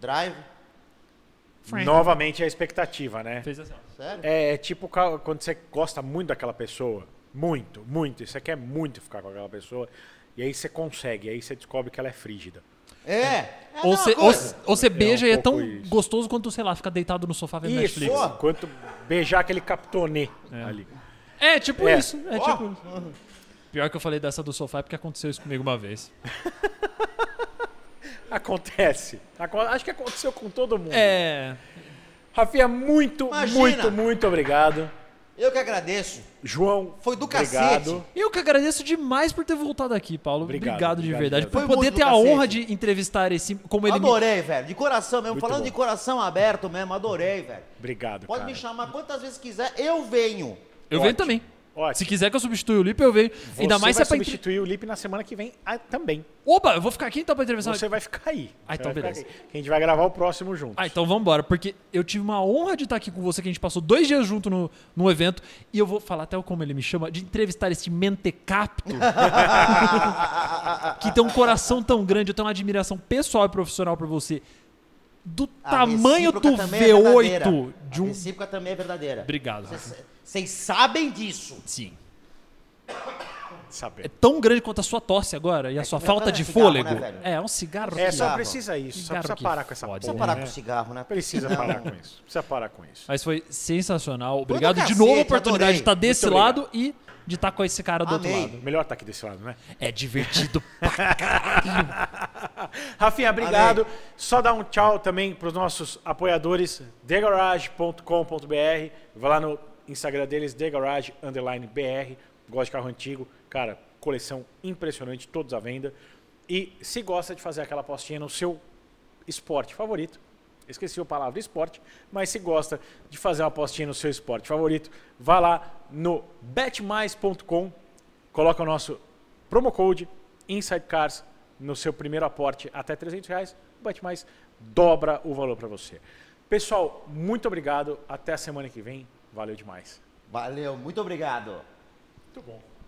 S5: Drive,
S4: Frank.
S3: Novamente a expectativa, né?
S4: Fez assim, ó.
S5: sério?
S3: É, é tipo ca- quando você gosta muito daquela pessoa. Muito, muito. E você quer muito ficar com aquela pessoa. E aí você consegue, aí você descobre que ela é frígida.
S5: É. é a
S4: Ou
S5: mesma
S4: você, ou,
S5: coisa.
S4: cê- ou cê beija e é tão
S3: um pouco isso.
S4: gostoso quanto, sei lá, ficar deitado no sofá vendo
S3: Isso,
S4: Netflix.
S3: enquanto beijar aquele captonê ali.
S4: É, tipo
S3: É.
S4: isso. É tipo isso. Pior que eu falei dessa do sofá é porque aconteceu isso comigo uma vez.
S3: Acontece. Aco- Acho que aconteceu com todo mundo.
S4: É.
S3: Rafinha, muito,
S5: Imagina.
S3: muito, muito obrigado.
S5: Eu que agradeço.
S3: João,
S5: Foi do
S3: obrigado.
S5: cacete.
S4: Eu que agradeço demais por ter voltado aqui, Paulo.
S3: Obrigado,
S4: Obrigado, de
S3: obrigado, um
S4: verdade.
S3: de
S4: Por
S5: verdade. Foi
S4: poder
S5: muito
S4: ter a
S5: do
S4: honra
S5: cacete.
S4: de entrevistar esse. Como ele me-
S5: Adorei, velho. De coração mesmo.
S3: Muito
S5: Falando
S3: bom.
S5: de coração aberto mesmo. Adorei, velho.
S3: Obrigado,
S5: Pode
S3: cara.
S5: me chamar quantas vezes quiser. Eu venho.
S4: Eu
S3: Ótimo.
S4: venho também.
S3: Ótimo.
S4: Se quiser que eu substitua o Lipe, eu venho.
S3: Você
S4: Ainda mais se
S3: vai
S4: é pra. entre-
S3: substituir o Lipe na semana que vem ah, também.
S4: Oba, eu vou ficar aqui então pra entrevistar.
S3: Você vai ficar aí.
S4: Ah,
S3: Você
S4: então
S3: vai ficar
S4: beleza.
S3: aí. Que a gente vai gravar o próximo junto.
S4: Ah, então vambora, porque eu tive uma honra de estar aqui com você, que a gente passou dois dias junto no, no evento, e eu vou falar até o como ele me chama, de entrevistar este mentecapto, que tem um coração tão grande, eu tenho uma admiração pessoal e profissional por você, do
S5: A
S4: tamanho
S5: recíproca
S4: do
S5: também é verdadeira.
S4: V8 de
S5: A
S4: um...
S5: recíproca também é verdadeira.
S4: Obrigado, Rafa.
S5: Vocês- Vocês sabem disso.
S4: Sim.
S3: Saber.
S4: É tão grande quanto a sua tosse agora e a sua
S5: que
S4: falta
S5: é
S4: de
S5: cigarro,
S4: fôlego.
S5: né, velho?
S4: é, é um cigarro.
S3: É, só
S4: que-
S5: cigarro.
S3: precisa isso. Só
S4: Cigarro
S3: precisa
S4: que
S3: parar com essa
S4: fode,
S5: Precisa
S4: né?
S3: porra.
S5: parar
S3: né?
S5: com o cigarro, né?
S3: Precisa parar com isso. Precisa parar com isso.
S4: Mas foi sensacional.
S5: do
S4: Obrigado de
S5: cacete,
S4: novo a oportunidade
S5: adorei.
S4: de estar desse
S3: Muito
S4: lado e de estar com esse cara do
S5: Amei.
S4: outro lado.
S3: Melhor estar aqui desse lado, né?
S4: É divertido
S3: Rafinha, obrigado. Só dá um tchau também para os nossos apoiadores, thegarage.com.br. Vai lá no Instagram deles, thegarage_br. Gosta de carro antigo. Cara, coleção impressionante, todos à venda. E se gosta de fazer aquela apostinha no seu esporte favorito, esqueci a palavra esporte, mas se gosta de fazer uma apostinha no seu esporte favorito, vá lá no betmais.com, coloca o nosso promo code Inside Cars no seu primeiro aporte até 300 reais, o BetMais dobra o valor para você. Pessoal, muito obrigado, até a semana que vem, valeu demais.
S5: Valeu, muito obrigado.
S3: Muito bom.